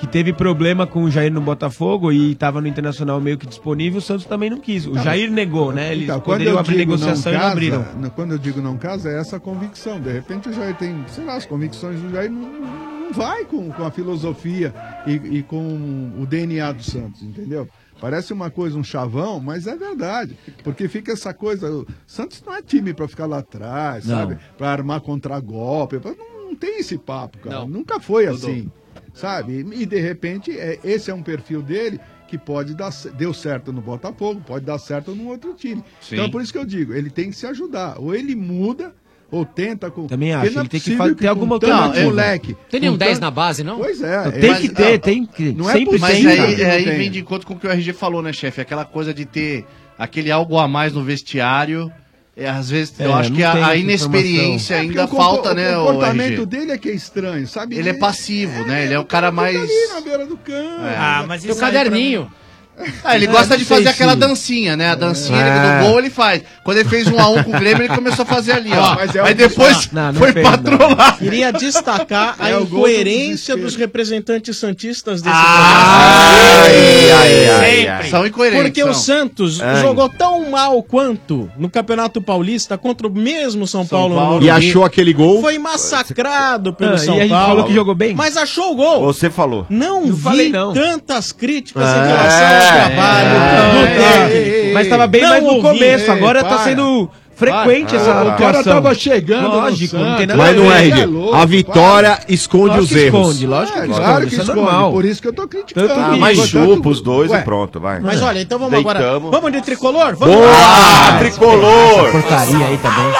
que teve problema com o Jair no Botafogo e estava no Internacional meio que disponível. O Santos também não quis. O Tá. Não, Jair negou, né? Eles Então, quando poderiam eu abrir digo negociação não e não casa, abriram. n- Quando eu digo não casa, é essa convicção. De repente o Jair tem, sei lá, as convicções do Jair não, não não vai com, com a filosofia e, e com o DNA do Santos, entendeu? Parece uma coisa, um chavão, mas é verdade. Porque fica essa coisa. O Santos não é time pra ficar lá atrás, Não. sabe? Pra armar contragolpe. pra- Não, não tem esse papo, cara. Nunca foi assim sabe? E de repente, é, esse é um perfil dele que pode dar, ce- deu certo no Botafogo, pode dar certo num outro time. Sim. Então, por isso que eu digo, ele tem que se ajudar. Ou ele muda, ou tenta com. Também Porque acho, não é ele tem que possível fa- ter com alguma tanto alternativa. Moleque, Tem nenhum com 10 tanto- na base, não? Pois é. Tem mas- que ter, não, tem que- Não é sempre possível. Mas aí, aí Não tem. vem de encontro com o que o RG falou, né, chefe? Aquela coisa de ter aquele algo a mais no vestiário. É, às vezes, É, eu acho não que tem a, a essa inexperiência informação. É ainda porque o falta, compo- né, O o, comportamento RG? dele é que é estranho, sabe? Ele é passivo, né? Ele é o cara mais... na beira do campo. É. Ah, mas um isso aí pra Ah, ele Ah, gosta não de sei fazer se- aquela dancinha, né? A dancinha É. ele- do gol ele faz. Quando ele fez um a um com o Grêmio, ele começou a fazer ali, ó. Mas é Aí o- depois Não, não foi fez, não. patrolar. Queria destacar a É o gol do incoerência dos representantes santistas desse ai, país. ai, ai. São incoerentes, Porque o são. Santos Ai. jogou tão mal quanto no Campeonato Paulista contra o mesmo São, Paulo, no Paulo. Morumbi. E achou aquele gol? Foi massacrado pelo Ah, e São a gente Paulo. falou que jogou bem. Mas achou o gol. Você falou. Não, vi falei, não. tantas críticas em É, relação ao trabalho do é, técnico. é, é, é. Mas tava bem Não mais no ouvi. começo, Ei, agora para. tá sendo frequente Para. essa O atuação. cara tava chegando no Lógico, não tem Santos. nada Mas não é, ver. RG. A vitória esconde Lógico os que erros. esconde, lógico que É, esconde, claro isso é normal. Por isso que eu tô criticando. Ah, que- mas tanto- chupa os dois Ué. e pronto, vai. Mas olha, então vamos agora. Deitamos. Vamos de tricolor? Vamos Boa! lá. tricolor! porcaria aí também.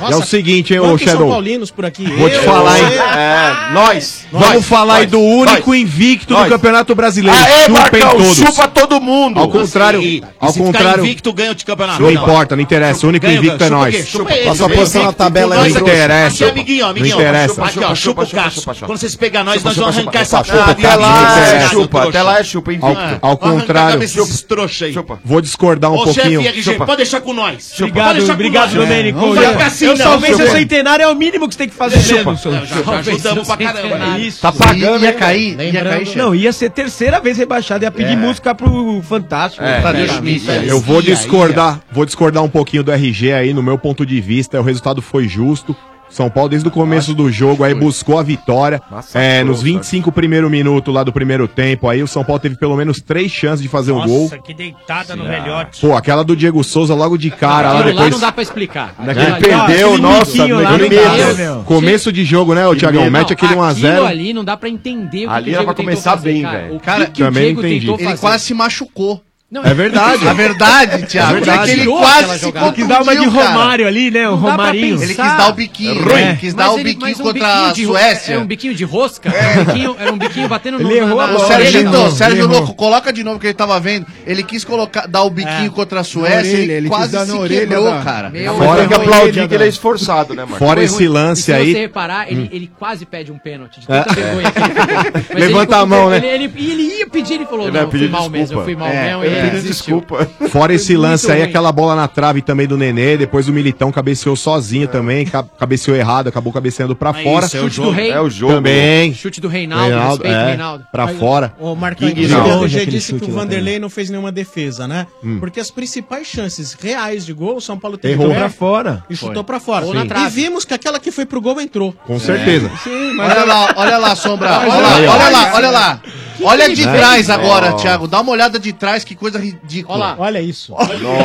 Nossa, é o seguinte, hein, ô quantos São Shadow. Paulinos por aqui. Vou te Eu, falar, hein? você. É, nós. Nós, Vamos falar aí nós, do único nós, invicto nós. do Campeonato Brasileiro. Aê, Chupem Marcão, todos. chupa todo mundo. Ao contrário, Assim, e- ao e se ficar contrário. invicto, ganha o campeonato. Não importa, não interessa. O único Ganha, invicto ganha. é Chupa nós. quem? Chupa ele, Passou a ganha. posição na tabela Nós aí. Não aqui. interessa. Aqui, é amiguinho, amiguinho. Não interessa. Aqui, ó, chupa o caço. Quando vocês pegar nós, nós vamos arrancar essa chupa, porra. Até lá é chupa, trouxa. até lá é chupa, invicto. Ah, Ao vamos arrancar a contrário. cabeça desses trouxa aí. Vou discordar um Ô, chefe pouquinho. RG, Chupa. pode deixar com nós. Chupa. Pode deixar com Obrigado, nós. Domênico. Não vai ficar assim, eu não. salvei seu Chupa. centenário, é o mínimo que você tem que fazer. Chupa. mesmo, seu- Não, já- já ajudamos pra caramba, né? Isso. Tá pagando, Ia hein? cair, ia Lembrando- cair, chefe. Não, ia ser terceira vez rebaixado, ia pedir É. música pro Fantástico. É, Tadeu é, Schmidt. eu vou discordar, vou discordar um pouquinho do RG aí, no meu ponto de vista, o resultado foi justo. São Paulo, desde o começo do jogo, aí buscou a vitória. É, nos 25 primeiro minuto lá do primeiro tempo, aí o São Paulo teve pelo menos três chances de fazer um gol. Nossa, que deitada no velhote. Pô, aquela do Diego Souza logo de cara Aquilo lá lá depois. não dá pra explicar. Daquele Aquilo ali, ó, perdeu, aquele nossa, mimiquinho lá no não medo. dá, meu. Começo de jogo, né, ô Thiagão? Não, Mete aquele aquilo 1x0. ali não dá pra entender o o Ali era Diego pra tentou começar fazer, bem, cara. velho. O que Cara, que o também Diego não entendi. tentou Ele fazer? quase se machucou. Não, É verdade. A verdade, Thiago, É é que ele Tirou quase aquela se jogada. contundiu, Ele quis dar uma de cara. Romário ali, né? O Não dá pra Romarinho. pensar. Ele quis dar o biquinho, É ruim. né? Ele quis Mas dar o ele- biquinho mas um contra biquinho a de ro- Suécia. É um biquinho de rosca? Era um biquinho- era um biquinho batendo no... Ele errou na- na- o O Sérgio, Sérgio Ele Não, errou, Sérgio ele errou. Louco, coloca de novo que ele tava vendo. Ele quis colocar, dar o biquinho contra a Suécia, orelha, ele, ele quis quase dar na se orelha quebrou, da- cara. Meu Fora Deus. que aplaudir Orelha que ele é da- esforçado, né, mano? Foi Fora ruim. esse lance E se aí. você reparar, ele, Hum. ele quase pede um pênalti. De É. tanta vergonha que ele ficou. Mas ele Levanta ficou a com mão, ver- né? Ele, ele- ele ia pedir, ele falou, Ele não, vai eu pedir fui mal desculpa. mesmo, eu fui mal É, mesmo. ele ele pediu desistiu. Fora esse Foi muito lance aí, ruim. aquela bola na trave também do Nenê, depois o Militão cabeceou sozinho também, ca- cabeceou errado, acabou cabeceando pra Mas fora. isso é o É. Chute do jogo. rei. É o jogo. Também. Chute do Reinaldo, respeito, é, Reinaldo. Pra Mas, fora. O Marcão Que inclusive, não. o RG Aquele disse que chute o lá Vanderlei não fez nenhuma defesa, né? Hum. Porque as principais chances reais de gol, o São Paulo teve Errou. também, Pra fora. E chutou Foi. pra fora. Ou na E trave. vimos que aquela que foi pro gol entrou. É. Com certeza. Sim, mas é. Olha lá, olha lá, Sombra. Mas Olha lá, olha olha lá, isso, olha né? lá. Que é Olha de perigo. trás agora, Nossa. Thiago. Dá uma olhada de trás, que coisa ridícula. Olha, isso.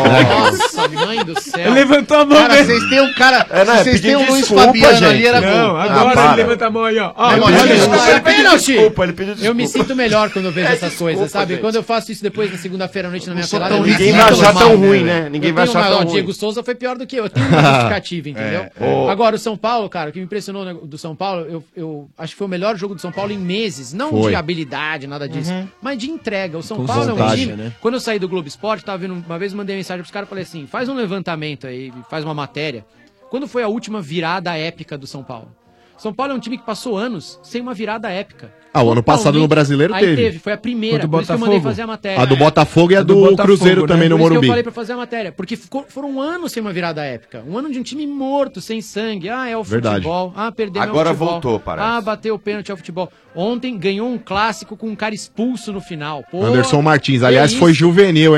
Nossa, mãe do céu. levantou a mão Cara, mesmo. vocês têm um cara. É, não, é se vocês têm pedir um Luiz desculpa, Fabiano ali, gente. era Não, bom. agora ele para. levanta a mão aí, ó. Ó, Ele olha isso. pediu desculpa, ele pediu Pênalti! desculpa, ele pediu Eu me desculpa. sinto melhor quando eu vejo É, essas desculpa, coisas, sabe? gente. Quando eu faço isso depois na segunda-feira à noite na minha sou pelada, tão eu ninguém me vai sinto achar tão mal, ruim, né? Ninguém Eu vai tenho achar uma- tão O ruim. Diego Souza foi pior do que eu. Eu tenho uma justificativa, entendeu? É, é. Agora, o São Paulo, cara, o que me impressionou né, do São Paulo, eu, eu acho que foi o melhor jogo do São Paulo em meses. Não Foi. de habilidade vontade, nada disso. Uhum. Mas de entrega. O São Com Paulo é um vontade, time. né? Quando eu saí do Globo Esporte, tava vendo, uma vez eu mandei mensagem pros caras e falei assim: faz um levantamento aí, faz uma matéria. Quando foi a última virada épica do São Paulo? São Paulo é um time que passou anos sem uma virada épica. Ah, o ano passado no Brasileiro Aí teve. teve, foi a primeira, Contra o por isso que eu Botafogo. mandei fazer a matéria. A do Botafogo e a do Botafogo, Cruzeiro né? também no Por isso que Morumbi. eu falei pra fazer a matéria, porque ficou- foram um ano sem uma virada épica. Um ano de um time morto, sem sangue. Ah, é o Verdade. futebol. Ah, perdeu é o Agora futebol. voltou, parece. Ah, bateu o pênalti ao futebol. Ontem ganhou um clássico com um cara expulso no final. Pô, Anderson Martins. que Aliás, isso? foi juvenil,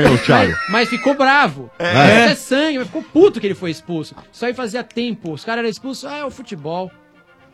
hein, o Thiago? Mas ficou bravo. É. Mas é sangue, mas ficou puto que ele foi expulso. Isso aí fazia tempo. Os caras eram expulsos, ah, é o futebol.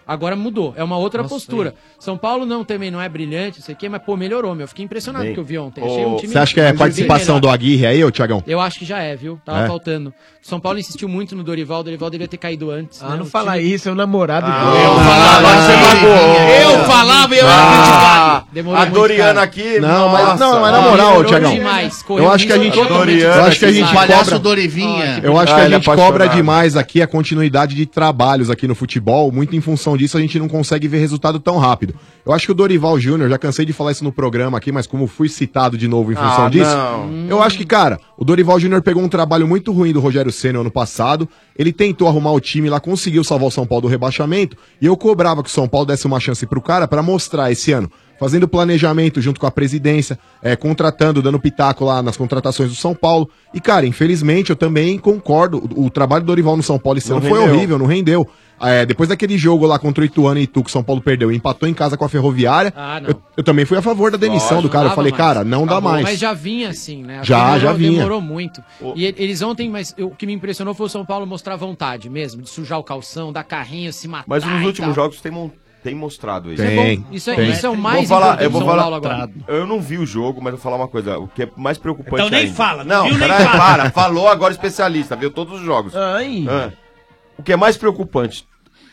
Agora mudou, é uma outra Nossa, postura. São Paulo não também não é brilhante, não sei o quê, mas pô, melhorou, meu. Eu Fiquei impressionado Bem. que eu vi ontem. Achei um time Você acha que é bem participação melhor. do Aguirre aí, ô Thiagão? Eu acho que já é, viu? Tava É. faltando. São Paulo insistiu muito no Dorival, o Dorival devia ter caído antes. né? Ah, não fala isso, é o namorado Ah, dele. eu falava que você magoou. Eu falava e eu era Ah. criticado. Demorou a muito, Doriana cara. aqui. Não, mas, nossa. não, mas na moral, ô Melhorou Thiagão. demais, Eu correu acho que a muito gente. bem. Doriana, eu acho que a gente. sensacional. cobra- Palhaço Dorivinha. Eu acho que Ah, a ele é gente cobra apaixonado. demais aqui a continuidade de trabalhos aqui no futebol. Muito em função disso, a gente não consegue ver resultado tão rápido. Eu acho que o Dorival Júnior, já cansei de falar isso no programa aqui, mas como fui citado de novo em função Ah, disso, não. Hum. eu acho que, cara, o Dorival Júnior pegou um trabalho muito ruim do Rogério Senna ano passado. Ele tentou arrumar o time lá, conseguiu salvar o São Paulo do rebaixamento. E eu cobrava que o São Paulo desse uma chance pro cara pra mostrar esse ano. Fazendo planejamento junto com a presidência, é, contratando, dando pitaco lá nas contratações do São Paulo. E, cara, infelizmente eu também concordo. O, o trabalho do Dorival no São Paulo esse Não ano foi rendeu. horrível, não rendeu. É, depois daquele jogo lá contra o Ituano e Itu, que o São Paulo perdeu, e empatou em casa com a Ferroviária. Ah, não. eu, eu também fui a favor da demissão Lógico, do cara. não Eu falei, dava mais. cara, não dá Acabou. mais. Mas já vinha assim, né? A Já, coisa já vinha. Demorou muito. E ele- eles ontem, mas eu- o que me impressionou foi o São Paulo mostrar vontade mesmo, de sujar o calçãol, dar carrinho, se matar. Mas nos e últimos tal. jogos tem, mon- tem mostrado isso. Isso Ah, então. é bom. Tem, Isso é- tem. isso é o mais vou falar, importante eu vou do São falar, Paulo agora. Eu não vi o jogo, mas eu vou falar uma coisa. O que é mais preocupante Então nem ainda. fala, Não, não viu, nem peraí, fala. para. Falou agora especialista, viu todos os jogos. Ah, o que é mais preocupante,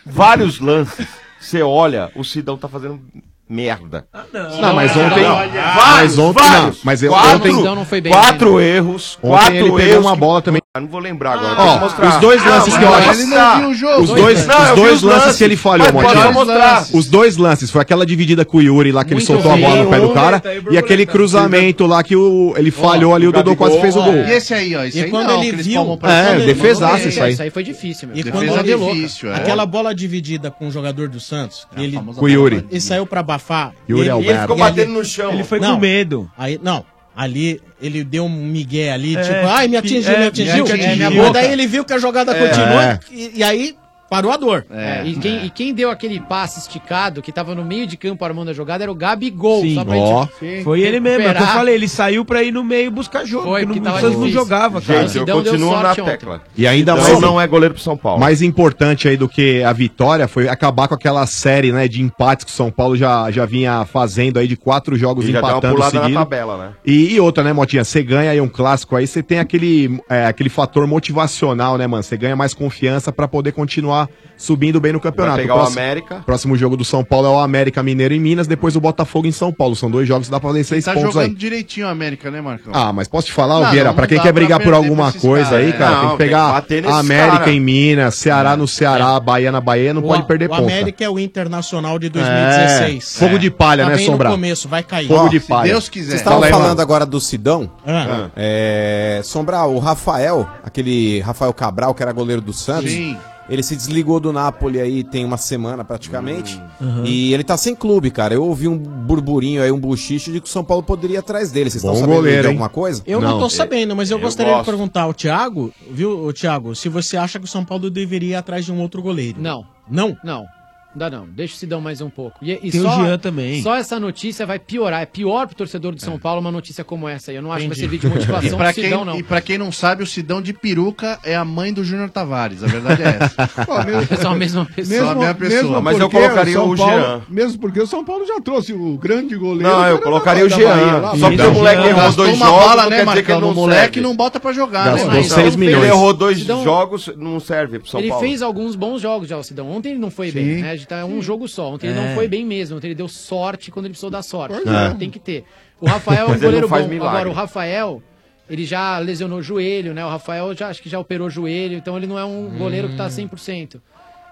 vários lances, você olha, o Sidão tá fazendo merda. não. Não, mas ontem- mas Vários, ontem não, vários. mas eu- quatro, ontem- Então Sidão não foi bem, quatro né? erros, Ontem quatro ele erros. pegou uma bola também. Ah, não vou lembrar agora, Ó, vou mostrar. os dois Não, lances mas que eu olha, acho. ele não viu o jogo. Os dois, Não, os eu vi dois os lances, lances. que ele falhou, Mas pode Montinho. mostrar. Os dois lances, foi aquela dividida com o Yuri lá que ele soltou a bola no pé do cara Tá e aquele cruzamento lá que o, ele falhou ali, o Dodô quase fez o gol. E esse aí, ó. Esse E aí quando não, ele que eles viu- palmam pra É, cima dele, defesaço mandou bem. isso aí. Isso aí foi difícil, meu. E Defesa quando ele difícil, é. Aquela bola dividida com o jogador do Santos, ele Com o Yuri. Ele saiu pra abafar. Yuri ele, Alberto. Ele ficou e ali- batendo no chão. Ele foi com medo. Aí, não. Ali, ele deu um migué ali, É, tipo, ai, me atingiu, é, me atingiu. me atingiu. É, minha boca. boca. Daí ele viu que a jogada É. continua e, e aí parou a dor. É, e, quem, e quem deu aquele passe esticado que tava no meio de campo armando a jogada era o Gabigol. Sim. pra Ó. gente Foi ele mesmo, é o que eu recuperar. falei, ele saiu pra ir no meio buscar jogo, Foi, porque porque não, tava o Santos não difícil. jogava, Gente, cara. eu continuo na tecla. E ainda Sidão mais- não é goleiro pro São Paulo. Mais importante aí do que a vitória foi acabar com aquela série né, de empates que o São Paulo já, já vinha fazendo aí de quatro jogos E já dá uma empatando pulada na seguido. tabela, né? E, e outra, né, Motinha? Você ganha aí um clássico aí, você tem aquele, é, aquele fator motivacional, né, mano? Você ganha mais confiança pra poder continuar subindo bem no campeonato. Vai pegar o América. Próximo jogo do São Paulo é o América Mineiro em Minas, depois o Botafogo em São Paulo. São dois jogos, dá pra fazer seis Tá pontos jogando aí. direitinho a América, né, Marcão? Ah, mas posso te falar, Não, Vieira, não pra quem dá quer pra brigar por perder alguma pra esses coisa caras, aí, é. Não, cara, tem que tem que pegar bater nesses América cara. em Minas, Ceará no Ceará, Bahia na Bahia, não pode perder É. o ponto. América é o Internacional de 2016. É. Fogo de palha, Tá né, bem no Sombra? começo, vai cair. Fogo Ó, de se palha. Deus quiser. Vocês Fala estavam aí, falando mano. agora- agora do Sidão. Ah. É, Sombra, o Rafael, aquele Rafael Cabral, que era goleiro do Santos. Sim. Ele se desligou do Napoli aí tem uma semana praticamente. Hum. E ele tá sem clube, cara. Eu ouvi um burburinho aí, um buchiche de que o São Paulo poderia ir atrás dele. Vocês estão Bom sabendo goleiro, de hein? alguma coisa? Eu não, tô sabendo, mas eu, eu gostaria gosto. de perguntar ao Thiago, viu, ô, Thiago, se você acha que o São Paulo deveria ir atrás de um outro goleiro. Não. Não? Não. Não dá não, deixa o Sidão mais um pouco. E, e Tem o só, Jean também. Só essa notícia vai piorar. É pior pro torcedor do São Paulo uma notícia como essa. aí. Eu não acho que vai servir de E motivação pra, pro quem, Sidão, não. e pra quem não sabe, o Sidão de peruca é a mãe do Júnior Tavares. A verdade é essa. Ó, mesmo- Só a mesma pessoa. Só a mesma pessoa. mesmo Mas eu porque colocaria São o Paulo- Jean. Mesmo porque o São Paulo já trouxe o grande goleiro. Não, que eu era colocaria o da Jean. Bahia, lá, Só porque Bahia. o moleque errou Gastou dois uma jogos, bala, não né, quer é dizer que Marcão? ele não No moleque serve. não bota pra jogar, Gastou né? Mas- seis Então, milhões. Ele errou dois Sidão- jogos, não serve pro São ele Paulo. fez alguns bons jogos já, o Sidão. Ontem ele não foi Sim. bem, né? Então é um jogo só. Ontem ele É. não foi bem mesmo. Ontem ele deu sorte quando ele precisou dar sorte. Então Pois é. Tem que ter. O Rafael é um Mas ele não goleiro bom. faz milagre. Agora, o Rafael, ele já lesionou o joelho, né? O Rafael já, acho que já operou o joelho. Então ele não é Hum. um goleiro que tá 100%.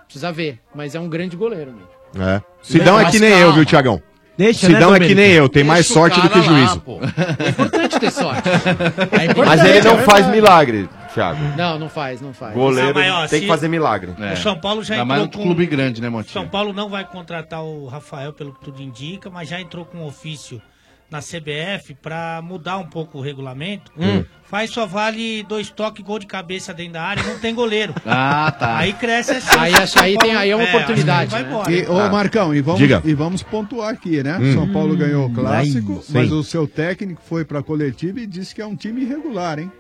Precisa ver. Mas é um grande goleiro, meu. É. Sidão Não, é mas que nem calma. eu, viu, Tiagão? Deixa, Sidão né, é que Domênico? nem eu, tem mais Deixa o sorte do cara que juízo. É importante ter sorte. É Mas importante, ele não é faz verdade. milagre, Thiago. Não, não faz, não faz. Goleiro tem que fazer milagre. Ah, O São Paulo já É. Ainda mais num entrou clube grande, né, O Motinha? São Paulo não vai contratar o Rafael, pelo que tudo indica, mas já entrou com um ofício na CBF para mudar um pouco o regulamento. Hum. Faz só vale dois toques, gol de cabeça dentro da área, não tem goleiro. Ah, tá. Aí cresce a chance. Aí acha- aí tem- aí é uma oportunidade, Vai né? embora. Tá. E, ô, Ah. Marcão, e vamos, Diga. e vamos pontuar aqui, né? Hum. São Paulo ganhou o clássico, Ai, sim. mas o seu técnico foi pra coletiva e disse que é um time irregular, hein? né?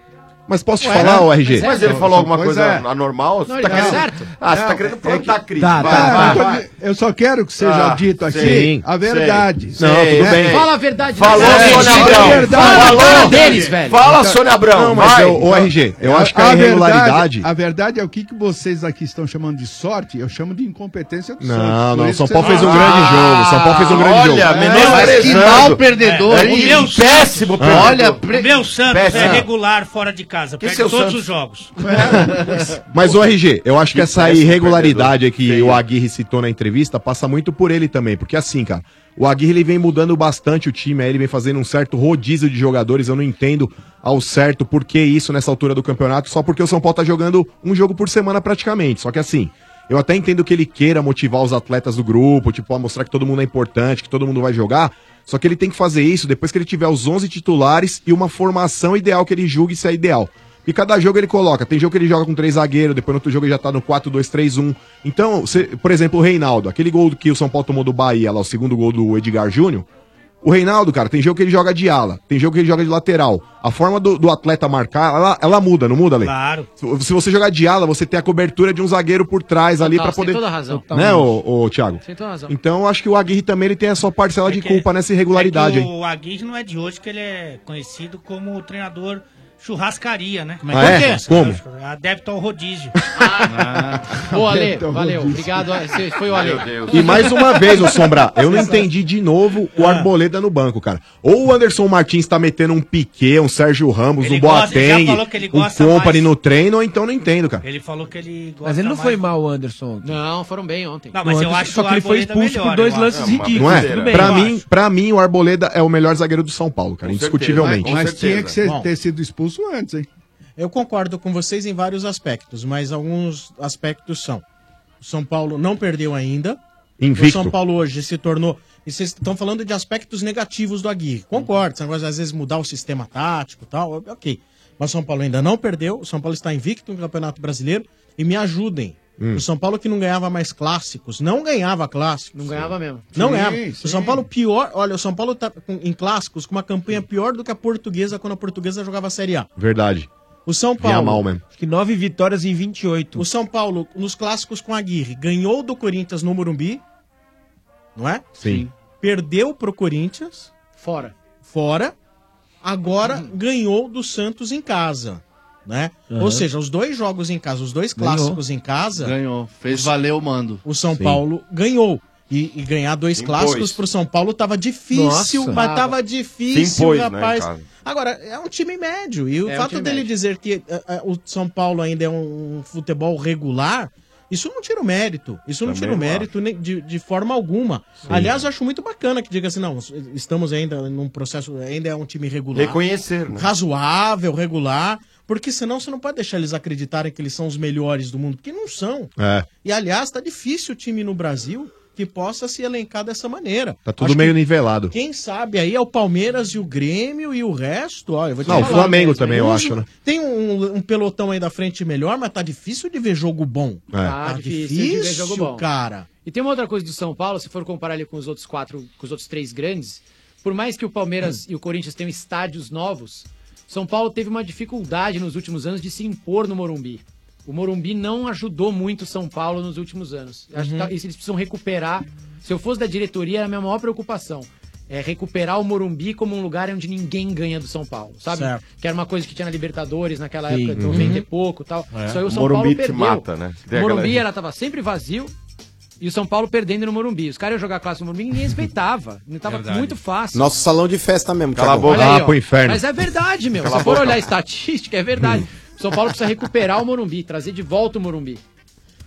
Mas posso te falar, ô RG? Mas é, ele falou alguma coisa anormal? é. Não, ele tá certo. Ah, você Não, tá querendo plantar crise. Tá, Vai, tá, vai, eu tô vai. di- Eu só quero que seja Ah, dito aqui sim, sei. a verdade. Não, tudo bem. Fala a verdade, Falou, né? Sônia É, Abrão. é verdade. Falou. Fala deles, velho. Fala, Sônia Abrão, Não, mas vai. eu- ô, RG, eu acho que a verdade- irregularidade- a verdade é o que, que vocês aqui estão chamando de sorte, eu chamo de incompetência do Não, Santos. não, Por isso São que Paulo vocês- fez um grande jogo, São Paulo fez um grande jogo. olha, tá É, mas que mal perdedor, É, hein? Péssimo perdedor. Olha, Olha, o meu Santos é Péssimo. regular fora de casa. Que Perde seu todos Santos? É. os jogos. Mas o RG, eu acho que essa irregularidade aí que o Aguirre citou na entrevista passa muito por ele também, porque assim, cara, o Aguirre ele vem mudando bastante o time, aí ele vem fazendo um certo rodízio de jogadores, eu não entendo ao certo por que isso nessa altura do campeonato, só porque o São Paulo tá jogando um jogo por semana praticamente, só que assim, eu até entendo que ele queira motivar os atletas do grupo, tipo, a mostrar que todo mundo é importante, que todo mundo vai jogar. Só que ele tem que fazer isso depois que ele tiver os 11 titulares e uma formação ideal que ele julgue ser ideal. E cada jogo ele coloca. Tem jogo que ele joga com três zagueiros, depois no outro jogo ele já tá no 4-2-3-1. Então, você- por exemplo, o Reinaldo, aquele gol que o São Paulo tomou do Bahia, lá, o segundo gol do Edgar Júnior, o Reinaldo, cara, tem jogo que ele joga de ala, tem jogo que ele joga de lateral. A forma do, do atleta marcar, ela, ela muda, não muda, Lei? Claro. Se você jogar de ala, você tem a cobertura de um zagueiro por trás ali Total, pra você tem poder. toda a razão. Né, ô, ô, Thiago? Você tem toda a razão. É Então, eu acho que o Aguirre também ele tem a sua parcela de culpa nessa irregularidade, É que hein? o Aguirre não é de hoje que ele é conhecido como o treinador churrascaria, né? Como é que Ah, é? é? Como? Adepto ao rodízio. Ah. Ah. Boa, Ale. Valeu. Obrigado. ó, Você foi o Ale. Então, E mais uma vez, ô Sombra, eu não entendi de novo Ah. o Arboleda no banco, cara. Ou o Anderson Martins tá metendo um Piquet, um Sérgio Ramos, Ele um gosta, ele Boateng, já falou que ele um gosta Company mais. no treino, ou então não entendo, cara. Ele falou que ele gosta Mas ele não mais- foi mal, o Anderson. Não, foram bem ontem. Não, mas O eu Anderson- acho só o que ele foi Arboleda expulso melhor, por dois eu acho. lances ridículos. Não é? tudo bem. Pra Eu mim, pra mim, o Arboleda é o melhor zagueiro do São Paulo, cara, indiscutivelmente. Mas tinha que ser- Bom. ter sido expulso antes, hein? Eu concordo com vocês em vários aspectos, mas alguns aspectos são. O São Paulo não perdeu ainda. Invicto. O São Paulo hoje se tornou. E vocês estão falando de aspectos negativos do Aguirre. Concordo, esse negócio de, às vezes mudar o sistema tático e tal, ok. Mas o São Paulo ainda não perdeu. O São Paulo está invicto no Campeonato Brasileiro. E me ajudem. Hum. O São Paulo que não ganhava mais clássicos. Não ganhava clássicos. Não ganhava mesmo. Não Sim, ganhava. sim. O São Paulo pior. Olha, o São Paulo tá com- em clássicos com uma campanha pior do que a portuguesa quando a portuguesa jogava a Série A. Verdade. O São Vinha Paulo. mal mesmo. Acho que nove vitórias em 28. O São Paulo, nos clássicos com a Aguirre, ganhou do Corinthians no Morumbi, não é? Sim. Perdeu pro Corinthians. Fora. Fora. Agora ganhou do Santos em casa, né? Uhum. Ou seja, os dois jogos em casa, os dois Ganhou. clássicos em casa. Ganhou. Fez valer o mando. O São Paulo ganhou. E, e ganhar dois Impôs. clássicos pro São Paulo tava difícil, Nossa. mas tava Se difícil, impôs, né, rapaz. cara? Agora, é um time médio. E o É um fato time dele dizer que eh, eh, o São Paulo ainda é um futebol regular, isso não tira o mérito. Isso não Também tira o não mérito nem- de, de forma alguma. Aliás, eu acho muito bacana que diga assim, não, estamos ainda num processo, ainda é um time regular. Reconhecer, né? Razoável, regular. Porque senão você não pode deixar eles acreditarem que eles são os melhores do mundo, porque não são. É. E aliás, tá difícil o time no Brasil que possa se elencar dessa maneira. Tá tudo Acho meio que nivelado. Quem sabe aí é o Palmeiras e o Grêmio e o resto, olha, eu vou te Não, o falar, Flamengo mesmo, também, eu uns- acho, né? Tem um, um pelotão aí da frente melhor, mas tá difícil de ver jogo bom. É. Tá, Ah, difícil, difícil, de ver jogo bom. cara. E tem uma outra coisa do São Paulo, se for comparar ele com os outros quatro, com os outros três grandes, por mais que o Palmeiras e o Corinthians tenham estádios novos, São Paulo teve uma dificuldade nos últimos anos de se impor no Morumbi. O Morumbi não ajudou muito o São Paulo nos últimos anos. Acho que Uhum. tá- isso eles precisam recuperar. Se eu fosse da diretoria, era a minha maior preocupação. É recuperar o Morumbi como um lugar onde ninguém ganha do São Paulo, sabe? Certo. Que era uma coisa que tinha na Libertadores naquela Sim. época, 90 e Uhum. pouco e tal. É. Só aí o O São Paulo Morumbi te perdeu. mata, né? Tem O Morumbi aquela- era, tava sempre vazio e o São Paulo perdendo no Morumbi. Os caras iam jogar clássico no Morumbi e ninguém respeitava. Não tava Verdade. muito fácil. Nosso salão de festa mesmo, Cala a Ah, Thiago. Olha aí, ó. Mas é verdade, meu. Cala Se a for boca. olhar a estatística, é verdade. São Paulo precisa recuperar o Morumbi, trazer de volta o Morumbi.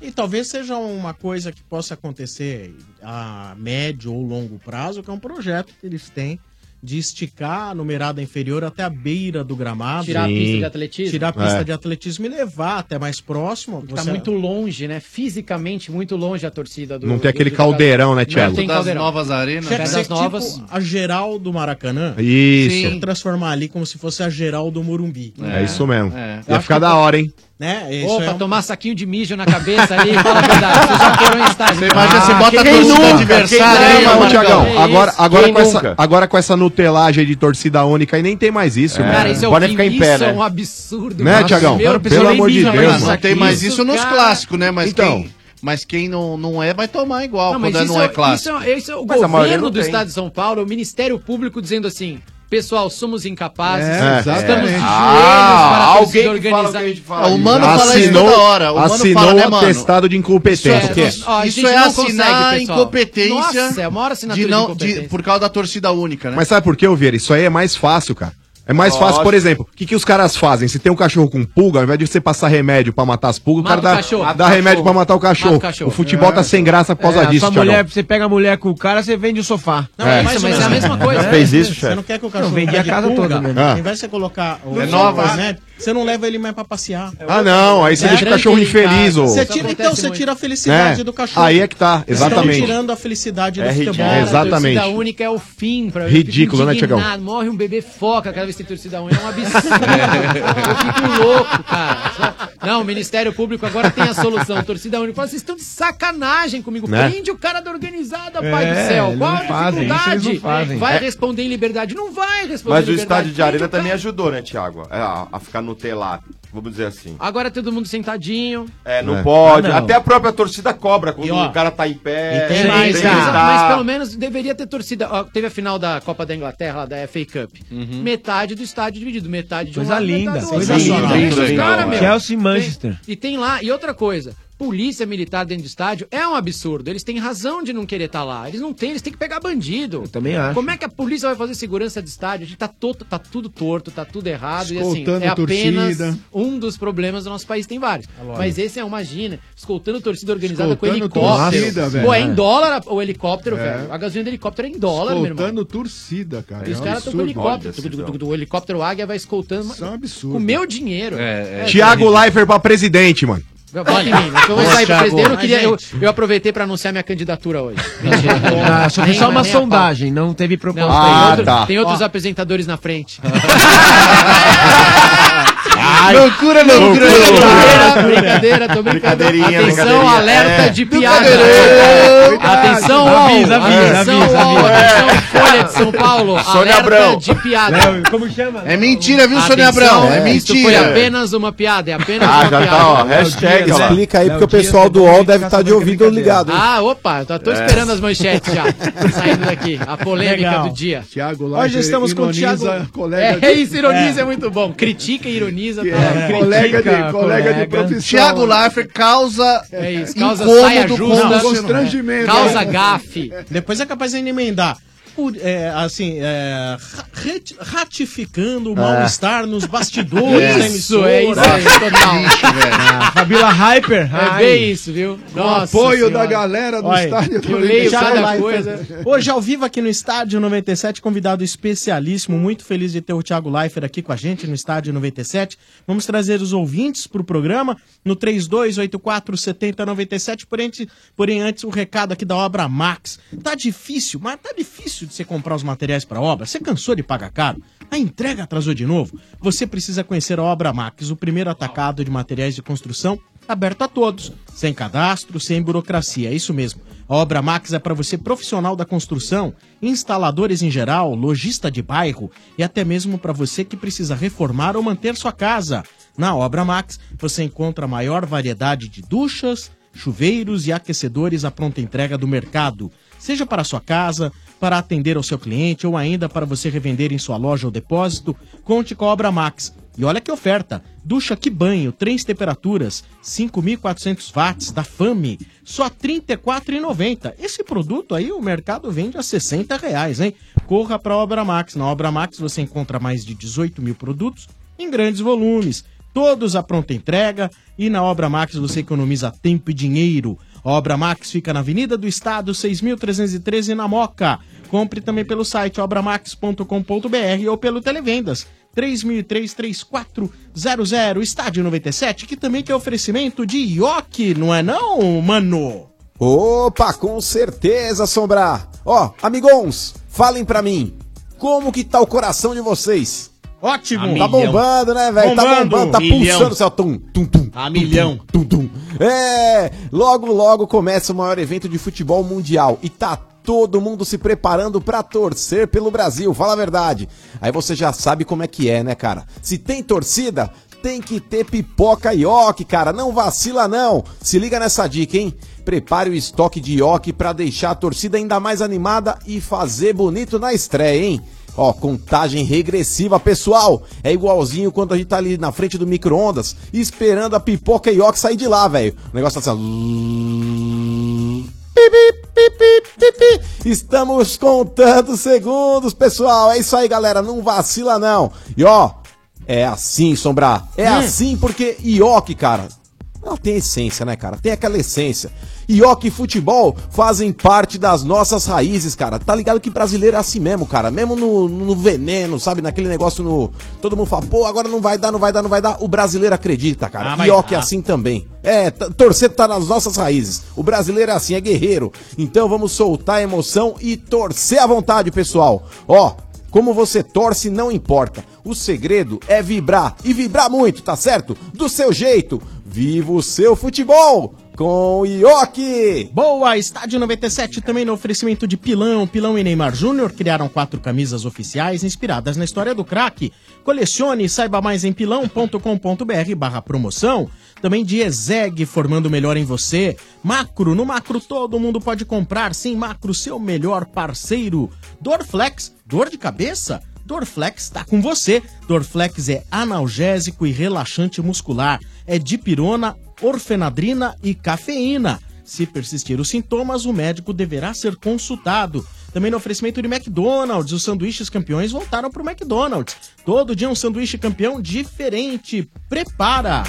E talvez seja uma coisa que possa acontecer a médio ou longo prazo, que é um projeto que eles têm de esticar a numerada inferior até a beira do gramado. Tirar a pista de atletismo? Tirar a pista É. de atletismo e levar até mais próximo. Tá Você- muito longe, né? Fisicamente, muito longe a torcida do. Não do- tem aquele do- caldeirão, Não né, Thiago? tem Das caldeirão. novas arenas. Tinha que ser das novas. tipo a geral do Maracanã. Isso. Sim. Transformar ali como se fosse a geral do Morumbi. É, isso mesmo. É. Ia ficar da hora, hein? Né? Isso Opa, é um- tomar saquinho de mijo na cabeça ali, fala a verdade. Vocês já foram em estádio. Você imagina, você bota a Ah, quem torcida nunca? adversária Quem aí, nunca? ó, Ô, Tiagão, Que isso? agora, agora, Quem com essa, nunca? agora com essa nutelagem de torcida única aí nem tem mais isso, mano. Cara, isso é o Podem fim, ficar em pé, isso né? é um absurdo. Né, Nossa, Tiagão? meu, a pessoa Pelo nem amor de mija na Deus, Mas mano. tem mais isso nos cara. clássicos, né? Mas Então. quem, mas quem não, não é, vai tomar igual Não, mas quando é- isso não é é- clássico. isso é- isso é o Mas a maioria governo não do tem. Estado de São Paulo, o Ministério Público dizendo assim. Pessoal, somos incapazes. É, estamos de exatamente. joelhos Ah, para a alguém torcida que fala organizada. o que a gente fala. O mano fala isso toda hora. O mano assinou fala, né, o mano? atestado de Isso é- incompetência. Isso é assinar incompetência Nossa, é a maior assinatura de de não, incompetência. de- por causa da torcida única, né? Mas sabe por quê, Vieira? Isso aí é mais fácil, cara. É mais Lógico. fácil, por exemplo, o que, que os caras fazem? Se tem um cachorro com pulga, ao invés de você passar remédio pra matar as pulgas, Mata o cara o cachorro. dá, Mata dá o remédio cachorro. pra matar o cachorro. Mata o cachorro. futebol tá sem graça por causa É, disso, sua Thiagão. mulher, Você pega a mulher com o cara, você vende o sofá. Não, É. mas- mas é a mesma coisa. Você fez isso, um- Você chefe? não quer que o cachorro Não, vendi vá a de casa pulga? toda mesmo. Ah. Ao invés de você colocar o É nova, sofá, né? Você não leva ele mais pra passear. Ah, não, aí você Né? deixa o cachorro infeliz, ô. Você tira, então você tira a felicidade É. do cachorro. Aí é que tá, Vocês exatamente. Estão tirando a felicidade É do ridículo. futebol. É, exatamente. Torcida única é o fim pra Ridículo, né, Tiagão? indignado. Morre um bebê foca cada vez que tem torcida única. É um absurdo. Eu fico louco, cara. Não, o Ministério Público agora tem a solução. Torcida única. Fala, Vocês estão de sacanagem comigo. Né? Prende o cara da organizada, pai É, do céu. eles Qual não a fazem, isso dificuldade? eles não fazem. Vai É. responder em liberdade. Não vai responder Mas o em liberdade. estádio de arena também ajudou, né, Thiago? É, A, a ficar nutelado, vamos dizer assim. Agora todo mundo sentadinho. É, não É. pode. Ah, não. Até a própria torcida cobra quando E, ó, o cara tá em pé. É, mas, que mas- gritar. mas pelo menos deveria ter torcida. Ó, teve a final da Copa da Inglaterra, lá da FA Cup. Metade do estádio dividido, metade de um Uhum. Coisa lado, linda, metade do coisa outro. linda. Tem Lindo, esses lindo. cara, meu. Chelsea e Tem- Manchester. E tem lá, e outra coisa. Polícia militar dentro do estádio é um absurdo. Eles têm razão de não querer estar lá. Eles não têm, eles têm que pegar bandido. Eu também acho. Como é que a polícia vai fazer segurança de estádio? A gente tá, todo, tá tudo torto, tá tudo errado. Escoltando e assim, é a torcida. apenas um dos problemas do nosso país. Tem vários. lógico. Mas esse é uma gina. Escoltando torcida organizada com Escoltando helicóptero. torcida, Pô, é velho. em dólar a- o helicóptero, É. velho. A gasolina do helicóptero é em dólar, meu irmão. Escoltando torcida, cara. É um E os caras estão com o helicóptero. O helicóptero Águia vai escoltando. Isso é um absurdo. Com o meu dinheiro. É, Tiago Leifert pra presidente, mano. Vai em mim, mas eu vou Boa, sair pro Thiago. presidente. Eu, Ai, queria, eu, eu aproveitei pra anunciar minha candidatura hoje. Mentira. Ah, só foi Nem- só uma nem a pau. sondagem, não teve Ah, proposta. Não, tem, tá. Ah, ainda. outro- tá. tem outros apresentadores na frente. Loucura, loucura, Brincadeira, brincadeira, tô brincando. Brincadeirinha, Atenção, brincadeirinha. alerta É. de piada. Brincadeira. Atenção, ao, Avisa, avisa, atenção, avisa, ao, avisa. atenção, Folha de é. São Paulo. Sônia alerta Abrão. de piada. como chama? É mentira, viu, Sônia Atenção, Abrão? É Isso foi mentira. apenas uma piada, é apenas Ah, uma já tá, piada. né? É ó, hashtag, ó lá. Explica aí, Léo porque o pessoal do UOL deve estar de ouvido ligado. hein? Ah, opa, eu tô É. esperando as manchetes já, saindo daqui. A polêmica do dia. Tiago lá. Hoje estamos com o Thiago. Colega é, é isso, ironiza é. É. muito bom. Critica e ironiza. tá É, ótimo. colega de- Critica, colega de profissão. Thiago Leifert causa É isso, causa incômodo saia com justa. o constrangimento. É. Causa gafe. Depois é capaz de emendar. O- é, assim, é, ra- reti- ratificando o mal-estar nos bastidores Isso, da emissora. é isso aí, total. Lixo, velho. Ah, Fabiola Hyper. É bem isso, viu? Com apoio da galera do Olha, estádio eu leio cada coisa. Hoje, ao vivo aqui no Estádio 97, convidado especialíssimo. Muito feliz de ter o Thiago Leifert aqui com a gente no Estádio 97. Vamos trazer os ouvintes para o programa no 32847097. Porém, antes- porém, antes, o recado aqui da Obra Max. Tá difícil, mas tá difícil de você comprar os materiais para obra. Você cansou de pagar caro? A entrega atrasou de novo? Você precisa conhecer a Obra Max, o primeiro atacado de materiais de construção aberto a todos, sem cadastro, sem burocracia. É isso mesmo. A Obra Max é para você profissional da construção, instaladores em geral, lojista de bairro e até mesmo para você que precisa reformar ou manter sua casa. Na Obra Max, você encontra a maior variedade de duchas, chuveiros e aquecedores à pronta entrega do mercado. Seja para sua casa, para atender ao seu cliente ou ainda para você revender em sua loja ou depósito, conte com a Obra Max. E olha que oferta! Ducha que banho, três temperaturas, 5.400 watts da FAME, só R$ 34,90. Esse produto aí o mercado vende a R$ 60 reais, hein? Corra para a Obra Max. Na Obra Max você encontra mais de 18 mil produtos em grandes volumes. todos à pronta entrega e na Obra Max você economiza tempo e dinheiro. A Obra Max fica na Avenida do Estado, 6.313 na Moca. Compre também pelo site obramax.com.br ou pelo Televendas 3003-3400, Estádio 97, que também tem oferecimento de ioki, não é não, mano? Opa, com certeza, Sombra. Ó, amigons, falem pra mim, como que tá o coração de vocês? Ótimo. Tá bombando, né, velho? Tá Bombando. bombando, tá Milhão. pulsando o céu. Tum, tum, tum. A milhão. Tum, tum, tum. É, logo, logo começa o maior evento de futebol mundial e tá todo mundo se preparando pra torcer pelo Brasil, fala a verdade. Aí você já sabe como é que é, né, cara? Se tem torcida, tem que ter pipoca e ioki, cara. Não vacila, não. Se liga nessa dica, hein? Prepare o estoque de ioki pra deixar a torcida ainda mais animada e fazer bonito na estreia, hein? Ó, contagem regressiva, pessoal. É igualzinho quando a gente tá ali na frente do micro-ondas, esperando a pipoca e ioki sair de lá, velho. O negócio tá assim. ó. Pi, pi, pi, pi, pi, pi. Estamos contando os segundos, pessoal. É isso aí, galera. Não vacila, não. E ó, é assim, Sombra. É Hum. assim porque Ioki, cara, ela tem essência, né, cara? Tem aquela essência. Ioki e futebol fazem parte das nossas raízes, cara. Tá ligado que brasileiro é assim mesmo, cara. Mesmo no, no veneno, sabe? Naquele negócio no. Todo mundo fala, pô, agora não vai dar, não vai dar, não vai dar. O brasileiro acredita, cara. Ah, mas- Ioki tá. é ah. assim assim também. É, t- torcer tá nas nossas raízes. O brasileiro é assim, é guerreiro. Então vamos soltar a emoção e torcer à vontade, pessoal. Ó, como você torce não importa. O segredo é vibrar e vibrar muito, tá certo? Do seu jeito. Viva o seu futebol com o Ioki. Boa, Estádio 97 também no oferecimento de Pilão. Pilão e Neymar Júnior criaram quatro camisas oficiais inspiradas na história do craque. Colecione e saiba mais em pilão.com.br barra promoção. Também de Ezeg, formando o melhor em você. Macro, no Macro todo mundo pode comprar. Sim, Macro, seu melhor parceiro. Dorflex, dor de cabeça? Dorflex está com você. Dorflex é analgésico e relaxante muscular. É dipirona, orfenadrina e cafeína. Se persistir os sintomas, o médico deverá ser consultado. Também no oferecimento de McDonald's, os sanduíches campeões voltaram para o McDonald's. Todo dia um sanduíche campeão diferente. Prepara!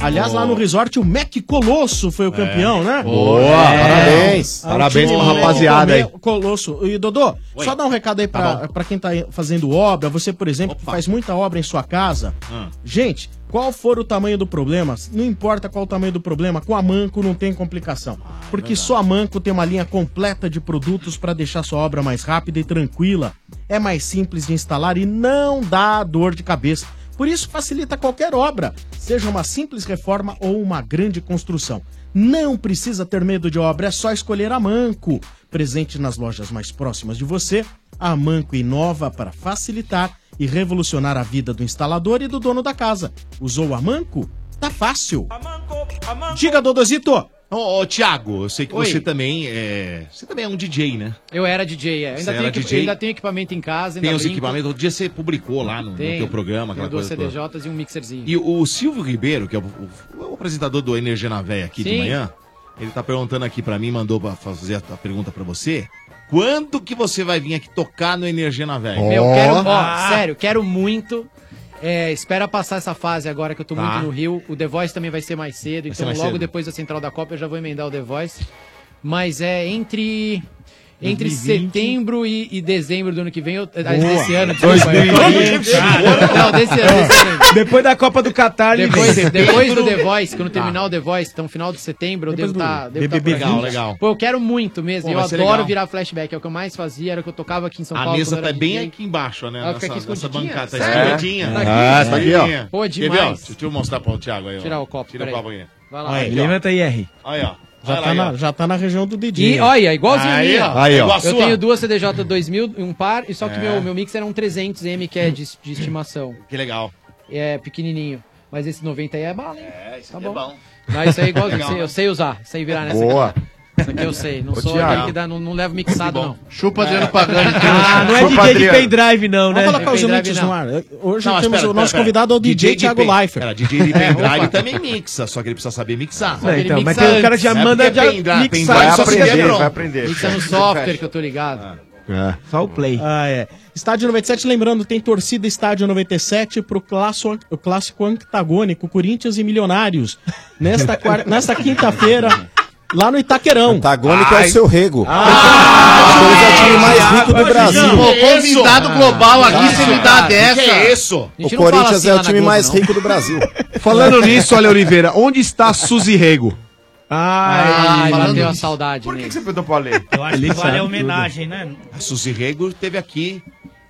Aliás, lá no resort, o Mac Colosso foi o campeão, né? Boa, parabéns. Ah, o Parabéns time pra do rapaziada Mac aí. Colosso. E Dodô, Oi. só dá um recado aí pra, Tá pra quem tá fazendo obra. Você, por exemplo, que faz muita obra em sua casa. Ah. Gente, qual for o tamanho do problema, não importa qual o tamanho do problema, com a Manco não tem complicação. Ah, é Porque só a Manco tem uma linha completa de produtos para deixar sua obra mais rápida e tranquila. É mais simples de instalar e não dá dor de cabeça. Por isso facilita qualquer obra, seja uma simples reforma ou uma grande construção. Não precisa ter medo de obra, é só escolher a Manco. Presente nas lojas mais próximas de você, a Manco inova para facilitar e revolucionar a vida do instalador e do dono da casa. Usou a Manco? Tá fácil. Diga, Dodozito! Ô, ô, Thiago, eu sei que Oi. você também é. Você também é um DJ, né? Eu era DJ, é. Você ainda, era tenho equi- DJ? ainda tenho equipamento em casa, ainda Tem os brinco. equipamentos. Outro dia você publicou lá no, no Tenho. teu programa, aquela Tenho duas coisa. toda. CDJs e um mixerzinho. E o Silvio Ribeiro, que é o, o- o apresentador do Energia na Véia aqui de Sim. manhã, ele tá perguntando aqui pra mim, mandou pra fazer a pergunta pra você. Quando que você vai vir aqui tocar no Energia na Véia? Meu, quero, um ó, Ah. sério, quero muito. É, espera passar essa fase agora que eu tô Tá. muito no Rio. O The Voice também vai ser mais cedo, ser então mais logo cedo. depois da Central da Copa eu já vou emendar o The Voice. Mas é entre. Entre 2020. setembro e, e dezembro do ano que vem, eu, eh, Boa. desse ano, desculpa, eu- 2020. Não, desse ano, desse ano. Depois da Copa do Catar, ele Depois, vem. depois do The Voice, Tá. quando terminar o The Voice, então final de setembro, eu Depois do devo estar. BBB Legal, legal. Pô, eu quero muito mesmo. Pô, eu vai ser adoro legal. virar flashback. É o que eu mais fazia, era o que eu tocava aqui em São A Paulo. mesa quando tá era bem DJ. aqui embaixo, né? Ela fica aqui nessa escondidinha, bancada. Tá sério? escondidinha. É. Tá aqui, Ah, tá aqui, ó. escondidinha. Pô, Quer ver, ó? demais. Deixa eu mostrar pra um Thiago aí. ó. Tirar o copo, Tira o peraí. copo aqui. Vai lá. Aí, ó. é. Levanta aí, R. Aí, ó. Já Olha tá, aí, na, ó. já tá na região do Didi. E olha, igualzinho a minha. É Eu Eu tenho duas CDJ 2000, um par, e só que É. meu, meu mix era um 300M, que é de, de estimação. Que legal. É, pequenininho. Mas esse 90 aí é bala, hein? É, isso tá aqui é bom. Mas isso aí é igualzinho, Legal. eu sei- eu sei usar, sei virar nessa Boa. aqui. Isso aqui eu sei, não Ô, sou Thiago. aquele que dá, não, não levo mixado, não. Chupa Adriano Pagani. então. Ah, não é Chupa DJ de Adriano. pendrive, não, né? Vamos colocar os Pendrive, limites não. no ar. Hoje mas temos pera, o pera, nosso pera. convidado é o DJ, de Thiago pen- Leifert. Pera, DJ de É, pendrive opa. também mixa, só que ele precisa saber mixar. É, então, É mas tem o cara que já manda já mixar. Vai aprender, vai Isso é no software que eu tô ligado. Só o play. Ah, é. Estádio 97, lembrando, tem torcida Estádio 97 pro clássico, o clássico antagônico Corinthians e Milionários. Nesta, quar- nesta quinta-feira, lá no Itaquerão. Antagônico é o seu rego. é, Ah, time mais rico do Brasil. Pô, Que isso? convidado global Ah, aqui, que se isso? me dá Ah, que dessa. que é isso? A O gente não Corinthians fala assim é o lá na time Globo, mais não. rico do Brasil. Falando nisso, olha, Oliveira, onde está a Suzy Rego? Ai, falando bateu a nisso. saudade. Por que você perguntou pro Ale? Eu acho Ele que vale sabe a homenagem, né? A Suzy Rego teve aqui.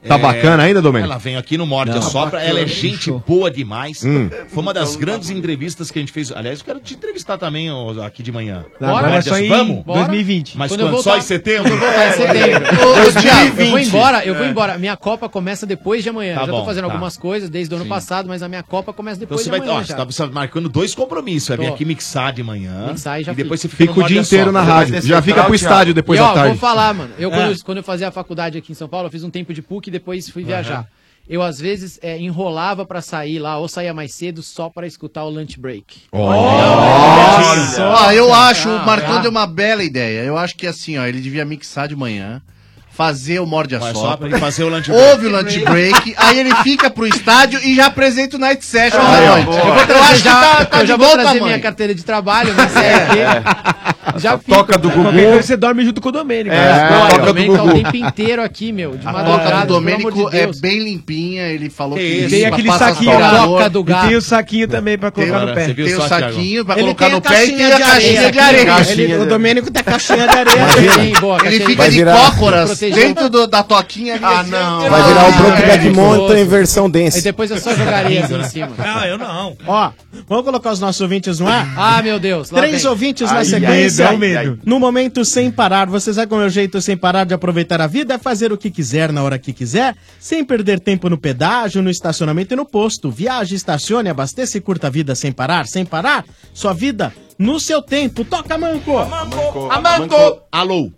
é, Tá bacana ainda, Domênico? Ela veio aqui no Morde Não. a Sopra, Tá ela é bacana, gente boa demais. Hum. Foi uma das grandes entrevistas que a gente fez. Aliás, eu quero te entrevistar também ó, aqui de manhã. Não, agora Morde é só a- em Vamos? 2020. Mas Quando quando? eu voltar- Só em setembro? Quando eu voltar em é. setembro. É, Ô, ô, Thiago, eu vou 2020. embora, eu vou É. embora. Minha Copa começa depois de amanhã. Tá Eu já tô bom, fazendo tá. algumas coisas desde o ano Sim. passado, mas a minha Copa começa Então depois você de vai. amanhã. Ó, você já. tá, você tá marcando dois compromissos. Vai vir Tô. aqui mixar de manhã. Mixar e já depois fica. você fica Fica no o Morde dia a inteiro Sopra. na rádio. Já fica pro estádio depois e, da ó, tarde. vou falar, mano. Eu, quando, É. quando eu fazia a faculdade aqui em São Paulo, eu fiz um tempo de PUC e depois fui Aham. viajar. Eu, às vezes, é, enrolava pra sair lá ou saía mais cedo só pra escutar o lunch break. Nossa! Ó, eu acho, o Ah, Marcão ah. deu uma bela ideia. Eu acho que assim, ó, ele devia mixar de manhã, fazer o morde a Vai só sopa, pra ele fazer o lunch break. ouve o lunch break, aí ele fica pro estádio e já apresenta o night session da Aí, ó, noite. Eu vou trazer, acho que já, tá, tá É. eu já de vou bom trazer minha tamanho. carteira de trabalho, é vai sair aqui. Já fica. toca do Qualquer Gugu. coisa você dorme junto com o Domênico. É, né? a toca Olha, do Domênico Gugu. é o O tempo inteiro aqui, meu. De A toca madrugada, Ah, do pelo Domênico amor de é Deus. bem limpinha, ele falou que, E limpa, tem aquele passa saquinho sal, da calor. E tem o saquinho também pra Tem, colocar no pé. tem o saquinho, vai Ele colocar tem a no pé e tem a caixinha de areia. areia. Ele- o Domênico tem a caixinha de areia. Imagina. Sim, boa, ele fica caixinha de- de Vai virar- cócoras protegendo. dentro do- da toquinha. Ah, não. Vai virar o Brokeback é, Mountain gostoso. em versão dance. Aí depois eu só jogaria assim em cima. Não, eu não. Ó, vamos colocar os nossos ouvintes no ar? Ah, meu Deus. lá Três vem. ouvintes na Ai, sequência. ai, ai, ai. No momento sem parar, você sabe qual é o jeito sem parar de aproveitar a vida? É fazer o que quiser na hora que quiser, sem perder tempo no pedágio, no estacionamento e no posto. Viaje, estacione, abasteça e curta a vida sem parar, sem parar. Sua vida no seu tempo. Toca, Manco! Manco! Amanco! Alô?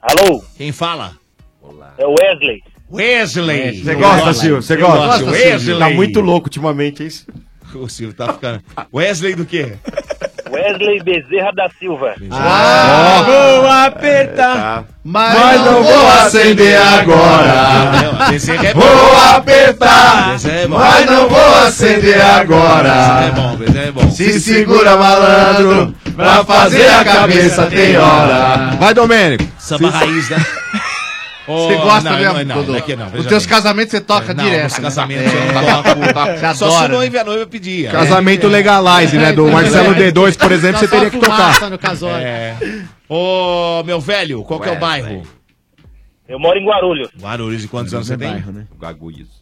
Alô? Quem fala? É o Wesley. Wesley! Você gosta, Silvio? Você gosta? Wesley! Tá muito louco ultimamente, é isso? O Silvio tá ficando. Wesley do quê? Wesley Bezerra da Silva. Ah. Ó. Ah, É, Vou tá. apertar, mas, não vou acender agora. Vou apertar, é mas não vou acender agora. É bom, Bezerra é bom. Se segura, malandro, pra fazer a cabeça tem Então hora. Vai, Domênico. Samba raiz, né? Você Oh, gosta não, mesmo? Não, não, Dodô? não é que não. Nos veja teus bem. casamentos você toca Não, direto. nos né? casamentos eu É. não toco. Você Só se adora. noiva e a noiva pedia. Casamento Legalize, né? Do Marcelo D2, por exemplo, você teria que tocar. É. Ô, meu velho, qual que é o bairro? Eu moro em Guarulhos. Guarulhos, e quantos é anos você tem? né? Guagulhos.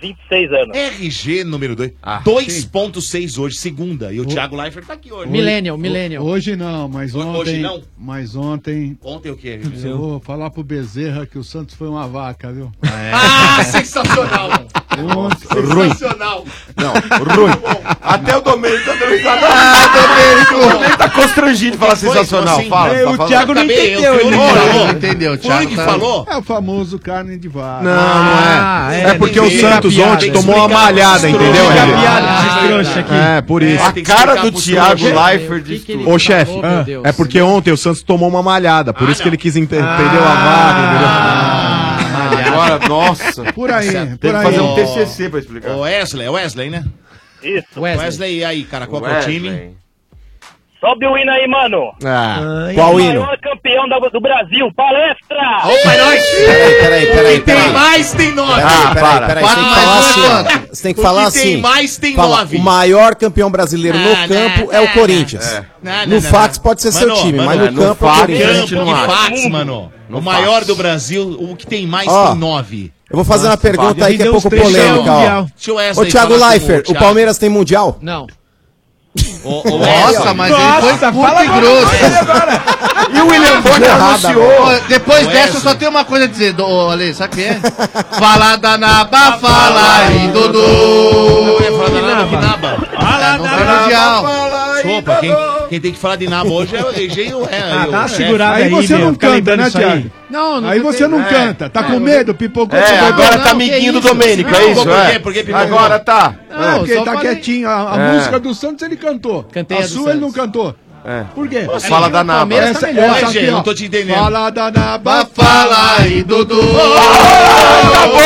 26 anos. Ah, RG número 2. 2.6 hoje, segunda. E o Thiago Leifert tá aqui hoje. Millennial, millennial. Hoje não, mas Ho- ontem. hoje não? Mas ontem. Ontem o quê? Eu vou falar pro Bezerra que o Santos foi uma vaca, viu? Ah, sensacional! Ruim. Sensacional! Não, Ruim. Até o Domênico tá dando risada. O Domênico tá constrangido de falar Foi, sensacional. como assim? Fala, tá É, o fala. Thiago não Acabei, entendeu, eu fui ele o falou. único. Não entendeu, Foi o único que falou? É o famoso carne de vaca. Ah, Não, Ah, não é. É, porque o Santos ontem tomou uma malhada, entendeu, RG? É, por isso. A cara do Thiago Leifert Ô, chefe, é porque ontem o Santos tomou uma malhada, Ah, por isso que ele quis ente- entender Ah. a vaga, entendeu? Ah, Agora, nossa. Por aí, Certo. por aí. um Ô, pra explicar. O Wesley, é Wesley, né? Isso. Wesley. e aí, cara, qual que é o Wesley. time? Sobe o hino aí, mano. Ah, o maior campeão da- do Brasil. Palestra! Opa, é nóis! Peraí, peraí, peraí, peraí. mais, tem nove! Ah, Peraí, peraí, peraí, você tem que falar assim, ó. Você tem que falar O que assim. tem mais, tem Fala, nove. Ah, O maior campeão brasileiro no campo é o Corinthians. né, Não, no né. não, não, fax não. pode ser seu Mano, time, mano, mas no, campo é o Corinthians. campo, que fax, mano. o maior do Brasil, o que tem mais Ó, tem nove. Eu vou fazer uma pergunta aí que é pouco polêmica, ó. Deixa o Wesley Ô, Thiago falar com o Leifert, o Thiago. Palmeiras tem Mundial? Não. O, Nossa, mas ele foi curto e grosso. E o William Bonner anunciou. Depois Wesley. dessa, eu só tenho uma coisa a dizer. Do, ô, Ale, sabe o que é? Fala da Naba, fala aí, Dodô. Fala da Mundial. Opa, quem, quem tem que falar de Nabo hoje é o EG e o é, Ah, e o dá uma chefe. segurada Aí aí, você meu, não fica canta, lembrando né, isso aí. Thiago? Não, Aí você não É. canta, tá com medo, pipocou. É, pipocou. agora tá amiguinho do Domênico, é isso? Pipocou por é. quê? Por quê pipocou? Agora tá. Não, É. porque ele tá quietinho. A, a É. música do Santos ele cantou. Cantei a a do sua ele não cantou. É. Por quê? Pô, fala da Naba. tá Essa- essa aqui, ó. Fala da Naba, fala assim, aí, Dudu. Acabou!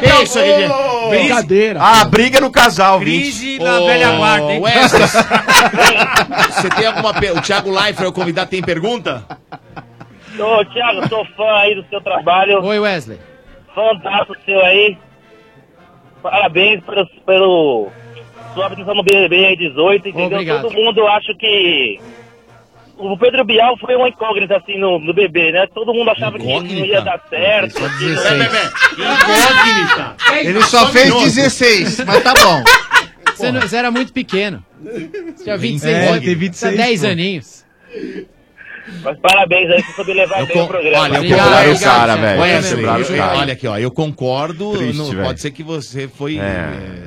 Que isso, RG? Brincadeira. Ah, briga no casal, Crise Vinci. da velha guarda, hein? Wesley. Você tem alguma. pe- O Thiago Leifert, é o convidado, tem pergunta? Ô, Thiago, sou fã aí do seu trabalho. Oi, Wesley. Fantástico seu aí. Parabéns pelo, pelo sua apresentação no BBB aí 18, entendeu? Obrigado. Todo mundo acha que o Pedro Bial foi uma incógnita assim no, no BB, né? Todo mundo achava que não ia dar é certo. que não ia- Incógnita. Ele só fez 16, mas tá bom. Você, não- você era muito pequeno. Você tinha 26 É, anos. tem 26, Tinha 10 pô. aninhos. Mas parabéns aí por saber levar bem o programa. Olha, eu Obrigado, concordo. obrigado, Thiago. Olha, Parabéns. eu- olha aqui, ó. Eu concordo. Triste, não- velho. pode ser que você foi. É.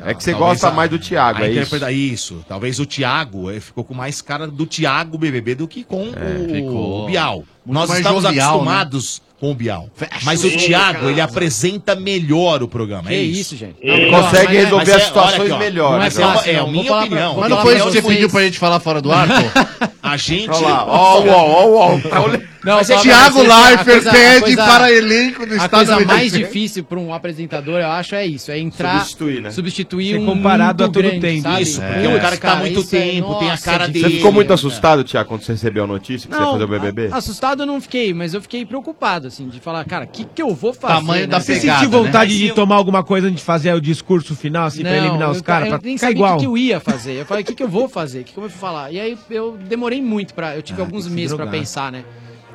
eh, É que você talvez gosta mais do Thiago, a é isso. interpreta- isso. Talvez o Thiago eh, ficou com mais cara do Thiago BBB do que com o ficou. Bial. Muito Nós mais estamos jovial, acostumados com o Bial. Mas o o Thiago, cara. ele apresenta melhor o programa. Que é isso, gente. Não, Ele mas consegue é- resolver mas é- as situações olha aqui, ó. melhores, né? Não é, eu fácil, acho. é a Vou minha falar pra- opinião. vou Vou falar falar pra pra você vocês. pediu pra gente falar fora do ar, pô? A gente. Olha lá, ó, ó, ó, ó, tá olhando. Mas é que Thiago Leifert pede para elenco do a Estado coisa Americano. mais difícil para um apresentador, eu acho, é isso. É entrar... Substituir, né? Substituir Ser um comparado muito a todo grande, tempo. sabe? É. Isso, porque o cara que tá muito isso aí, tempo, tem a cara é Você difícil. ficou muito assustado, Thiago, quando você recebeu a notícia que você ia Não, ah, fazer o BBB? Assustado eu não fiquei, mas eu fiquei preocupado, assim, de falar, cara, o que, que eu vou fazer? né? um- Você sentiu vontade de tomar alguma coisa antes de fazer o discurso final, assim, pra Não, eliminar os eu- caras? Pra Eu nem ficar sabia o igual. que que eu ia fazer. Eu falei, o que, que eu vou fazer? O que, que eu vou falar? E aí eu demorei muito pra. Eu tive alguns tem que se meses pra drogar. pensar, né?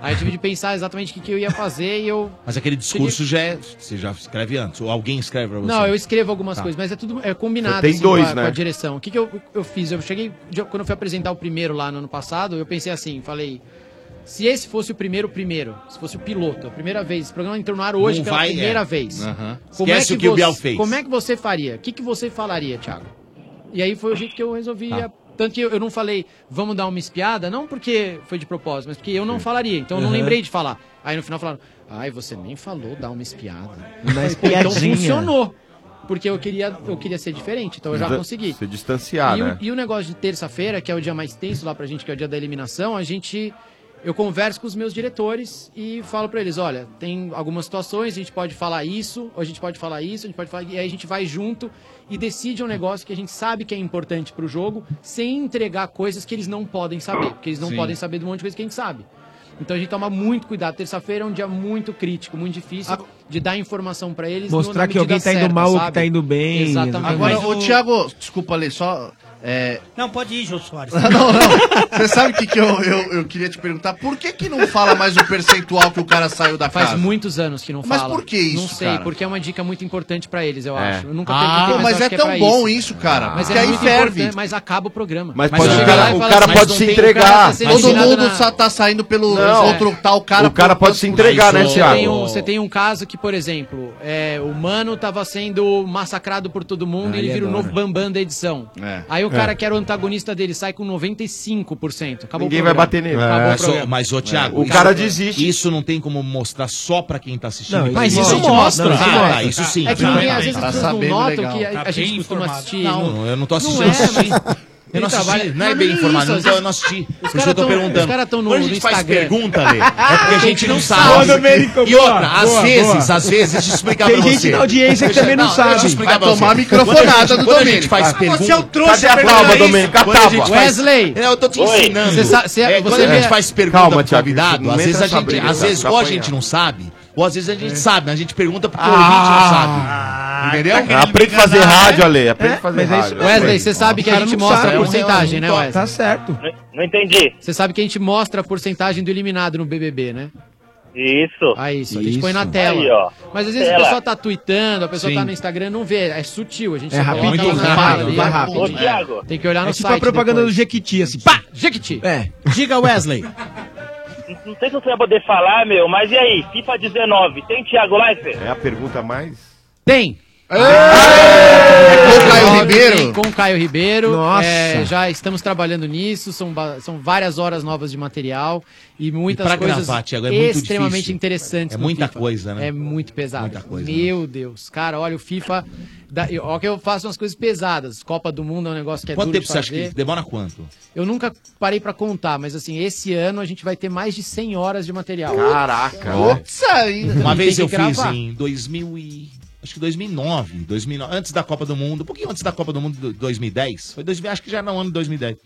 Aí eu tive de pensar exatamente o que, que eu ia fazer e eu. Mas aquele discurso já é. Você já escreve antes? Ou alguém escreve pra você? Não, eu escrevo algumas Tá. coisas, mas é tudo é combinado Tem dois, com, a, né? com a direção. O que, que eu, eu fiz? Eu cheguei. de- Quando eu fui apresentar o primeiro lá no ano passado, eu pensei assim, falei. Se esse fosse o primeiro, primeiro, se fosse o piloto, a primeira vez, esse programa entrou no ar hoje Não pela vai, é. primeira vez. Aham. Como Esquece o que o você- Bial fez. Como é que você faria? O que, que você falaria, Thiago? E aí foi o jeito que eu resolvi. Tá. a- Tanto que eu eu não falei, vamos dar uma espiada, não porque foi de propósito, mas porque eu não falaria. Então eu não Uhum. lembrei de falar. Aí no final falaram, ai, você nem falou dar uma espiada. Uma Pô, Então espiadinha. funcionou. Porque eu queria, eu queria ser diferente, então eu já Você- consegui. Se distanciar, E, né? o, e o negócio de terça-feira, que é o dia mais tenso lá pra gente, que é o dia da eliminação, a gente. Eu converso com os meus diretores e falo pra eles: olha, tem algumas situações, a gente pode falar isso, ou a gente pode falar isso, a gente pode falar. E aí a gente vai junto e decide um negócio que a gente sabe que é importante pro jogo, sem entregar coisas que eles não podem saber, porque eles não Sim. podem saber de um monte de coisa que a gente sabe. Então a gente toma muito cuidado. Terça-feira é um dia muito crítico, muito Ah. difícil de dar informação pra eles. no- Mostrar na que alguém medida tá indo certa, mal ou que sabe? tá indo bem, Exatamente. exatamente. Agora, Mas ô o- Thiago, desculpa ali, só. é, Não, pode ir, Jô Soares. Não, não. Você sabe o que, que eu, eu, eu queria te perguntar? Por que, que não fala mais o percentual que o cara saiu da Faz casa? muitos anos que não Mas fala. por que isso, Não sei, cara? porque é uma dica muito importante pra eles, eu É. acho. Eu nunca Ah, perguntei, pô, mas eu acho é que tão pra bom isso, cara, Mas porque é aí muito ferve. importante, Mas acaba o programa. Mas pode- chega o cara- lá e o fala cara assim, pode mas se não tem- o cara entregar. tá sendo Todo tirado mundo na- só tá saindo pelo Não. outro tal cara. O cara por pode se tantos entregar, por né, cento. Você tem, um, Thiago? você tem um caso que, por exemplo, é, o Mano tava sendo massacrado por todo mundo Ah, e ele é ele vira o adora. né? novo Bambam da edição. É. Aí o cara É. que era o antagonista dele sai com 95%. Acabou Ninguém o vai programa. bater nele. É. Acabou o mas, programa. ô, É, mas, ô, Thiago, O isso- cara desiste. Isso não tem como mostrar só pra quem tá assistindo. Não, Porque mas isso mostra. Ah, Não, isso tá, mostra. isso sim. É que Tá também, bem. às vezes, as Tá pessoas não sabendo notam legal. que a, Tá a gente bem costuma informado. assistir. é. Não, eu não tô assistindo, eu mas- assisti. Eu não Ele assisti, trabalha- não é mas bem nem informado, isso, não tô- às vezes- eu não assisti. Por Os isso eu caras tô perguntando. estão no Quando a gente faz pergunta, Lê, é porque a gente não sabe. Boa, Domênico, E outra, boa, às boa, vezes, boa. às vezes, deixa eu explicar Tem pra você. gente na audiência que Deixa- também não deixa eu sabe. explicar Vai pra você. tomar a microfonada Quando a gente- do quando a gente Domênico. faz Ah, você é um pergunta... trouxa, Cadê a perdeu tábua, isso? Domênico? A Quando a tábua. gente faz- Wesley! Eu tô te Oi. ensinando. Você sa- você- É, Quando você a gente vê- faz pergunta Calma, pro Thiago, convidado, não às entra vezes a nessa gente... briga, Às tá? vezes, Vai ou a apanhar. gente não sabe, ou às vezes a gente sabe, mas a gente pergunta porque o ouvinte não Ah. sabe. Entendeu? Tá querendo Aprende a fazer me enganar, rádio, né? Ale, aprende a fazer mas é isso- rádio. Wesley, você sabe que a cara gente não mostra sabe, a é um- porcentagem, é um- né, Wesley? Tá certo. Não entendi. Você sabe que a gente mostra a porcentagem do eliminado no BBB, né? Isso. Ah, isso. A gente põe na Isso. tela. Aí, ó. Mas às vezes Tela. a pessoa tá tweetando, a pessoa Sim. tá no Instagram, não vê. É sutil, a gente É só coloca rapidinho, na rápido, tela ali, vai é rápido. rapidinho. Ô, Thiago. Tem que olhar no É tipo a site propaganda depois. do Jequiti, assim, pá! Jequiti. É. Diga, Wesley. Não sei se você vai poder falar, meu, mas e aí? FIFA 19, tem Thiago Leifert? É a pergunta mais. Tem. com o Caio Jovem Ribeiro? Pan, Com o Caio Ribeiro. Nossa. É, já estamos trabalhando nisso, são, ba- são várias horas novas de material e muitas E pra coisas gravar, Thiago, é muito extremamente difícil. interessantes. É no muita FIFA. coisa, né? É muito pesado. Muita coisa, né? Meu Deus, cara, olha, o FIFA. dá- eu- Ó, que eu faço umas coisas pesadas. Copa do Mundo é um negócio que é Quanto duro tempo de você acha fazer. que demora quanto? Eu nunca parei pra contar, mas assim, esse ano a gente vai ter mais de 100 horas de material. Caraca. Putz, ainda. Uma E vez tem eu que fiz gravar. em 2000 e... Acho que 2009, 2009, antes da Copa do Mundo, um pouquinho antes da Copa do Mundo do- 2010. Foi 2000, acho que já era no ano de 2010.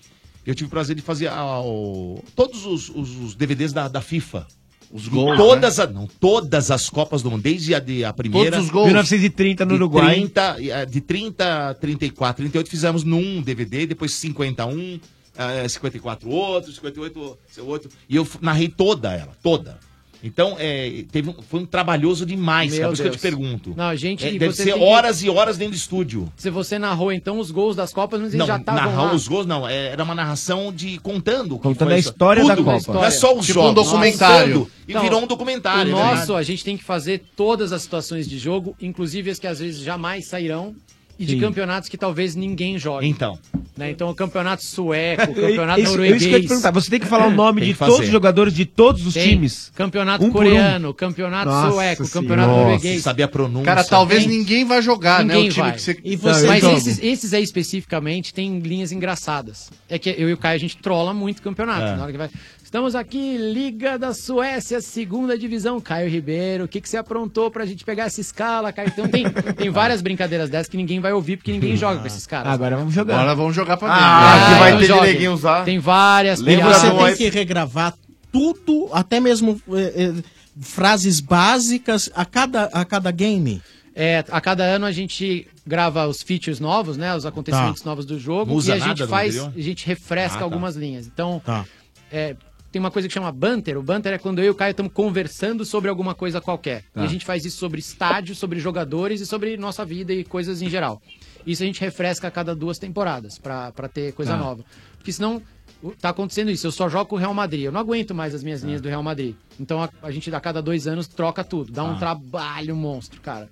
Eu tive o prazer de fazer ah, o- todos os, os- os DVDs da, da FIFA. Os gols, né? Todas, a- não, todas as Copas do Mundo, desde a, de- a primeira. Todos os gols. 1930 no De Uruguai. 30, eh, de 30, 34, 38 fizemos num DVD, depois 51, eh, 54 outro, 58 seu outro. E eu f- narrei toda ela, toda. Então, eh, teve um- foi um trabalhoso demais, Meu é cara, por isso que eu te Deus. pergunto. Não, a gente- Eh, e deve você ser tem que- horas e horas dentro do estúdio. Se você narrou então os gols das Copas, mas eles Não, já estavam narrar lá. os gols, não. é- Era uma narração de contando. o que Contando foi a isso. história da Tudo, Copa. Não é só os Tipo um jogos. documentário. contando, E Então, virou um documentário. O né? nosso, a gente tem que fazer todas as situações de jogo, inclusive as que às vezes jamais sairão, e de Sim. campeonatos que talvez ninguém jogue. Então. Né? Então, o campeonato sueco, o É campeonato isso, é norueguês. isso que eu ia te perguntar. Você tem que falar o nome Tem de que fazer. todos os jogadores de todos os Tem. times. Campeonato Um por um. coreano, campeonato sueco, campeonato norueguês. Saber a pronúncia. Cara, talvez Tem. ninguém vá jogar, né? Ninguém O time vai. que você... E você- Tá, mas então. esses, esses aí especificamente tem linhas engraçadas. É que eu e o Caio a gente trola muito o campeonato. É. Na hora que vai. Estamos aqui, Liga da Suécia, segunda divisão. Caio Ribeiro, o que, que você aprontou pra gente pegar essa escala, Caio? Então tem, tem várias brincadeiras dessas que ninguém vai ouvir porque ninguém joga com esses caras. Agora vamos jogar. Agora vamos jogar pra Ah, dentro. que vai Então ter de joguem. neguinho usar. Tem várias E piadas. você tem Mas- que regravar tudo, até mesmo eh, eh, frases básicas a cada, a cada game. É, a cada ano a gente grava os features novos, né? Os acontecimentos Tá. novos do jogo. Não usa e a gente nada do faz, anterior? a gente refresca Ah, tá. algumas linhas. Então, Tá. é, tem uma coisa que chama banter. O banter é quando eu e o Caio estamos conversando sobre alguma coisa qualquer. Tá. E a gente faz isso sobre estádio, sobre jogadores e sobre nossa vida e coisas em geral. Isso a gente refresca a cada duas temporadas pra pra ter coisa Tá. nova. Porque senão o- tá acontecendo isso. Eu só jogo com o Real Madrid. Eu não aguento mais as Tá. minhas linhas do Real Madrid. Então a, a gente a cada dois anos troca tudo. Dá um Tá. trabalho monstro, cara.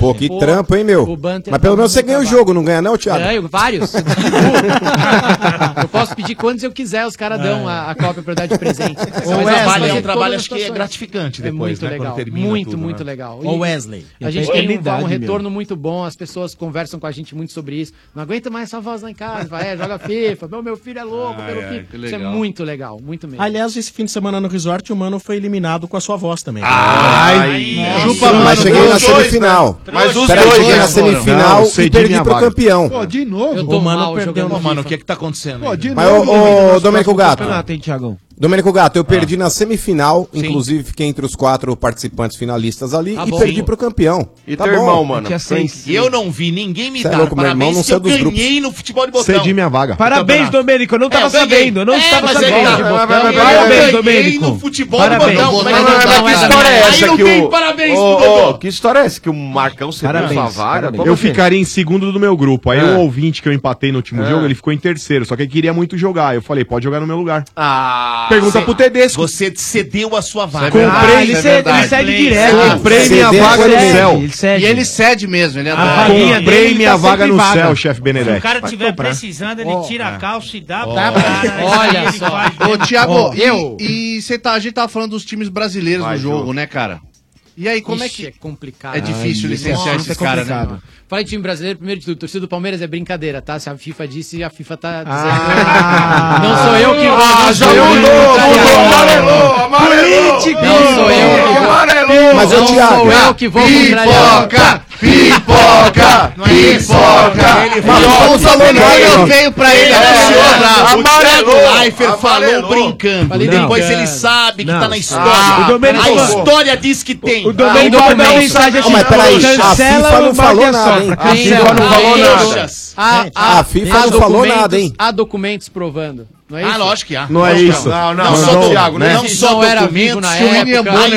Pô, que Pô, trampo, hein, meu? o Banter Mas pelo tá menos você muito ganha o trabalho. jogo, não ganha não, Thiago? Ganho É, vários. eu posso pedir quantos eu quiser, os caras dão a, a cópia pra eu dar de presente. Ô, eu É. Wesley, faço é um todas trabalho as acho que é situações. gratificante É depois, muito né, quando legal. termina Muito, tudo, né? muito legal. Ô, Wesley, A é gente tem um- um, eternidade retorno mesmo. muito bom, as pessoas conversam com a gente muito sobre isso. Não aguenta mais sua voz lá em casa, vai, é, joga FIFA. Meu, meu filho é louco, Ai, pelo ai, FIFA. que Isso é legal. muito legal, muito mesmo. Aliás, esse fim de semana no resort, o Mano foi eliminado com a sua voz também. Nossa. mas cheguei na semifinal. né? Peraí, cheguei na semifinal e perdi pro campeão. Pô, de novo. tô mal jogando Pô, mano, o FIFA. que é que tá acontecendo? Pô, aí? de Mas, ô, ô Domênico Gato. campeonato, hein, Thiagão? Domênico Gato, Ah. eu perdi na semifinal, inclusive fiquei entre os quatro participantes finalistas ali Tá e bom. perdi Sim. pro campeão. E Tá teu bom. irmão, mano? Tinha seis. Eu não vi ninguém me Cê é dar louco, meu irmão parabéns não que saiu eu dos grupos. ganhei no futebol de botão. Cedi minha vaga. Parabéns, Domênico. Eu não tava É, eu ganhei. sabendo. Eu não É, tava mas é que sabendo. tá. de botão. Mas, mas, mas, Parabéns, mas eu ganhei Domênico. no futebol Parabéns. de um, botão. Mas Mas não, não, não, que é da história minha. é essa? Aí não que tem o- parabéns, Ô, Dodô. ô, que história é essa que o Marcão cedeu sua vaga? Eu é? ficaria em segundo do meu grupo. Aí É. um ouvinte que eu empatei no último É. jogo, ele ficou em terceiro. Só que ele queria muito jogar. Eu falei, pode jogar no meu lugar. Ah, Pergunta pro Tedesco. Você cedeu a sua vaga. Comprei, Ah, isso é ele verdade. cede- ele cede Play. direto. Comprei minha vaga no céu. E ele cede mesmo, ele é adora. Comprei minha vaga no céu, chefe Se o Benedetti. cara tá Vai tiver comprar. precisando, ele tira Ah. a calça e dá Tá, pra cara. Olha Ele só. faz- Ô, Thiago, Ó, e- e você tá, a gente tava falando dos times brasileiros Vai, no jogo, Ju. né, cara? E aí, como Ixi, é é que. complicado. É difícil Ai, licenciar nossa, esses é caras, né? complicado. mano? Fala de time brasileiro, primeiro de tudo, torcida do Palmeiras é brincadeira, tá? Se a FIFA disse, a FIFA tá dizendo. não sou eu que vou. Ah, não já sou eu que mudou, vou mudou, contrariar. amarelou, amarelou. Político! Não sou eu que vou. Amarelou. Mas eu, não Thiago, sou eu que vou pipoca, contrariar. Pipoca! é Pipoca! Ele falou, Eu veio pra ele, amarelou, bravo. O Thiago Amarelou. Leifert falou brincando. Falei Depois brincando. ele sabe que Não. tá na história. Ah, O Domênico- a a história diz que tem. O Domênico Ah, mandou Domênico- mensagem assim, Ó, mas peraí, a FIFA não falou nada, hein? A FIFA não falou nada. A FIFA não falou nada, hein? Há documentos provando. Não é Ah, isso? lógico que há. Não é Lógico isso. que há. Não, não, não, não, né? Não Isso não só era era amigo amigo na na época. A história,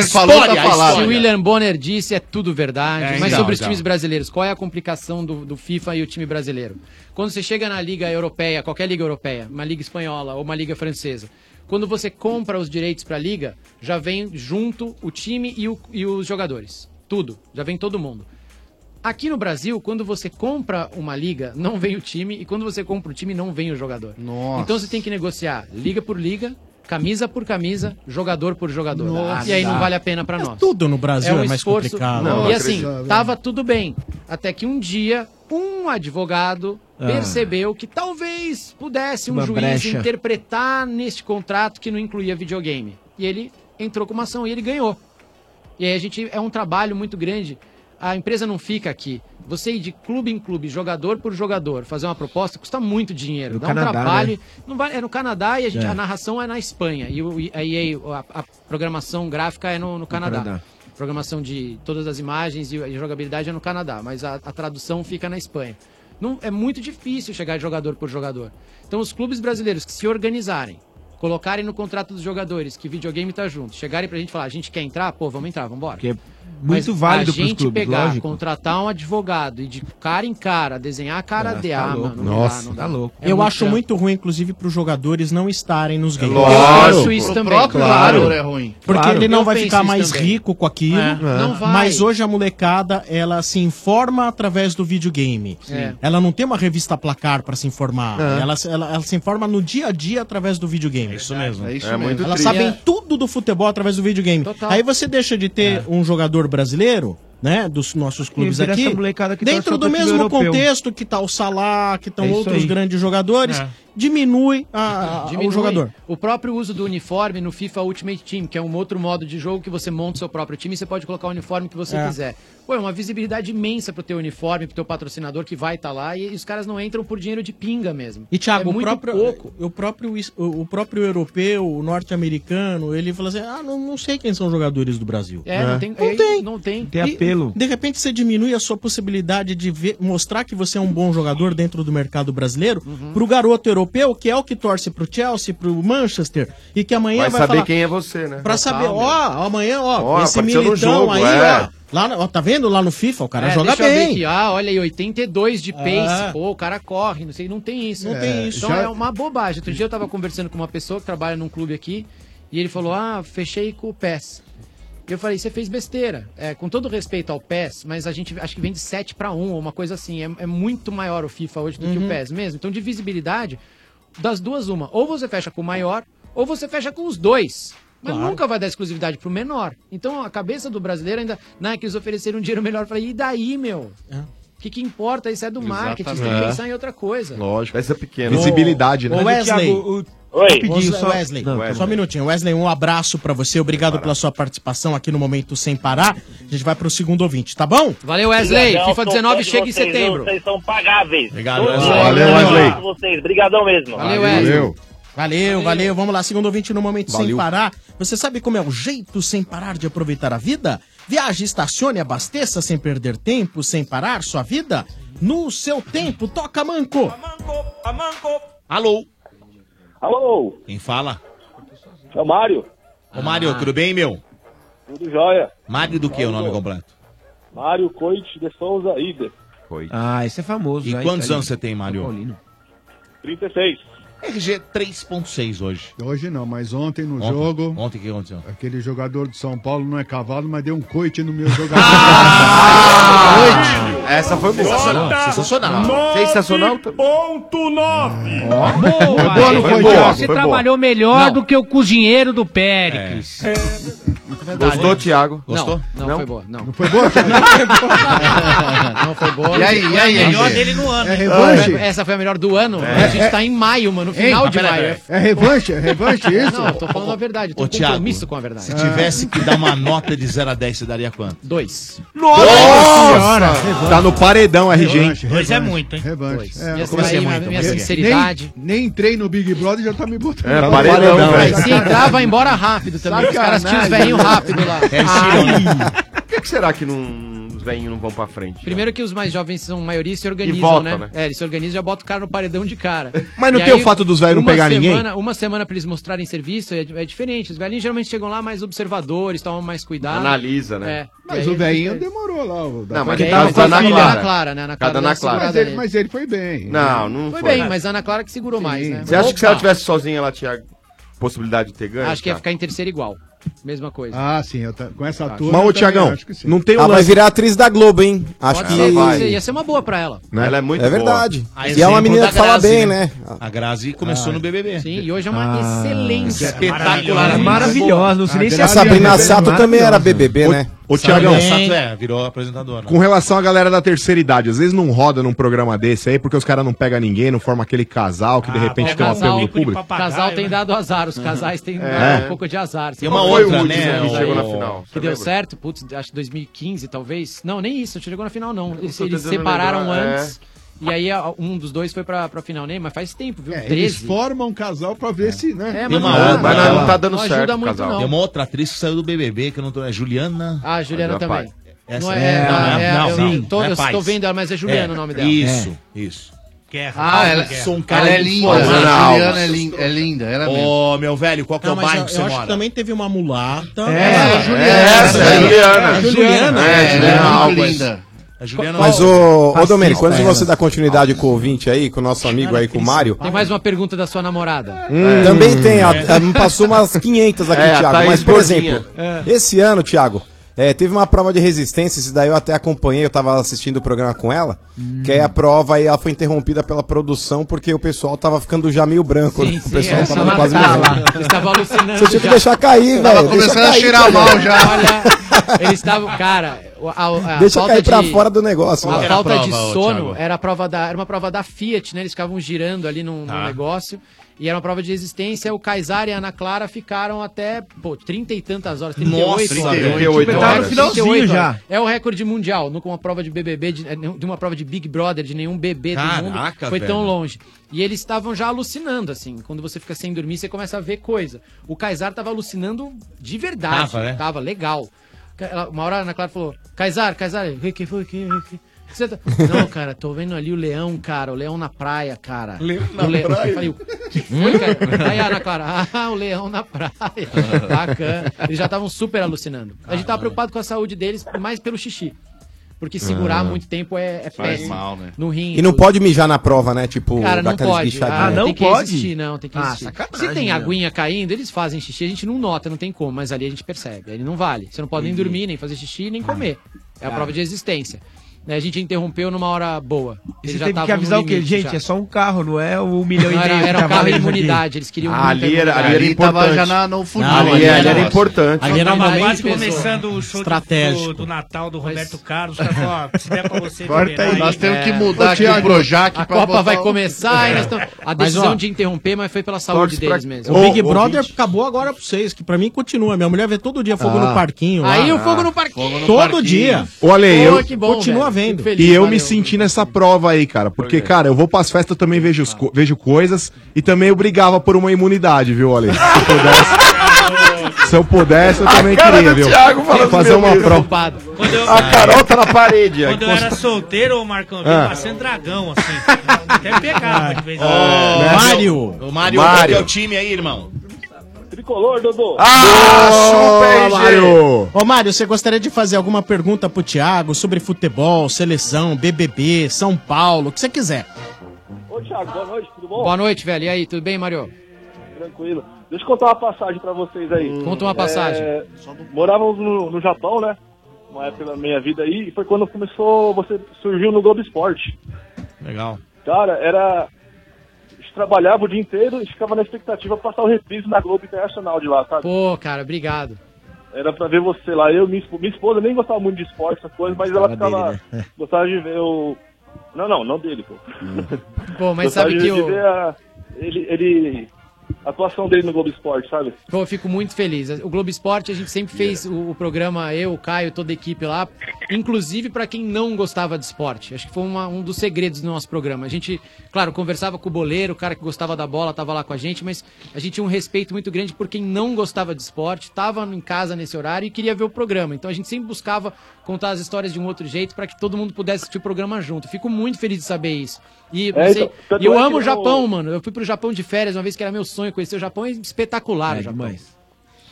a Se história. o William Bonner disse, é tudo verdade. É, mas então, sobre os então. times brasileiros, qual é a complicação do, do FIFA e o time brasileiro? Quando você chega na liga europeia, qualquer liga europeia, uma liga espanhola ou uma liga francesa, quando você compra os direitos para a liga, já vem junto o time e, o- e os jogadores. Tudo. Já vem todo mundo. Aqui no Brasil, quando você compra uma liga, não vem o time, e quando você compra o time, não vem o jogador. Nossa. Então você tem que negociar liga por liga, camisa por camisa, jogador por jogador. Nossa. E aí não vale a pena pra É nós. tudo no Brasil é mais complicado. Não, um e não assim, acredito. tava tudo bem. Até que um dia, um advogado Ah. percebeu que talvez pudesse um Uma juiz brecha. interpretar neste contrato que não incluía videogame. E ele entrou com uma ação e ele ganhou. E aí a gente é um trabalho muito grande. A empresa não fica aqui. Você ir de clube em clube, jogador por jogador, fazer uma proposta custa muito dinheiro. No dá Canadá, um trabalho. né? Não vai, é no Canadá e a, gente- É. a narração é na Espanha. E, o- e aí aí, a, a programação gráfica é no, no Canadá. Canadá. Programação de todas as imagens e, e jogabilidade é no Canadá, mas a, a tradução fica na Espanha. Não, é muito difícil chegar jogador por jogador. Então os clubes brasileiros que se organizarem, colocarem no contrato dos jogadores que videogame tá junto, chegarem pra gente e falar, a gente quer entrar? Pô, vamos entrar, vambora. Porque é muito válido a pros gente clubes, pegar, lógico. contratar um advogado e de cara em cara, desenhar a cara Ah, de tá ah, louco. mano, Nossa, não dá, tá não dá. louco. É Eu muito acho trampo. muito ruim, inclusive, para os jogadores não estarem nos games. lógico. Eu acho isso Pro também. próprio Claro. jogador é ruim. Porque Claro. ele não Eu vai penso ficar isso mais também. rico com aquilo. É. Não vai. Mas hoje a molecada, ela se informa através do videogame. Sim. Ela não tem uma revista placar para se informar. Ah. É. Ah. Ela, se- ela- ela se informa no dia a dia através do videogame. isso mesmo. É isso Elas mesmo. muito triste. sabem É. tudo do futebol através do videogame. Aí você deixa de ter um jogador brasileiro, né, dos nossos clubes vira aqui, essa molecada que torce dentro pro do time mesmo europeu. contexto que tá o Salah, que estão É isso outros aí. grandes jogadores, É. diminui, a- a- Ah, o Diminui jogador. O próprio uso do uniforme no FIFA Ultimate Team, que é um outro modo de jogo que você monta o seu próprio time e você pode colocar o uniforme que você É. quiser. Pô, é uma visibilidade imensa pro teu uniforme, pro teu patrocinador que vai estar lá e, e os caras não entram por dinheiro de pinga mesmo. E é Thiago, o, muito próprio, pouco. o próprio is- o o próprio europeu, o norte-americano, ele fala assim: "Ah, não, não sei quem são os jogadores do Brasil". É, não tem. Não tem. Não tem. E, de repente você diminui a sua possibilidade de ver- mostrar que você é um bom jogador dentro do mercado brasileiro pro garoto europeu, que é o que torce pro Chelsea, pro Manchester, e que amanhã Vai vai, saber falar, quem é você, né? Pra saber, Total, ó, amanhã, ó, Ó, esse apareceu no militão jogo, aí, é. ó, lá, na- ó, tá vendo? Lá no FIFA, o cara É, joga deixa eu abrir bem. aqui. Ah, olha aí, 82 de pace. É. Pô, o cara corre, não sei, não tem isso. Não tem isso. Então Já- é uma bobagem. Outro dia eu tava conversando com uma pessoa que trabalha num clube aqui e ele falou: Ah, fechei com o PES. Eu falei, você fez besteira. É, com todo respeito ao PES, mas a gente acho que vem de 7 para 1, ou uma coisa assim. É, é muito maior o FIFA hoje do que o Uhum. PES mesmo. Então, de visibilidade, das duas, uma. Ou você fecha com o maior, ou você fecha com os dois. Mas Claro. nunca vai dar exclusividade pro menor. Então a cabeça do brasileiro ainda. Não, é que eles ofereceram um dinheiro melhor. Eu falei, e daí, meu? O que, que importa? Isso é do marketing, você tem que Exatamente. pensar em outra coisa. Lógico. Essa é pequena. Visibilidade, né? Ô, Wesley. Oi. Rapidinho, só... Wesley. Wesley. só um minutinho. Wesley, um abraço pra você. Obrigado pela sua participação aqui no Momento Sem Parar. A gente vai pro segundo ouvinte, tá bom? Valeu, Wesley. Obrigadão, FIFA sou 19 fã de chega em vocês, setembro. viu? Vocês são pagáveis. Obrigado, Todos Wesley. os Valeu, dias eu Wesley. falo com Vocês. Brigadão mesmo. Valeu, Wesley. Valeu, valeu. Vamos lá, segundo ouvinte no Momento Sem Valeu. Parar. Você sabe como é o jeito sem parar de aproveitar a vida? Viaje, estacione, abasteça sem perder tempo, sem parar sua vida no seu tempo. Toca, Manco. Alô? Alô? Quem fala? É o Mário. Ô, Mário, tudo bem, meu? Tudo jóia. Mário do que é o nome completo? Mário Coit de Souza Ida. Ah, esse é famoso. E já, quantos italiano. anos você tem, Mário? 36. RG 3.6 hoje. Hoje não, mas ontem no Ontem? jogo. Ontem o que aconteceu? Aquele jogador de São Paulo não é cavalo, mas deu um coite no meu jogador. Ah! Essa foi boa. Sensacional, sensacional. Sensacional. Ponto 9. Foi boa, não foi, Thiago? Você Foi boa. trabalhou melhor do que o cozinheiro do Péricles. É. Gostou, Thiago? Não, Gostou? Não, Não? foi boa. Não. foi boa? não foi boa. E aí, e aí, Foi a melhor André? dele no ano. É hein? revanche? Essa foi a melhor do ano. É, a gente é- tá em maio, mano. Ei, Final mas de pera, maio. pera. É revanche? É revanche isso? Não, eu tô falando a verdade. Eu tô Ô, com Thiago, compromisso com a verdade. Se tivesse que dar uma nota de 0 a 10, você daria quanto? Dois. Nossa! Senhora! é Tá no paredão, RG, hein? Dois é muito, hein? Revanche. Dois. Minha Como assim é sinceridade, muito? minha Nem- sinceridade. Nem, entrei no Big Brother e já tá me botando. É, paredão, velho. Se entrar, tá, vai embora rápido também. Os caras tiram os velhinhos rápido lá. É, Ah, um. Por que, que será que não, os velhinhos não vão pra frente? Primeiro que os mais jovens são maioria e se organizam, E votam, né? né? É, eles se organizam e já botam o cara no paredão de cara. Mas não E tem o fato dos velhos não uma pegar semana- ninguém? Uma semana pra eles mostrarem serviço é, é diferente. Os velhinhos geralmente chegam lá mais observadores, tomam mais cuidado. Analisa, né? É. Mas E aí o velhinho fica- demorou lá. O Não, mas Porque é ele aí tava foi tá na filha Clara. Ana Clara, né? Tá Ana Clara na deu uma Clara. segurada Mas ele, ali. mas ele foi bem. Não, não Foi foi. bem, mas a Ana Clara que segurou mais, né? Você acha que se ela Opa! tivesse sozinha, ela tinha possibilidade de ter ganho? Acho que ia cara? ficar em terceiro igual. Mesma coisa. Ah, sim, eu ta- com essa Acho. turma. Mas, ô, eu também Tiagão, acho que sim. não tem Ela Ah, vai virar atriz da Globo, hein? Acho Pode que. ser, ia ser- ia ser uma boa pra ela. Né? Ela é muito boa. É verdade. boa. A E é uma exemplo menina da que fala Grazi, bem, né? né? A Grazi começou Ah, no BBB. Sim, e hoje é uma excelente. Espetacular. Maravilhosa, Ah, não sei Ah, nem se é A assim, Sabrina né? Sato também era BBB, Ô- né? Ô, Tiagão, Sato é, virou apresentadora. com relação à galera da terceira idade, às vezes não roda num programa desse aí, porque os caras não pegam ninguém, não forma aquele casal que de repente tem um apelo do público. casal tem dado azar, os casais têm É. dado um pouco de azar. E uma Qual outra, foi o né, último o- que chegou na daí? final, Que você deu lembra? certo, putz, acho que 2015 talvez. Não, nem isso, chegou na final não. Eles, tô eles tentando separaram lembrar, é. antes. E aí a- um dos dois foi pra, pra final, nem, mas faz tempo, viu? É, 13. eles formam um casal pra ver se, né? É, Tem uma não- outra, mas ela- não tá dando Não ajuda certo o muito, casal. não. Tem uma outra atriz que saiu do BBB, que eu não tô... É Juliana... Ah, a Juliana Mas é também. Paz. Essa Não não é- é... Não, é- é- não, eu não, tô- não é eu estou Paz. vendo ela, mas é Juliana o nome dela. Isso, isso. Guerra. Ah, ela- Sou um ela é linda, né? a Juliana informado. é lin- é linda, ela Ô, mesmo. meu velho, qual que é o Não, mas bairro eu, que eu você acho mora? que também teve uma mulata. É, Juliana. essa, é Juliana. É, Juliana. É, né? É, Juliana ela é muito Alves. linda. A Juliana Mas, ô, ô Domênico, antes de ela. você dar continuidade com o ouvinte aí, com o nosso amigo aí, com o Mário. Tem mais uma pergunta da sua namorada. Hum. Também tem, a, a- me passou umas 500 aqui, É, a Thiago. Thaís Mas, por Gordinha. exemplo, esse ano, Thiago, é, teve uma prova de resistência, isso daí eu até acompanhei, eu tava assistindo o programa com ela, que aí a prova aí ela foi interrompida pela produção porque o pessoal tava ficando já meio branco. né? o é, pessoal tava quase tá morrendo. Estava alucinando. Você tinha que já. deixar cair, Tava velho. começando deixa a cair, cheirar velho. mal já. Olha, eles estavam, cara, a, a Deixa falta cair pra de- fora do negócio. A né? falta de sono era a prova da era uma prova da Fiat, né? Eles ficavam girando ali num, num Tá. negócio. E era uma prova de resistência. O Kaysar e a Ana Clara ficaram até, pô, trinta e tantas horas. 38 Nossa, horas. Tipo, tá 38 Completaram horas. o finalzinho 38 já. horas. É o recorde mundial. Nunca uma prova de BBB, de, de uma prova de Big Brother, de nenhum bebê do mundo. Caraca, Foi tão velho. longe. E eles estavam já alucinando, assim. Quando você fica sem dormir, você começa a ver coisa. O Kaysar tava alucinando de verdade. Tava, né? Tava legal. Ca- ela- Uma hora a Ana Clara falou: Kaysar, Kaysar, o que foi? Que, que, que você tá-" Não, cara, tô vendo ali o leão, cara, o leão na praia, cara. Leão na praia? Eu falei, o que foi, cara? Aí a Ana Clara, ah, o leão na praia. Bacana. Eles já estavam super alucinando. A gente tava preocupado com a saúde deles, mais pelo xixi. Porque segurar Ah. muito tempo é, é Faz péssimo. mal, né? No rim. E não pode mijar na prova, né? Tipo, né? É Cara, dar não aquelas pode. guinchadinhas. Ah, tem que Existir, não, tem que Ah, existir. sacanagem, Se tem meu. aguinha caindo, eles fazem xixi, a gente não nota, não tem como, mas ali a gente percebe. Ele não vale. Você não pode nem Entendi. dormir, nem fazer xixi, nem comer. É a Cara. prova de existência. Né, A gente interrompeu numa hora boa. E Eles você teve já que estavam no avisar o quê? limite Gente, já. é só um carro, não é um milhão Não, e era- meio. era que tá um carro e valendo aqui. imunidade, eles queriam Ah, ali era, ali era Ali importante. tava já na- no fundão, ali, ali ali, era- era importante. Ali um era uma quase pessoa. começando o show Estratégico. do, do Natal do Roberto Carlos. Cara, ó, se der pra você Corta liberar aí. Nós temos que mudar Ô, aqui Thiago, o Projac É. A pra Copa botar vai o- começar e nós estamos. A Mas, decisão ó, de interromper, mas foi pela saúde deles mesmo. O Big Brother acabou agora pra vocês, que pra mim continua. Minha mulher vê todo dia fogo Ah. no parquinho. lá. Aí o fogo no parquinho. Fogo no Todo parquinho. dia. Ô, Ale, Pô, eu- que bom, Continua velho. vendo. Fico feliz, E eu me valeu. senti nessa prova aí, cara. Porque, cara, eu vou pras festas, eu também vejo, os co- vejo coisas. E também eu brigava por uma imunidade, viu, Ale? Se eu pudesse, se eu, pudesse, eu também queria, viu? Fazer uma prova. A Carol tá na parede. né? Quando eu era solteiro, ô Marcão, eu Ah. vinha passando dragão, assim. Até pegava de vez em Ô, É, né? quando. Mário. Ô, Mário, qual que é o time aí, irmão? Tricolor, Dodô. Ah, Ô, G. Mário. Ô, Mário, você gostaria de fazer alguma pergunta pro Thiago sobre futebol, seleção, BBB, São Paulo, o que você quiser. Ô, Thiago, boa noite, tudo bom? Boa noite, velho. E aí, tudo bem, Mario? Tranquilo. Deixa eu contar uma passagem pra vocês aí. Conta uma passagem. É, morávamos no, no Japão, né? Uma época da minha vida aí. E foi quando começou, você surgiu no Globo Esporte. Legal. Cara, era... A gente trabalhava o dia inteiro e ficava na expectativa de passar o reprise na Globo Internacional de lá, sabe? Pô, cara, obrigado. Era pra ver você lá. Eu, minha, espo- minha esposa, nem gostava muito de esporte, essas coisas, mas ela ficava... Gostava de ver o... Não, não, não dele, pô. Pô, mas Gostava sabe de que eu. ver a- ele, ele... A atuação dele no Globo Esporte, sabe? Pô, eu fico muito feliz. O Globo Esporte, a gente sempre fez o, o programa, eu, o Caio, toda a equipe lá, inclusive pra quem não gostava de esporte. Acho que foi uma- um dos segredos do nosso programa. A gente, claro, conversava com o boleiro, o cara que gostava da bola tava lá com a gente, mas a gente tinha um respeito muito grande por quem não gostava de esporte, tava em casa nesse horário e queria ver o programa. Então a gente sempre buscava contar as histórias de um outro jeito pra que todo mundo pudesse assistir o programa junto. Fico muito feliz de saber isso. E, É, não sei- então, tanto e eu é que amo o no- Japão, mano. Eu fui pro Japão de férias uma vez que era meu sonho conhecer o Japão, é espetacular o Japão.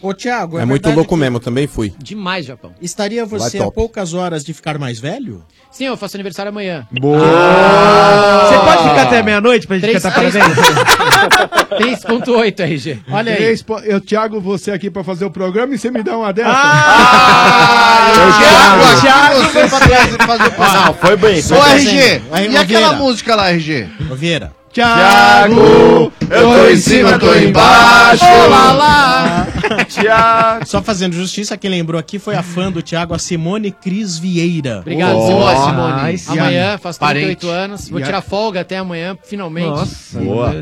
Ô, Thiago, É muito louco mesmo, também fui. Demais, Japão. Estaria você é Vai a top. poucas horas de ficar mais velho? Sim, eu faço aniversário amanhã. Boa! Você pode ficar até meia-noite pra gente cantar parabéns? 3.8, RG. Olha aí. Três po- Eu Thiago você aqui pra fazer o programa e você me dá uma dessa. Ah, Ah! Thiago, Thiago foi pra trás e fazer o programa. Não, foi bem. Ô, Foi bem. RG, e Vieira. aquela música lá, RG? Vieira. Thiago, eu tô em cima, eu tô embaixo. Olá, lá. Tiago. Só fazendo justiça, quem lembrou aqui foi a fã do Thiago, a Simone Cris Vieira. Obrigado, boa, Simone. amanhã faço 38 Parente. anos. Vou E a- tirar folga até amanhã, finalmente.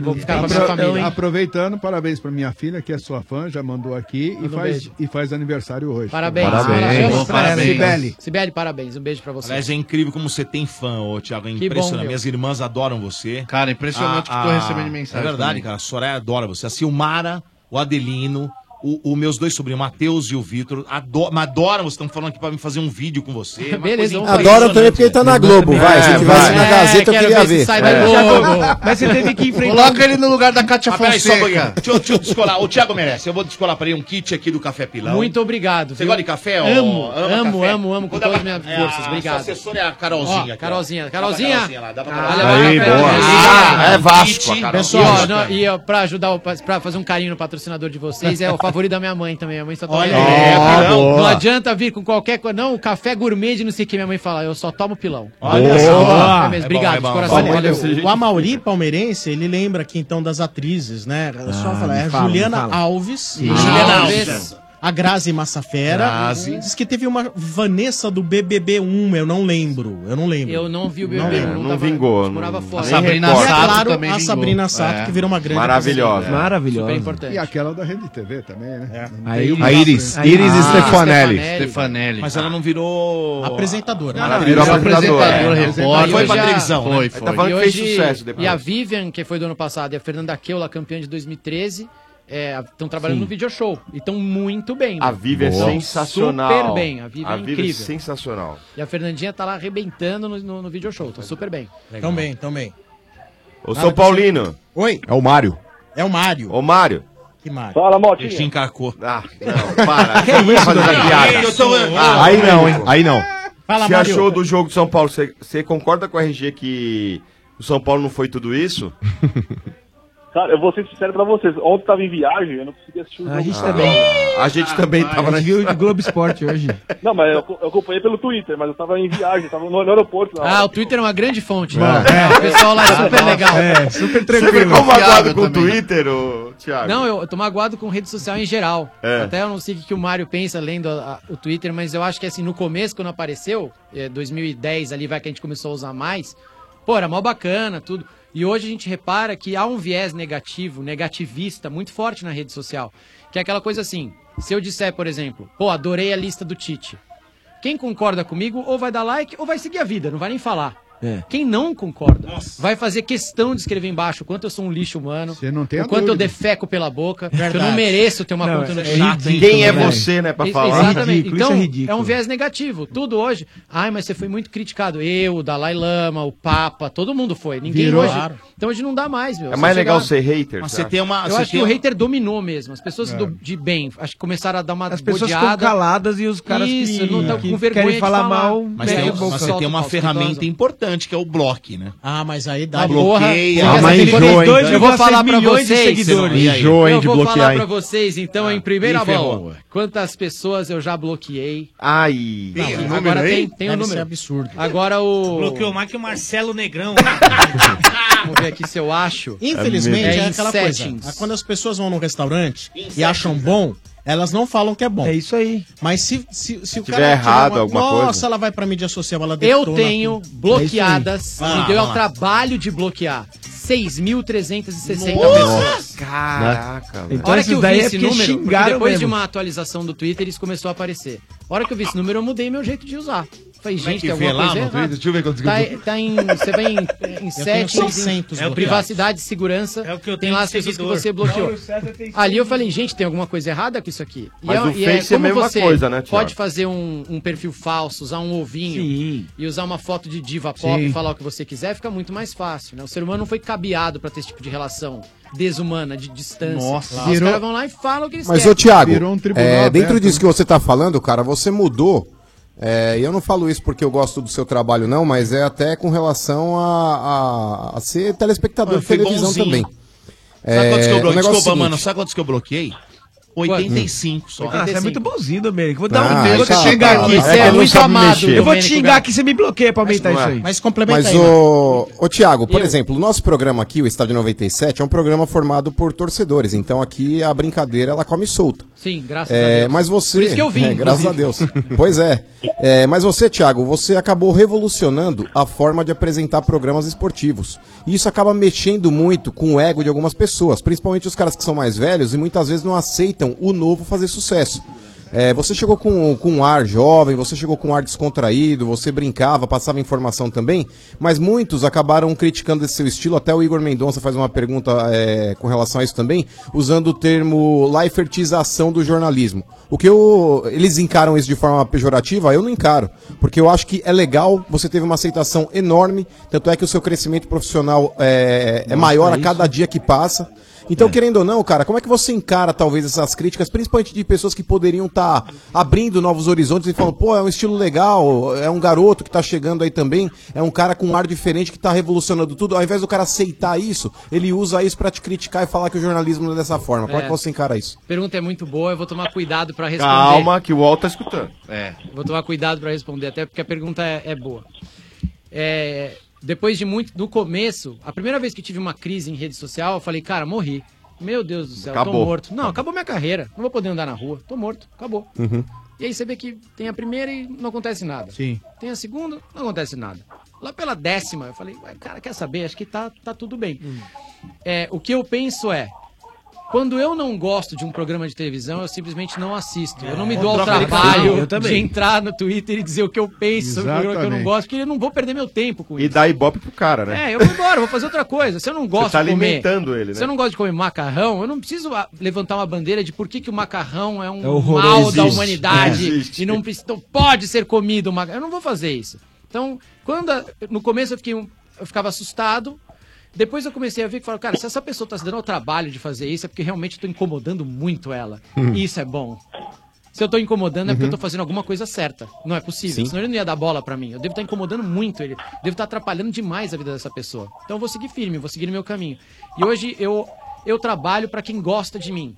Vou ficar com a minha Apro- família. Aproveitando, parabéns pra minha filha, que é sua fã, já mandou aqui e Manda um faz, beijo. e faz aniversário hoje. tá Parabéns. Parabéns. parabéns. Sibeli. Sibeli, parabéns. Um beijo pra você. Aliás, é incrível como você tem fã, ô Thiago. É Que bom, impressionante. meu. Minhas irmãs adoram você. Ah, Cara, impressionante o que eu tô recebendo de mensagem É verdade, também. cara. A Soraya adora você. A Silmara, o Adelino, o, o meus dois sobrinhos, o Matheus e o Vitor, ado- mas adoram você. Estão falando aqui pra mim fazer um vídeo com você. Uma Beleza, coisa vamos incrível. Adoro também porque ele tá na Globo, vai. Se É, tivesse vai. na É, Gazeta, eu quero ver queria É. se ver. sai da Globo. Mas você teve que enfrentar- Coloca ele no lugar da Cátia Ah, peraí, só um pouquinho. Fonseca. Deixa eu- deixa eu descolar. O Thiago merece. Eu vou descolar pra ele um kit aqui do Café Pilão. Muito obrigado. Você viu? gosta de café? ó? Amo, Ama amo, café? amo, amo com Vou dar todas as pra- minhas é, forças. a Obrigado. sua assessora é a Carolzinha aqui, ó. Carolzinha, Dá pra Carolzinha Carolzinha. lá, dá pra Caralho, Carolzinha. Aí, vai, boa. Carolzinha. Ah, é Vasco, a Carol. Pessoal, Vasco, não, cara. e ó, pra ajudar, o- pra fazer um carinho no patrocinador de vocês, é o favorito da minha mãe também. Minha mãe só toma Olha pilão. aí, Não, pilão. Não Boa. adianta vir com qualquer coisa. Não, o café gourmet de não sei o que minha mãe fala. Eu só tomo pilão. Olha só. Boa. É É bom, mesmo, obrigado, é bom. de coração. Olha, Valeu. esse jeito. O Amauri palmeirense, ele lembra aqui então das atrizes, né? Só falar, é Ah, me fala, Juliana me fala. Alves. Isso. Juliana Alves. A Grazi Massafera. Grazi. Diz que teve uma Vanessa do BBB1, eu não lembro. Eu não lembro. Eu não vi o Não BBB. lembro. Não vingou, eu Morava não- fora. A Sabrina E é Sato claro, também a vingou. Sabrina Sato, É. que virou uma grande Maravilhosa. apresentadora. Maravilhosa. Super importante. E aquela da Rede TV também, É. né? Não A tem Iris- uma- a Iris- a Iris Ah, Stefanelli. Stefanelli. Mas ela não virou... né? Apresentadora. Não, não, Virou ela apresentadora, é. apresentadora, repórter. Foi pra Hoje a- televisão, né? Foi, Aí foi. Tá falando e que fez hoje- sucesso depois. E a Vivian, que foi do ano passado, e a Fernanda Keula, campeã de 2013, estão é, trabalhando Sim. no video show. E estão muito bem. A Vivian Tão é sensacional. Super bem. A Vivian é é incrível. sensacional. E a Fernandinha tá lá arrebentando no, no, no video show. Tão super bem. Legal. Tão bem, tão bem. Ô, São Paulino. Oi. É o Mário. É o Mário. Ô, Mário. Que Mário. Fala, Motinha. Ele te encarcou. Ah, não, para. Que Você não ia isso, fazer Daniel? essa piada. Eu tô- Ah, Aí não, hein? Aí não. Fala, Você achou do jogo do São Paulo? Você, você concorda com a RG que o São Paulo não foi tudo isso? Cara, eu vou ser sincero pra vocês. Ontem eu tava em viagem, eu não consegui assistir o jogo. Ah. gente também. Ah, A gente também tava na. Viu de Globo Esporte hoje. Não, mas eu, eu acompanhei pelo Twitter, mas eu tava em viagem, tava no, no aeroporto. Ah, o Twitter é uma grande fonte. O pessoal lá é super legal. Você ficou magoado Confiável com o também. né? Twitter, ô, Thiago? Não, eu, eu tô magoado com rede social em geral. É. Até eu não sei o que, que o Mário pensa lendo a- a- o Twitter, mas eu acho que assim, no começo, quando apareceu, eh, 2010 ali vai que a gente começou a usar mais, pô, era mó bacana, tudo. E hoje a gente repara que há um viés negativo, negativista, muito forte na rede social. Que é aquela coisa assim, se eu disser, por exemplo, pô, adorei a lista do Tite. Quem concorda comigo ou vai dar like ou vai seguir a vida, não vai nem falar. É. Quem não concorda vai fazer questão de escrever embaixo o quanto eu sou um lixo humano, tem a o quanto eu dúvida. defeco pela boca, que eu não Verdade. mereço ter uma Não, conta no é Twitter. ridículo, Quem é velho. você, né, pra Ex- falar? Exatamente. É ridículo, então, isso é é, ridículo. um viés negativo. Tudo hoje. Ai, mas você foi muito criticado. Eu, o Dalai Lama, o Papa, todo mundo foi. Ninguém Virou. hoje. Claro. Então hoje não dá mais, meu. É mais Você legal chegar- ser hater, Mas você acha? Eu você acho tem um- que o uma- hater dominou mesmo. As pessoas É. do- de bem, acho que começaram a dar uma As pessoas ficam bodeada. caladas e os caras que- Isso, não tão que com vergonha querem de falar mal, né? Mas, tem, mas você tem uma ferramenta importante, que é o block, né? Ah, mas aí dá Bloqueia. Ah, Bloqueia. então. Eu vou falar pra vocês. Enjoa, hein, Eu de vou falar bloquear, pra hein. vocês, então, em primeira Ih, ferrou. mão. Quantas pessoas eu já bloqueei? Ai. Não, Tem o número agora aí? tem, tem o Deve número. ser absurdo. Agora o... Bloqueou mais que o Marcelo Negrão. né? Vamos ver aqui se eu acho. Infelizmente, é, em aquela settings. né? coisa. Quando as pessoas vão num restaurante e acham bom, elas não falam que é bom. É isso aí. Mas se, se, se o tiver cara. tiver errado alguma Nossa, coisa. ela vai pra mídia social, ela Eu detona tenho É tudo. bloqueadas, É isso aí. me Ah, deu vamos ao lá. trabalho de bloquear 6.360 pessoas. Nossa! Caraca, velho. a hora que eu vi daí é esse porque número, porque xingaram depois de mesmo. uma atualização do Twitter, isso começou a aparecer. A hora que eu vi esse número, eu mudei meu jeito de usar. Falei, Como é gente, que tem vê alguma lá coisa no errada. Twitter? Deixa eu ver quantos que eu tá, tô. tá em, Você vai em, em settings, 600 em bloqueados. privacidade, segurança. É o que eu tem tenho lá de as pessoas que seguidor. você bloqueou. Paulo César tem Ali eu falei, gente, tem alguma coisa errada com isso aqui. Mas o Face é a como mesma você coisa, né, Thiago? Pode fazer um, um perfil falso, usar um ovinho e usar uma foto de diva pop Sim. e falar o que você quiser, fica muito mais fácil, né? O ser humano não foi cabeado pra ter esse tipo de relação. desumana, de distância. Nossa. Lá, os Virou- caras vão lá e falam o que eles Mas, querem. ô Thiago, um é, dentro né? disso que você tá falando, cara, você mudou. é, e eu não falo isso porque eu gosto do seu trabalho, não, mas é até com relação a, a- a ser telespectador Eu de fui televisão bonzinho. também. Sabe quantos que eu bloqueei? o negócio é o Desculpa, seguinte, mano. Sabe quantos que eu bloqueei? 85 só. Ah, você é muito bonzinho, Domênico. Vou dar Ah, um tempo. Vou te tá, xingar tá, aqui. tá. Você É que é ele não muito sabe amado. mexer. Eu vou te Domênico xingar aqui, você me bloqueia pra aumentar Não isso é. aí. né? Mas o, ô Thiago, por exemplo, o nosso programa aqui, o Estádio 97, é um programa formado por torcedores. Então aqui a brincadeira ela come solta. Sim, graças É, a Deus. Mas você. Por isso que eu vim. É, graças a inclusive. Deus. pois é. É, Mas você, Thiago, você acabou revolucionando a forma de apresentar programas esportivos. E isso acaba mexendo muito com o ego de algumas pessoas, principalmente os caras que são mais velhos e muitas vezes não aceitam o novo fazer sucesso. É, você chegou com, com um ar jovem, você chegou com um ar descontraído, você brincava, passava informação também, mas muitos acabaram criticando esse seu estilo. Até o Igor Mendonça faz uma pergunta é, com relação a isso também, usando o termo Leifertização do jornalismo. O que eu, eles encaram isso de forma pejorativa, eu não encaro, porque eu acho que é legal, você teve uma aceitação enorme, tanto é que o seu crescimento profissional é, é Nossa, maior a isso. cada dia que passa. Então, querendo ou não, cara, como é que você encara talvez essas críticas, principalmente de pessoas que poderiam estar abrindo novos horizontes e falando, pô, é um estilo legal, é um garoto que tá chegando aí também, é um cara com um ar diferente que tá revolucionando tudo. Ao invés do cara aceitar isso, ele usa isso pra te criticar e falar que o jornalismo não é dessa forma. Como é É. que você encara isso? Pergunta é muito boa, eu vou tomar cuidado pra responder. Calma, que o UOL tá escutando. É. Vou tomar cuidado para responder, até porque a pergunta é, é boa. É, depois de muito. No começo, a primeira vez que tive uma crise em rede social, eu falei, cara, morri. Meu Deus do céu, tô Acabou. morto. Não, acabou minha carreira. Não vou poder andar na rua. Tô morto. Acabou. Mm-hmm. E aí você vê que tem a primeira e não acontece nada. Sim. Tem a segunda, não acontece nada. Lá pela décima, eu falei, "Ué, cara, quer saber? Acho que tá, tá tudo bem. É, o que eu penso é. Quando eu não gosto de um programa de televisão, eu simplesmente não assisto. eu não me dou ao Controla a trabalho televisão, eu de também. entrar no Twitter e dizer o que eu penso sobre o programa que eu não Exatamente. gosto, porque eu não vou perder meu tempo com E dá ibope pro cara, né? é, eu vou embora, vou fazer outra coisa. Se eu não gosto tá de comer, alimentando ele, né? Se eu não gosto de comer macarrão, eu não preciso ah, levantar uma bandeira de por que, que o macarrão é um É horroroso. mal da Existe. É, humanidade existe. e não, precisa- não pode ser comido o macarrão. Eu não vou fazer isso. Então, quando a- no começo eu fiquei um- eu ficava assustado. Depois eu comecei a ver que falava, cara, se essa pessoa tá se dando ao trabalho de fazer isso, é porque realmente eu tô incomodando muito ela. Hum. E Isso é bom. Se eu tô incomodando é porque eu Uhum. tô fazendo alguma coisa certa. Não é Sim. possível. Senão ele não ia dar bola pra mim. Eu devo estar incomodando muito ele. Devo estar atrapalhando demais a vida dessa pessoa. Então eu vou seguir firme, vou seguir no meu caminho. E hoje eu, eu trabalho pra quem gosta de mim.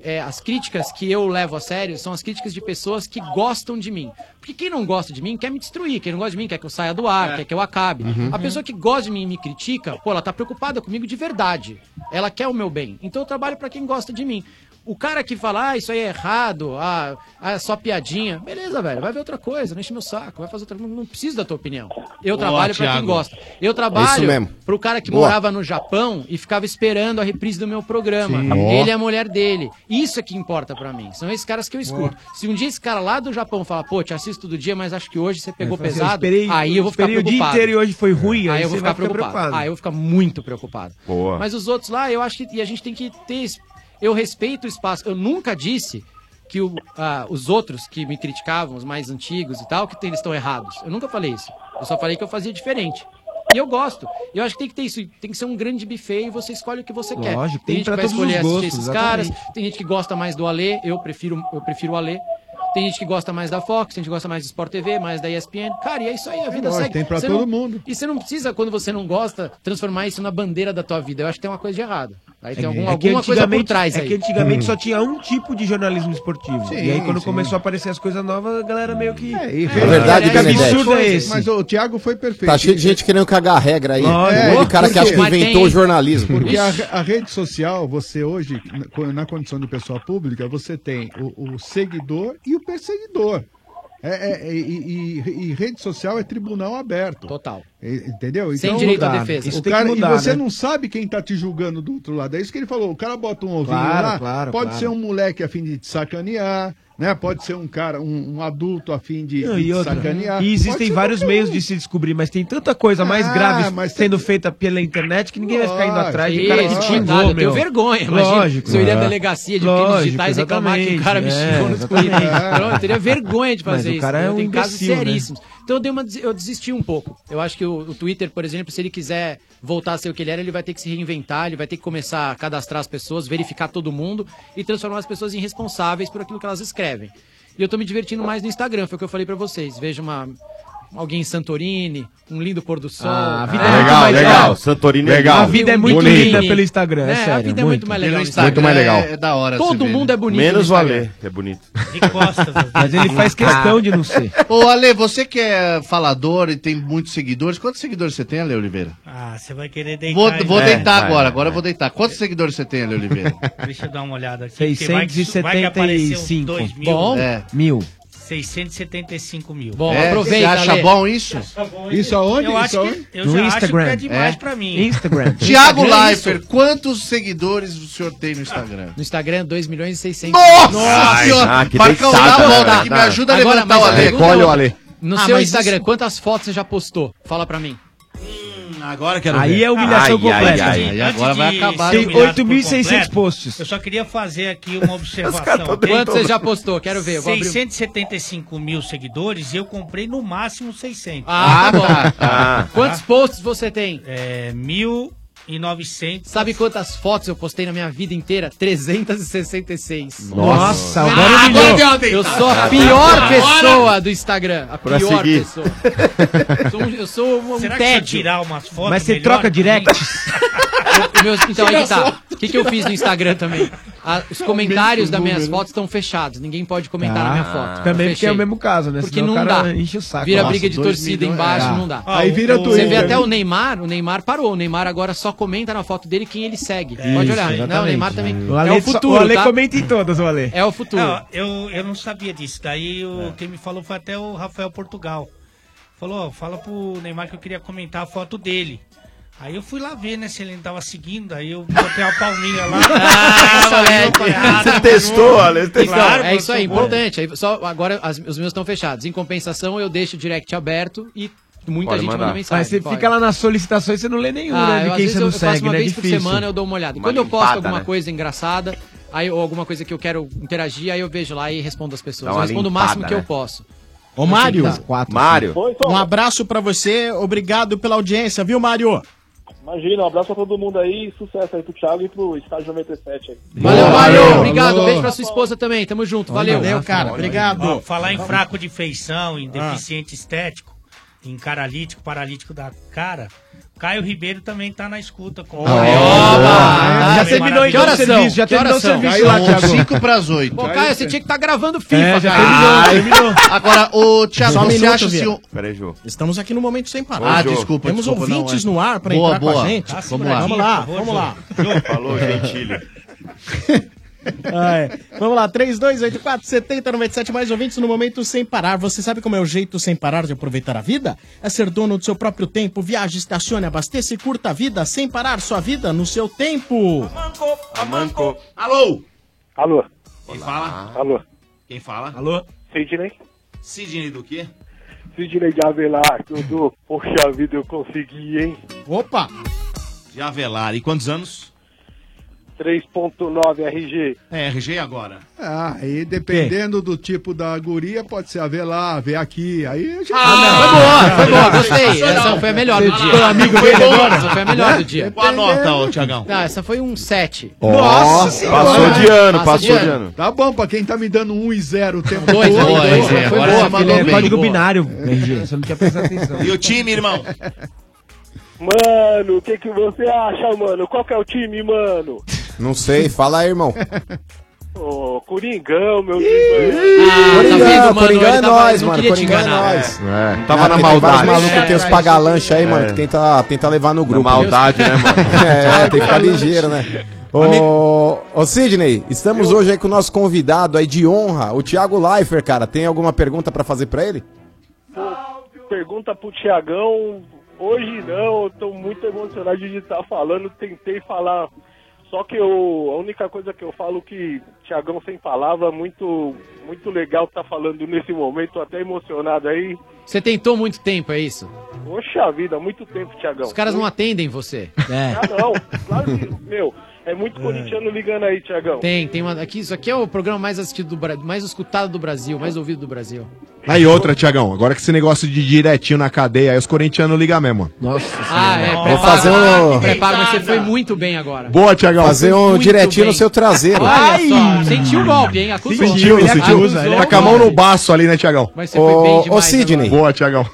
É, as críticas que eu levo a sério são as críticas de pessoas que gostam de mim. Porque quem não gosta de mim quer me destruir, quem não gosta de mim quer que eu saia do ar, quer que eu acabe. Uhum. A pessoa que gosta de mim e me critica, pô, ela tá preocupada comigo de verdade. Ela quer o meu bem. Então eu trabalho pra quem gosta de mim. O cara que fala, ah, isso aí é errado, ah, ah, é só piadinha. Beleza, velho, vai ver outra coisa, não enche meu saco, vai fazer outra coisa. Não preciso da tua opinião. Eu Boa, trabalho pra quem Thiago. É gosta. Eu trabalho mesmo. pro cara que Boa. morava no Japão e ficava esperando a reprise do meu programa. Sim. Ó. Ele é a mulher dele. Isso é que importa pra mim. São esses caras que eu escuto. Se um dia esse cara lá do Japão falar, pô, te assisto todo dia, mas acho que hoje você pegou Mas, assim, pesado, eu esperei- aí eu vou ficar esperei o dia preocupado. inteiro e hoje foi ruim, aí, aí eu você vou vai ficar ficar preocupado. preocupado. Aí eu vou ficar muito preocupado. Boa. Mas os outros lá, eu acho que e a gente tem que ter. es- Eu respeito o espaço. Eu nunca disse que o- ah, os outros que me criticavam, os mais antigos e tal, que tem- eles estão errados. Eu nunca falei isso. Eu só falei que eu fazia diferente. E eu gosto. Eu acho que tem que ter isso. Tem que ser um grande buffet e você escolhe o que você quer. Lógico, tem tem gente que pra vai todos os escolher assistir gostos, esses exatamente. caras. Tem gente que gosta mais do Alê. Eu prefiro, eu prefiro o Alê. Tem gente que gosta mais da Fox, tem gente que gosta mais do Sport TV, mais da ESPN. Cara, e é isso aí, a vida lógico, segue. tem pra Você todo não- mundo. E você não precisa, quando você não gosta, transformar isso na bandeira da tua vida. Eu acho que tem uma coisa de errado. Aí tem É algum- É, que alguma coisa por antigamente- trás é aí. que antigamente só tinha um tipo de jornalismo esportivo. Hum. Sim, e aí quando sim. começou a aparecer as coisas novas, a galera meio que. É, verdade, que Benedetti. absurdo é esse? Mas o Thiago foi perfeito. Tá cheio de gente querendo cagar regra aí. Lógico. É, Por o cara que quê? acha que Mas tem- inventou o jornalismo. Porque a, a rede social, você hoje, na- co- na condição de pessoa pública, você tem o, o seguidor e o perseguidor. É, é, e, e- e rede social é tribunal aberto. Total. Entendeu? Então, Sem direito à defesa. O Isso tem cara, que mudar, e você né? não sabe quem tá te julgando do outro lado. É isso que ele falou. O cara bota um ouvido Claro, lá. claro, pode claro. ser um moleque a fim de te sacanear. Né? Pode ser um cara, um, um adulto a fim de, Não, de e, outra, e sacanear. Pode existem ser vários qualquer meios um. de se descobrir, mas tem tanta coisa mais Ah, grave mas sendo feita pela internet que ninguém vai ficar indo atrás. O cara Isso, me xingou, coitado, eu meu. tenho vergonha, imagina. Lógico. Se eu iria à É. delegacia de crimes digitais Lógico, reclamar que o cara me exatamente, xingou nos é, crimes. exatamente. Eu teria vergonha de fazer Mas o isso. cara é eu um tenho casos imbecil, né? seríssimos. Então eu, dei uma, des- eu desisti um pouco. Eu acho que o, o Twitter, por exemplo, se ele quiser voltar a ser o que ele era, ele vai ter que se reinventar, ele vai ter que começar a cadastrar as pessoas, verificar todo mundo e transformar as pessoas em responsáveis por aquilo que elas escrevem. E eu tô me divertindo mais no Instagram, foi o que eu falei pra vocês. Vejo uma. Alguém em Santorini, um lindo pôr do sol. tá Ah, a vida é muito Legal, mais legal. legal. Santorini é legal. A vida é muito Bonito. linda pelo Instagram, é a sério, vida é muito. muito mais legal. Pelo no Instagram. Muito mais legal. É, é da hora. Todo se vê, mundo né? é bonito. Menos no Instagram. valer, é bonito. Ah. Mas ele faz questão de não ser. Ô, Ale, você que é falador e tem muitos seguidores, quantos seguidores você tem, Ale Oliveira? Ah, você vai querer deitar. Vou, hein? vou É, deitar vai. agora, agora eu vou deitar. Quantos seguidores você tem, Ale Oliveira? Deixa eu dar uma olhada aqui. porque vai que su- vai que apareceu uns 675. 2 mil. É. Mil. 675 mil. Bom, É, aproveita, você acha Ale. bom isso? Acha bom Isso aonde? Eu, acho Isso que- aonde? eu No já Instagram. acho que é demais É. pra mim. Instagram. é Tiago Leifert, quantos seguidores o senhor tem no Instagram? No Instagram, 2 milhões e 600. Nossa Ah, senhora! Marcão, dá a volta aqui, me ajuda a Agora, levantar o mas a Ale. pergunta é outra. No Ah, seu mas Instagram, quantas fotos você já postou? Fala pra mim. Agora quero Aí ver. é humilhação Ai, ai, completa. ai, ai, agora vai acabar. Tem Ser humilhado 8.600 por completo. posts. Eu só queria fazer aqui uma observação. caras tão ok? Quanto você já postou? Quero ver, eu vou abrir. 675 mil seguidores e eu comprei no máximo 600. Ah, tá bom. Quantos posts você tem? É, 1.900. Sabe quantas fotos eu postei na minha vida inteira? 366. Nossa, agora Ah, humilhou. deu uma tá. deitada. Eu sou a Agora- pior pessoa do Instagram. A Pra pior seguir. pessoa. Sou um- Eu sou um, um Será que se eu tédio. tirar umas fotos Mas você melhor? troca direct? Eu- meus- então aí Tira que tá. foto, O que, que eu tira fiz no foto. Instagram também? Ah, os É o comentários mesmo das minhas né? número. fotos estão fechados. Ninguém pode comentar na minha foto. Ah. Também porque Fechei. é o mesmo caso, né? Porque Senão não o cara dá. enche o saco. Vira Nossa, briga de dois torcida milhões, embaixo, é. não dá. Aí vira Você Twitter. vê até o Neymar, o Neymar parou. O Neymar agora só comenta na foto dele quem ele segue. pode Isso, olhar. Não, o exatamente. Neymar também. O Ale, é o só- futuro. o Ale tá? comenta em todas, o Ale. É o futuro. Não, eu, eu não sabia disso. Daí o, quem me falou foi até o Rafael Portugal. Falou, ó, fala pro Neymar que eu queria comentar a foto dele. Aí eu fui lá ver, né, se ele não tava seguindo. Aí eu botei a palminha lá. Essa moleque. eu falei, ah, Você tá testou, bom. Ale, Claro, Então, é mas isso aí, eu vou- importante. Aí só, agora as- os meus estão fechados. Em compensação, eu deixo o direct aberto e muita Pode gente mandar. manda mensagem. Mas você pode. fica lá nas solicitações e você não lê nenhum, Ah, né? eu, De às quem vezes você eu, não eu segue, faço uma né? É vez por difícil. semana, eu dou uma olhada. Uma Quando eu posto limpada, alguma né? coisa engraçada, aí, ou alguma coisa que eu quero interagir, aí eu vejo lá e respondo as pessoas. Dá Eu uma respondo o limpada, máximo que né? eu posso. Ô, Mário. Tá. Quatro, Mário. Um abraço pra você, obrigado pela audiência, viu, Mário? Imagina, um abraço pra todo mundo aí, sucesso aí pro Thiago e pro Estádio 97 aí. Valeu, Mário. Obrigado. Alô. Beijo pra sua esposa também. Tamo junto. Valeu. Ó, falar em fraco de feição, Ah. em deficiente estético, em caralítico, paralítico da cara, Caio Ribeiro também tá na escuta. Com boa. Já Homem terminou, maravilhoso. então, o serviço, já Que terminou horas o são? serviço lá, Thiago. Cinco pras oito. Pô, Caio, você tinha que estar gravando FIFA, É, já terminou, terminou. Agora, ô, Thiago, Só um você minuto, acha Vieira. se o- Peraí, Jô. Estamos aqui no momento sem parar. Ah, desculpa, Temos desculpa, não, ouvintes é. no ar pra Boa, entrar com boa. a gente. Tá seguradinho, Vamos lá, por vamos lá. favor, Falou, gentilho. Ah, é. Vamos lá, 3284 7097, mais ouvintes no momento sem parar. Você sabe como é o jeito sem parar de aproveitar a vida? É ser dono do seu próprio tempo. Viaje, estacione, abasteça e curta a vida sem parar sua vida no seu tempo. Amanco. Alô? Alô? Quem fala? Alô? Quem fala? Alô? Sidney? Sidney do quê? Sidney de Avelar, Dudu. Poxa vida, eu consegui, hein? Opa! De Avelar. E quantos anos? 3.9 RG. É, RG agora. Ah, aí dependendo do tipo da guria, pode ser a ver lá, ver aqui. Aí já... Ah, foi boa, foi boa, gostei. Essa foi a melhor do dia. Ficou amigo dele Foi boa, agora? Essa foi a melhor do dia. Qual a nota, ô, Tiagão? Não, essa foi um 7. Nossa Senhora! Passou de ano, Passa passou de ano. Tá bom pra quem tá me dando 1 e 0 o tempo todo. né? Dois, dois, dois, né? Foi é, boa, agora você mandou mandou bem. bem. um Código Boa. binário, RG. Você não tinha prestado atenção. E o time, irmão? Mano, o que, que você acha, mano? Qual que é o time, mano? Não sei, fala aí, irmão. Ô, Coringão, meu time. Coringão, Ah, tá vendo, mano? Coringão Ele é tava- nós, não mano. queria te Coringão é enganar. nós. É, não Não, tava na porque tem vários maldade. malucos que tem os pagalanche aí, mano, É. que tenta, tenta levar no grupo. maldade, né, mano? é, tem que ficar ligeiro, né? Ô, ô Sidney, estamos hoje aí com o nosso convidado aí de honra, o Thiago Leifert, cara. Tem alguma pergunta pra fazer pra ele? Pergunta pro Tiagão. Hoje não, eu tô muito emocionado de estar falando. Tentei falar Só que eu, a única coisa que eu falo que Tiagão sem palavra, muito muito legal tá falando nesse momento, tô até emocionado aí. Você tentou muito tempo, é isso? Poxa vida, há muito tempo, Tiagão. Os caras não atendem você. Ah, não. Claro que, meu, é muito corintiano ligando aí, Tiagão. Tem, tem uma. Aqui, isso aqui é o programa mais assistido do Brasil, mais escutado do Brasil, mais ouvido do Brasil. Aí outra, Tiagão, agora que esse negócio de direitinho na cadeia, aí os corintianos ligam mesmo. Nossa Ah, é, Vou fazer um- Prepara, mas você foi muito bem agora. Boa, Tiagão. Fazer um Muito direitinho bem. no seu traseiro. Olha só, hum. sentiu o golpe, hein? Acusou. Sentiu, Ele sentiu. acusou, Tá com a mão no baço ali, né, Tiagão? Mas você foi bem Ô, né, demais ô, Sidney. agora. Boa, Tiagão.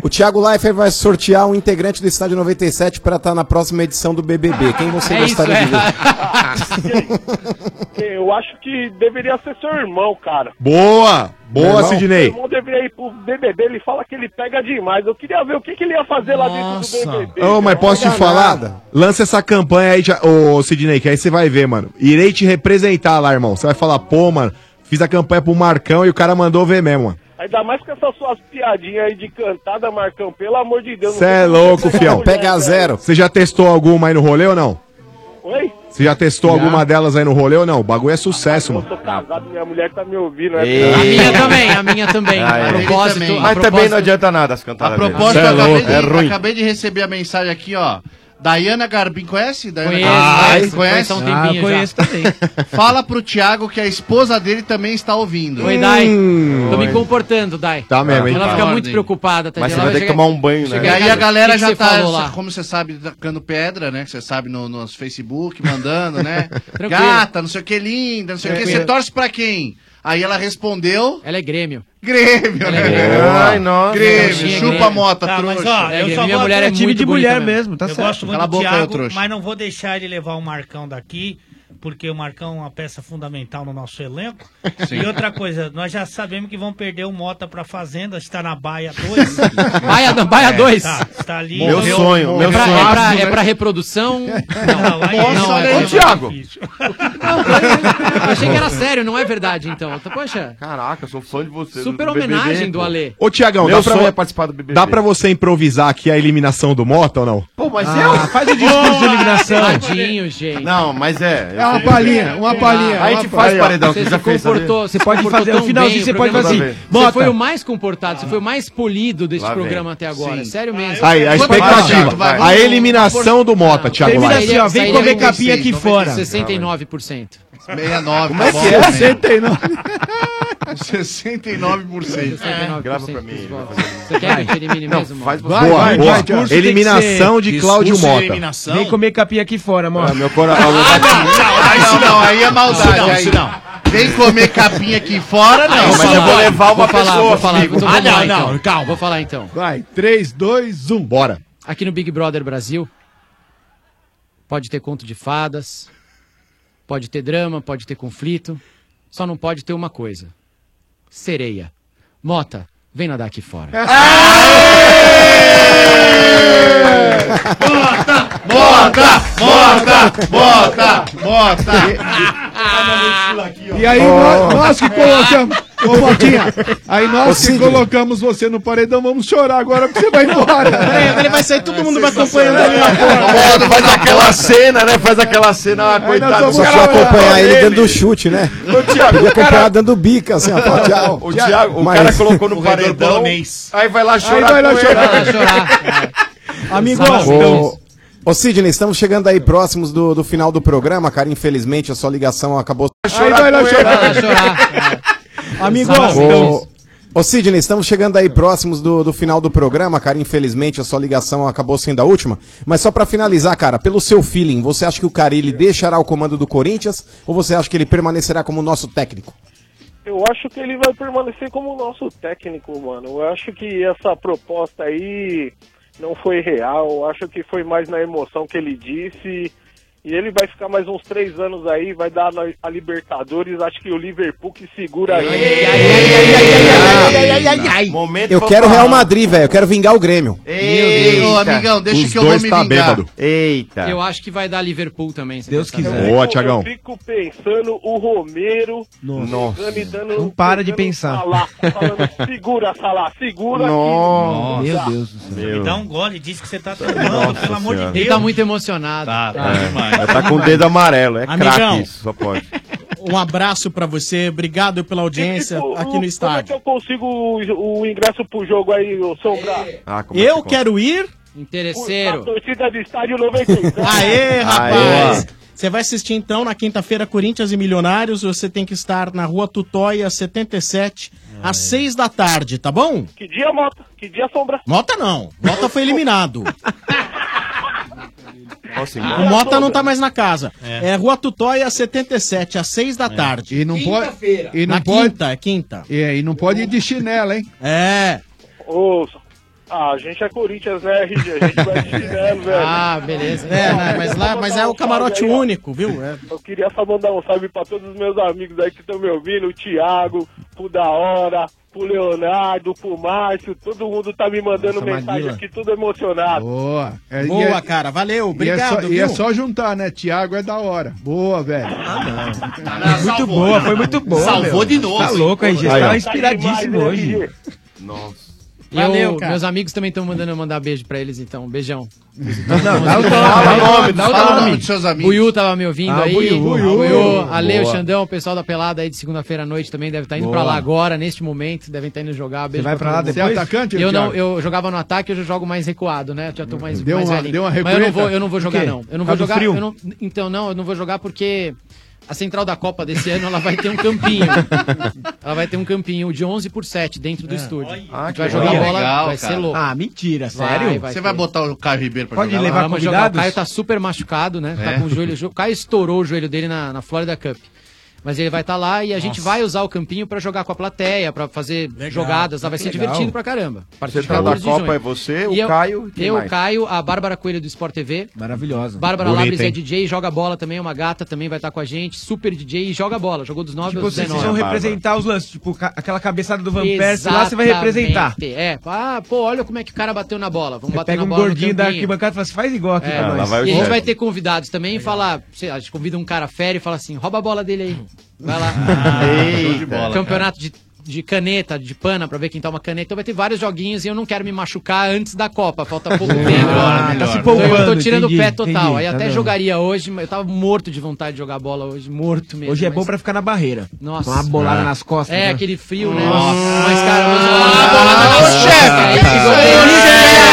O Thiago Leifert vai sortear um integrante do Estádio 97 para estar tá na próxima edição do BBB. Quem você É gostaria isso, de ver? Eu acho que deveria ser seu irmão, cara. Boa! Boa, Meu Sidney. irmão deveria ir pro BBB, ele fala que ele pega demais. Eu queria ver o que, que ele ia fazer lá dentro do BBB. Ô, mas posso te falar? Lança essa campanha aí, Thi- ô Sidney, que aí você vai ver, mano. Irei te representar lá, irmão. Você vai falar, pô, mano, fiz a campanha pro Marcão e o cara mandou ver mesmo, mano. Ainda mais com essas suas piadinhas aí de cantada, Marcão, pelo amor de Deus. não Você sei tá é como louco, pega fião. mulher, velho. Você já testou alguma aí no rolê ou não? Oi? Você já testou alguma delas aí no rolê ou não? O bagulho é sucesso, mano. Tô casado, minha mulher tá me ouvindo. É Ei. A minha também, a minha também. Ah, é. A propósito, Mas a também propósito- não adianta nada as cantadas. A dele. propósito, eu acabei, de, é ruim. acabei de receber a mensagem aqui, ó. Daiana Garbim, conhece? Daiana Conheço, Garbim? conheço, conheço há um tempinho Ah, eu conheço já. também. Fala pro Thiago que a esposa dele também está ouvindo. Oi, Dai. Tô me comportando, Dai. Tá mesmo, hein? É. Ela Tá. fica muito Ordem. preocupada, tá? Mas Ela você vai vai ter que chegar- tomar um banho, chegar E Aí em casa, a "O galera que já que você tá, falou lá?" como você sabe, tacando pedra, né? Que você sabe no, nos Facebook, mandando, né? Tranquilo. Gata, não sei o que, linda, não sei o que. Tranquilo. Você torce pra quem? Aí ela respondeu... Ela é Grêmio. Grêmio, Ela né? é Grêmio. Ai, nossa. Grêmio, Coxinha, chupa Grêmio. a mota, Tá, trouxa. mas ó, eu só gosto um mulher é muito bonita mesmo. eu gosto muito Cala a do boca, ô, Thiago, trouxa. mas não vou deixar ele levar o Marcão daqui, porque o Marcão é uma peça fundamental no nosso elenco. Sim. E outra coisa, nós já sabemos que vão perder o Mota pra Fazenda, está na Baia 2. Baia do- Baia É, dois. Tá, tá ali. Meu Então, sonho, é meu pra- sonho. É pra, Né? é pra reprodução? Não, aí Nossa, não, olha é, aí. é Ô, Thiago. difícil. Eu achei que era sério, não é verdade, então. Poxa. Caraca, eu sou fã de você. Super homenagem do Ale. Ô, Tiagão, Meu dá pra, sonho é participar do BBB. dá pra você improvisar aqui a eliminação do Mota ou não? Pô, mas Ah, eu... faz o discurso de eliminação. Tadinho, gente. Não, mas é... eu É uma sei que- palhinha, uma palhinha, Aí uma te faz palhinha. paredão, você que se já fez, comportou, sabia? você pode fazer no finalzinho, você pode fazer. um assim. Você Bota. foi o mais comportado, você foi o mais polido desse Lá vem. programa até agora, sério mesmo. Aí, a expectativa. A eliminação do Mota, Thiago Termina Leifert. assim, ó, então vem comer capinha aqui 96, fora. 69%. 69. Como é tá que é? bom. 69. 69%. É, grava pra mim. vai fazer. Você quer que eu te elimine Não, mesmo? faz você. Boa, boa. Eliminação de Cláudio Mota. Vem comer capinha aqui fora, mano. meu coração. Aí não, não, aí é maldade. Isso não, aí. isso não. Vem comer capinha aqui fora, não. Aí isso não. Vou falar, vou falar, então ah, vamos lá, não, então. não, calma. Vou falar então. Vai, um, 3, 2, 1, bora. Aqui no Big Brother Brasil, pode ter conto de fadas, pode ter drama, pode ter conflito, só não pode ter uma coisa: sereia. Mota, vem nadar aqui fora. Bota, bota, bota, bota. E aí nós, nós que colocamos. Ô, Motinha, aí Ô, nós que Sidney. colocamos você no paredão, vamos chorar agora porque você vai embora. É, ele vai sair, todo mundo vai acompanhando ele. Mano, faz aquela cena, né? Faz aquela cena, ah, coitado. Só pra acompanhar ele dando chute, né? Ô, Thiago, Podia o cara- acompanhar dando bica, assim, ó. fala, Tchau. O Thiago, o Mas- cara colocou no paredão. Aí vai lá chorar. vai lá com ele. chorar. Então, Ô, ô Sidney, estamos chegando aí próximos do, do final do programa, cara. Infelizmente a sua ligação acabou. Aí vai lá chorar. Amigão. Ô, ô Sidney, estamos chegando aí próximos do, do final do programa, cara. Infelizmente a sua ligação acabou sendo a última. Mas só pra finalizar, cara, pelo seu feeling, você acha que o Carilli deixará o comando do Corinthians ou você acha que ele permanecerá como nosso técnico? Eu acho que ele vai permanecer como nosso técnico, mano. Eu acho que essa proposta aí não foi real. Eu acho que foi mais na emoção que ele disse. E ele vai ficar mais uns três anos aí, vai dar na- a Libertadores. Acho que o Liverpool que segura aí. Momento Eu quero o Real Madrid, velho. Eu quero vingar o Grêmio. Ei, ô, amigão, deixa Os que eu vou dois me tá vingar. bêbado. Tá. Eita. Eu acho que vai dar Liverpool também. Se Deus pensar. quiser. Boa, Thiagão. Eu fico pensando o Romero Nossa. pegando e dando- Não para de pegando pensar. Salah, falando, segura, Salah, segura. aqui." Nossa. Meu Deus do céu. Então, Me dá um gole, diz que você tá tomando, pelo amor de Ele Deus. tá muito emocionado. Ah. tá demais. Ela tá com o dedo amarelo, é craque Amigão. isso, só pode. Um abraço pra você, obrigado pela audiência aqui no Como é estádio. que eu consigo o, o ingresso pro jogo aí, ô Sombra? Ah, é Eu quero ir. A torcida do estádio 93. Aê, rapaz! Você vai assistir então na quinta-feira Corinthians e Milionários. Você tem que estar na rua Tutóia 77, às 6 da tarde, tá bom? Que dia, Mota? Que dia, Sombra? Mota não. Mota foi eliminado. Posso ir O embora? Mota não tá mais na casa. É. É, Rua Tutóia 77, às 6 da tarde. E não pode- Quinta-feira. e não na pode- quinta, é quinta. É, e não pode ir de chinela, hein? É. Ô, ah, a gente é Corinthians, né, RG? A gente vai de chinelo, velho. Ah, beleza. É, né, mas lá, mas é o camarote único, viu? É. Eu queria só mandar um salve pra todos os meus amigos aí que estão me ouvindo, o Thiago, pro Da Hora, pro Leonardo, pro Márcio, todo mundo tá me mandando Nossa, mensagem Maguila. aqui, tudo emocionado. Boa. É, e Boa, é- cara. Valeu, e é, só, obrigado. e é viu? só juntar, né? Tiago é da hora. Boa, velho. Ah, Muito boa, foi muito boa. Salvou meu. de novo. Tá louco, RG. Aí, ó. Tá inspiradíssimo Tá hoje. Nossa. Valeu, eu, cara. Meus amigos também estão mandando eu mandar beijo pra eles, então. Beijão. Não, dá o nome, dá o nome. Buiu tava me ouvindo Ah, aí. Buiu, Buiu, Buiu. Ale, o Boa. Xandão, o pessoal da pelada aí de segunda-feira à noite também deve estar indo Boa. pra lá agora, neste momento. Devem estar indo jogar. Beijo vai pra lá todo mundo. depois? Você é atacante, Eu, não, Thiago? eu jogava no ataque, hoje eu jogo mais recuado, né? Já tô mais, Hum. Deu mais uma- velhinho. deu uma Mas eu não recueta? vou, eu não vou jogar, Por quê? não. Eu não Por vou causa do jogar. frio? eu não- então, não, eu não vou jogar porque. A central da Copa desse ano, ela vai ter um campinho. ela vai ter um campinho de 11 por 7 dentro É. do estúdio. a gente vai jogar bola, vai ser louco. Ah, mentira, sério? ter. botar o Caio Ribeiro Pode jogar levar lá. Vamos convidados? jogar. O Caio tá super machucado, né? É. Tá com o joelho. O Caio estourou o joelho dele na, na Florida Cup. Mas ele vai estar lá e a gente vai usar o campinho pra jogar com a plateia, pra fazer jogadas. lá. Vai ser Legal. divertido pra caramba. A partir Você de tá da 14 de Copa junho. é você, o E eu- Caio e Eu, mais? Caio, a Bárbara Coelho do Sport TV. Maravilhosa. Bárbara Bonita, Labres é hein? DJ, joga bola também, é uma gata, também vai estar com a gente. Super DJ e joga bola. Jogou dos 9 Tipo, aos vocês 19. vão representar os lances. Tipo, ca- aquela cabeçada do Van Persie lá, você vai representar. Exatamente, É, ah, pô, olha como é que o cara bateu na bola. Vamos bater Pega na um bola. no gordinho da campinho. arquibancada e fala assim, faz igual aqui É, pra nós. e a gente vai ter convidados também e falar, sei lá, a gente convida um cara fera e fala assim, rouba a bola dele aí. Vai lá. show de bola, Campeonato de, de caneta, de pana, pra ver quem toma caneta. Então vai ter vários joguinhos e eu não quero me machucar antes da Copa. Falta pouco tempo. Ah, tá se poupando, Então eu tô tirando o pé entendi, total. entendi, aí tá até bom. jogaria hoje, mas eu tava morto de vontade de jogar bola hoje. Morto mesmo. Hoje é mas- bom pra ficar na barreira. Nossa. Com uma bolada Ah. nas costas. É, né? aquele frio, né? Mas, cara, hoje eu... Ah,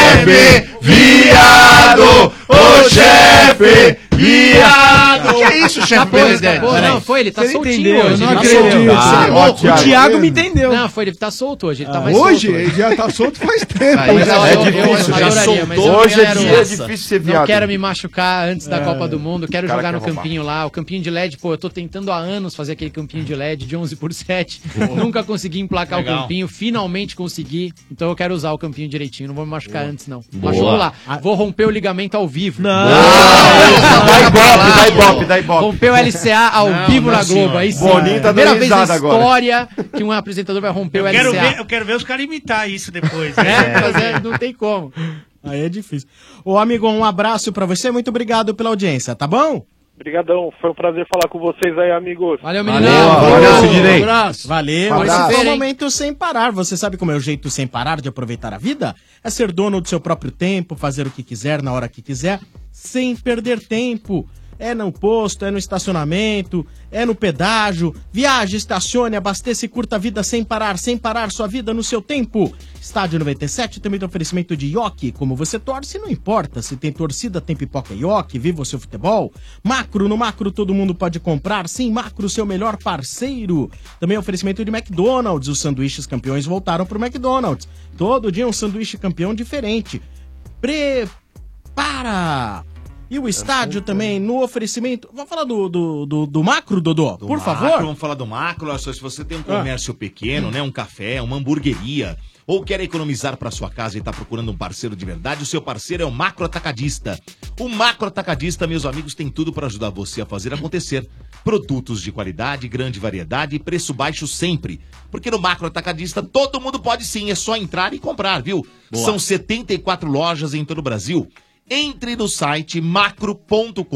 Ah, é Viado! Ô chefe! Viado! Que é isso, chefe Benedetti? Pô, não, foi, ele tá Você não soltinho entendeu, hoje. eu não ele tá acredito. soltinho. Você é Ah, louco, Thiago. entendeu. Não, foi, ele tá solto hoje. Ele tá Ah, mais hoje solto ele já tá solto faz tempo. Mas é, né? eu- eu- eu adoraria, mas eu não Hoje é quero- dia Nossa. difícil ser viado. Não quero me machucar antes da É. Copa do Mundo. Quero O cara jogar quer no roubar. campinho lá. O campinho de LED, pô, eu tô tentando há anos fazer aquele campinho de LED de 11 por 7. Nunca consegui emplacar Legal. o campinho. Finalmente consegui. Então eu quero usar o campinho direitinho. Não vou me machucar antes, não. Boa. Machuco lá. Vou romper o ligamento ao vivo. Não! Ah. Dá ibope, dá ibope, dá ibope. Rompeu o LCA ao Não, vivo não, na Globo. senhor. Aí sim. Boninho tá dando Primeira vez na risada agora. história que um apresentador vai romper o Eu LCA. quero, ver, eu quero ver os caras imitar isso depois. né? É, mas é, não tem como. Aí é difícil. Ô, amigo, um abraço pra você. Muito obrigado pela audiência, tá bom? Obrigadão, foi um prazer falar com vocês aí, amigos. Valeu, Um abraço. Valeu. Um abraço. Esse é o Hein? momento sem parar. Você sabe como é o jeito sem parar de aproveitar a vida? É ser dono do seu próprio tempo, fazer o que quiser na hora que quiser, sem perder tempo. É no posto, é no estacionamento, é no pedágio. Viaje, estacione, abasteça e curta a vida sem parar, sem parar sua vida no seu tempo. Estádio 97 também tem oferecimento de Yoki. Como você torce, não importa. Se tem torcida, tem pipoca Yoki. Viva o seu futebol. Macro, no macro todo mundo pode comprar. Sim, macro, seu melhor parceiro. Também é oferecimento de McDonald's. Os sanduíches campeões voltaram pro McDonald's. Todo dia um sanduíche campeão diferente. Prepara! E o estádio também no oferecimento. Vamos falar do, do, do, do macro, Dodô? Por macro, favor. Ah. Vamos falar do macro. Olha só, se você tem um comércio pequeno, né, um café, uma hamburgueria, ou quer economizar para sua casa e está procurando um parceiro de verdade, o seu parceiro é o Macro Atacadista. O Macro Atacadista, meus amigos, tem tudo para ajudar você a fazer acontecer. Produtos de qualidade, grande variedade e preço baixo sempre. Porque no Macro Atacadista todo mundo pode sim, é só entrar e comprar, viu? Boa. São 74 lojas em todo o Brasil. Entre no site macro.com.br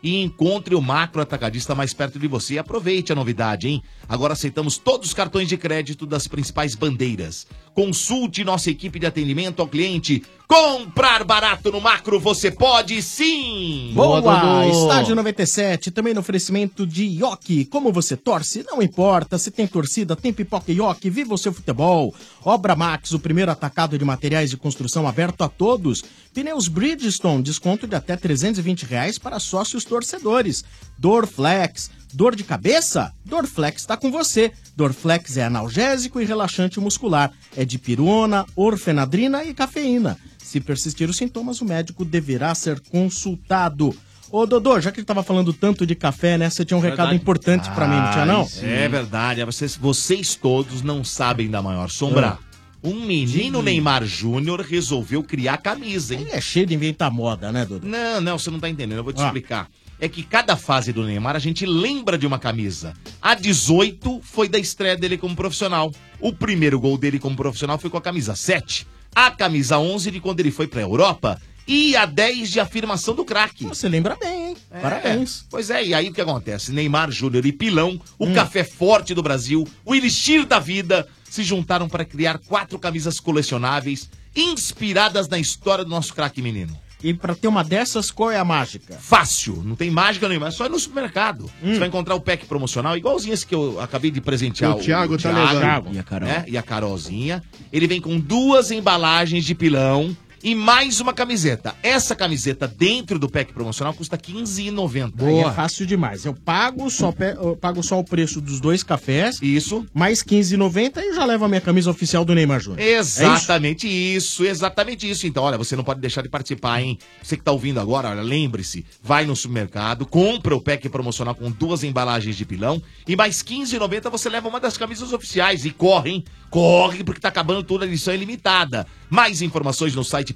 e encontre o macro atacadista mais perto de você. Aproveite a novidade, hein? Agora aceitamos todos os cartões de crédito das principais bandeiras. Consulte nossa equipe de atendimento ao cliente. Comprar barato no macro você pode sim! Boa, Estádio 97, também no oferecimento de Yoki. Como você torce, não importa. Se tem torcida, tem pipoca e Yoki. Viva o seu futebol. Obra Max, o primeiro atacado de materiais de construção aberto a todos. Pneus Bridgestone, desconto de até R$ 320 reais para sócios torcedores. Dorflex, dor de cabeça? Dorflex está com você. Dorflex é analgésico e relaxante muscular. É de pirona, orfenadrina e cafeína. Se persistir os sintomas, o médico deverá ser consultado. Ô Dodô, já que ele tava falando tanto de café, né? Você tinha um recado Verdade. importante pra mim, não tinha não? Ai, sim. É verdade. Vocês, vocês todos não sabem da maior sombra. Ah. Um menino Neymar Júnior resolveu criar camisa, hein? Ele é cheio de inventar moda, né, Dudu? Ah. Não, não, você não tá entendendo. Eu vou te explicar. É que cada fase do Neymar a gente lembra de uma camisa. A 18 foi da estreia dele como profissional. O primeiro gol dele como profissional foi com a camisa 7. A camisa 11 de quando ele foi pra Europa. E a 10 de afirmação do craque. Você lembra bem, hein? Parabéns. É. Hum. Pois é, e aí o que acontece? Neymar Júnior e Pilão, o café forte do Brasil, o elixir da vida, se juntaram para criar quatro camisas colecionáveis inspiradas na história do nosso craque menino. E para ter uma dessas, qual é a mágica? Hum. Fácil, não tem mágica nenhuma, é só ir no supermercado. Você vai encontrar o pack promocional, igualzinho esse que eu acabei de presentear. O Thiago tá levando. E a Carol. né? E a Carolzinha. Ele vem com duas embalagens de pilão e mais uma camiseta. Essa camiseta dentro do pack promocional custa R$15,90. Aí é fácil demais. Eu pago só, pe- eu pago só o preço dos dois cafés. Isso. Mais R$15,90 e eu já levo a minha camisa oficial do Neymar Júnior. É Exatamente isso? exatamente isso. Então, olha, você não pode deixar de participar, hein? Você que tá ouvindo agora, olha, lembre-se, vai no supermercado, compra o pack promocional com duas embalagens de pilão e mais R$15,90 você leva uma das camisas oficiais e corre, hein? Corre, porque tá acabando toda a edição ilimitada. Mais informações no site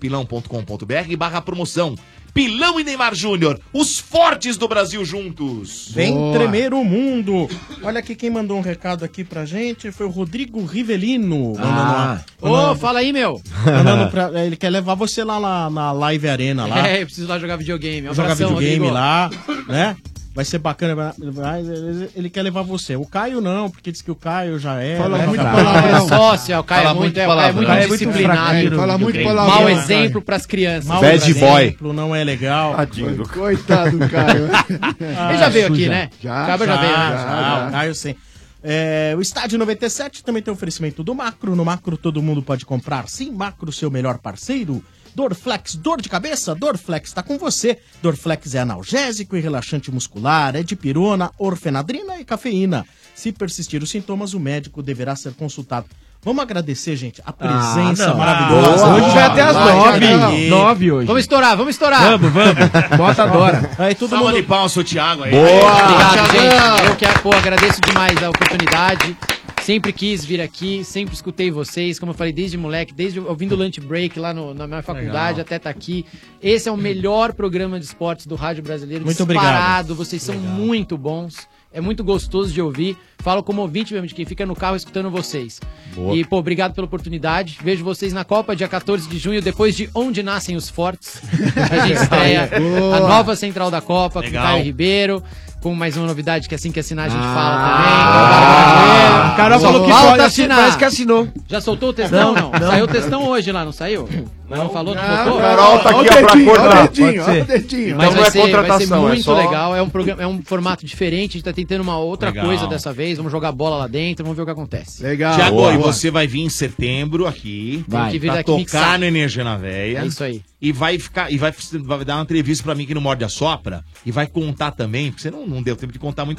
pilão.com.br barra promoção. Pilão e Neymar Júnior, os fortes do Brasil juntos. Vem tremer o mundo. Olha aqui quem mandou um recado aqui pra gente foi o Rodrigo Rivelino. Ah. Ô, fala aí, meu. Mandando pra- é, ele quer levar você lá, lá na Live Arena lá. É, eu preciso lá jogar videogame. Um jogar abração, videogame Rodrigo. lá, né? Vai ser bacana, mas ele quer levar você. O Caio não, porque diz que o Caio já é. Fala né, muito cara? palavrão. É sócio, o Caio é muito- é, o Caio é muito O Caio indisciplinado. fraqueiro, Fala muito videogame. palavrão, Mau exemplo Caio. pras crianças. Mau Bad exemplo, não é legal. Tadinho do Coitado do Caio. Ele já veio aqui, né? Já, O Cabo já já, já, veio, né? já, Já. o Caio sim. Ah, É, o Estádio 97 também tem oferecimento do Macro. No Macro todo mundo pode comprar. Sim, Macro, seu melhor parceiro. Dorflex, dor de cabeça? Dorflex tá com você. Dorflex é analgésico e relaxante muscular, é de pirona, orfenadrina e cafeína. Se persistir os sintomas, o médico deverá ser consultado. Vamos agradecer, gente, a presença Ah, não. maravilhosa. Boa. Hoje vai até as nove. Nove hoje. Vamos estourar, vamos estourar. Vamos, vamos. Bota agora. Aí todo Salva de palmas, o Thiago aí. Obrigado, gente. Eu quero, pô, agradeço demais a oportunidade. Sempre quis vir aqui, sempre escutei vocês, como eu falei, desde moleque, desde ouvindo o Lunch Break lá no- na minha faculdade Legal. até estar aqui. Esse é o melhor programa de esportes do rádio brasileiro. Muito obrigado. disparado. Vocês são muito bons. É muito gostoso de ouvir. Falo como ouvinte mesmo, de quem fica no carro escutando vocês. Boa. E, pô, obrigado pela oportunidade. Vejo vocês na Copa, dia 14 de junho, depois de Onde Nascem os Fortes. A gente estreia Boa. a nova central da Copa Legal. com Caio Ribeiro, com mais uma novidade que assim que assinar a gente fala também. O cara Só falou que falta pode assinar. Ah. assinar. Parece que assinou. Já soltou o textão? Não, Não, não. Saiu o textão hoje lá, não saiu? Não, falou? Não, não, botou? não. Carol tá Olha aqui, o ó, pra dedinho, acordar. olha o dedinho, Pode ser. olha o dedinho. Então Mas vai não é ser, vai ser contratação, é muito só- legal. É um, programa, é um formato diferente. A gente tá tentando uma outra Legal. coisa dessa vez. Vamos jogar bola lá dentro, vamos ver o que acontece. Legal. Tiago, e você vai vir em setembro aqui. Tem que vir pra aqui tocar mixar. no Energia na Veia. É isso aí. E vai ficar, e vai, vai dar uma entrevista pra mim aqui no Morde a Sopra. E vai contar também, porque você não, não deu tempo de contar muita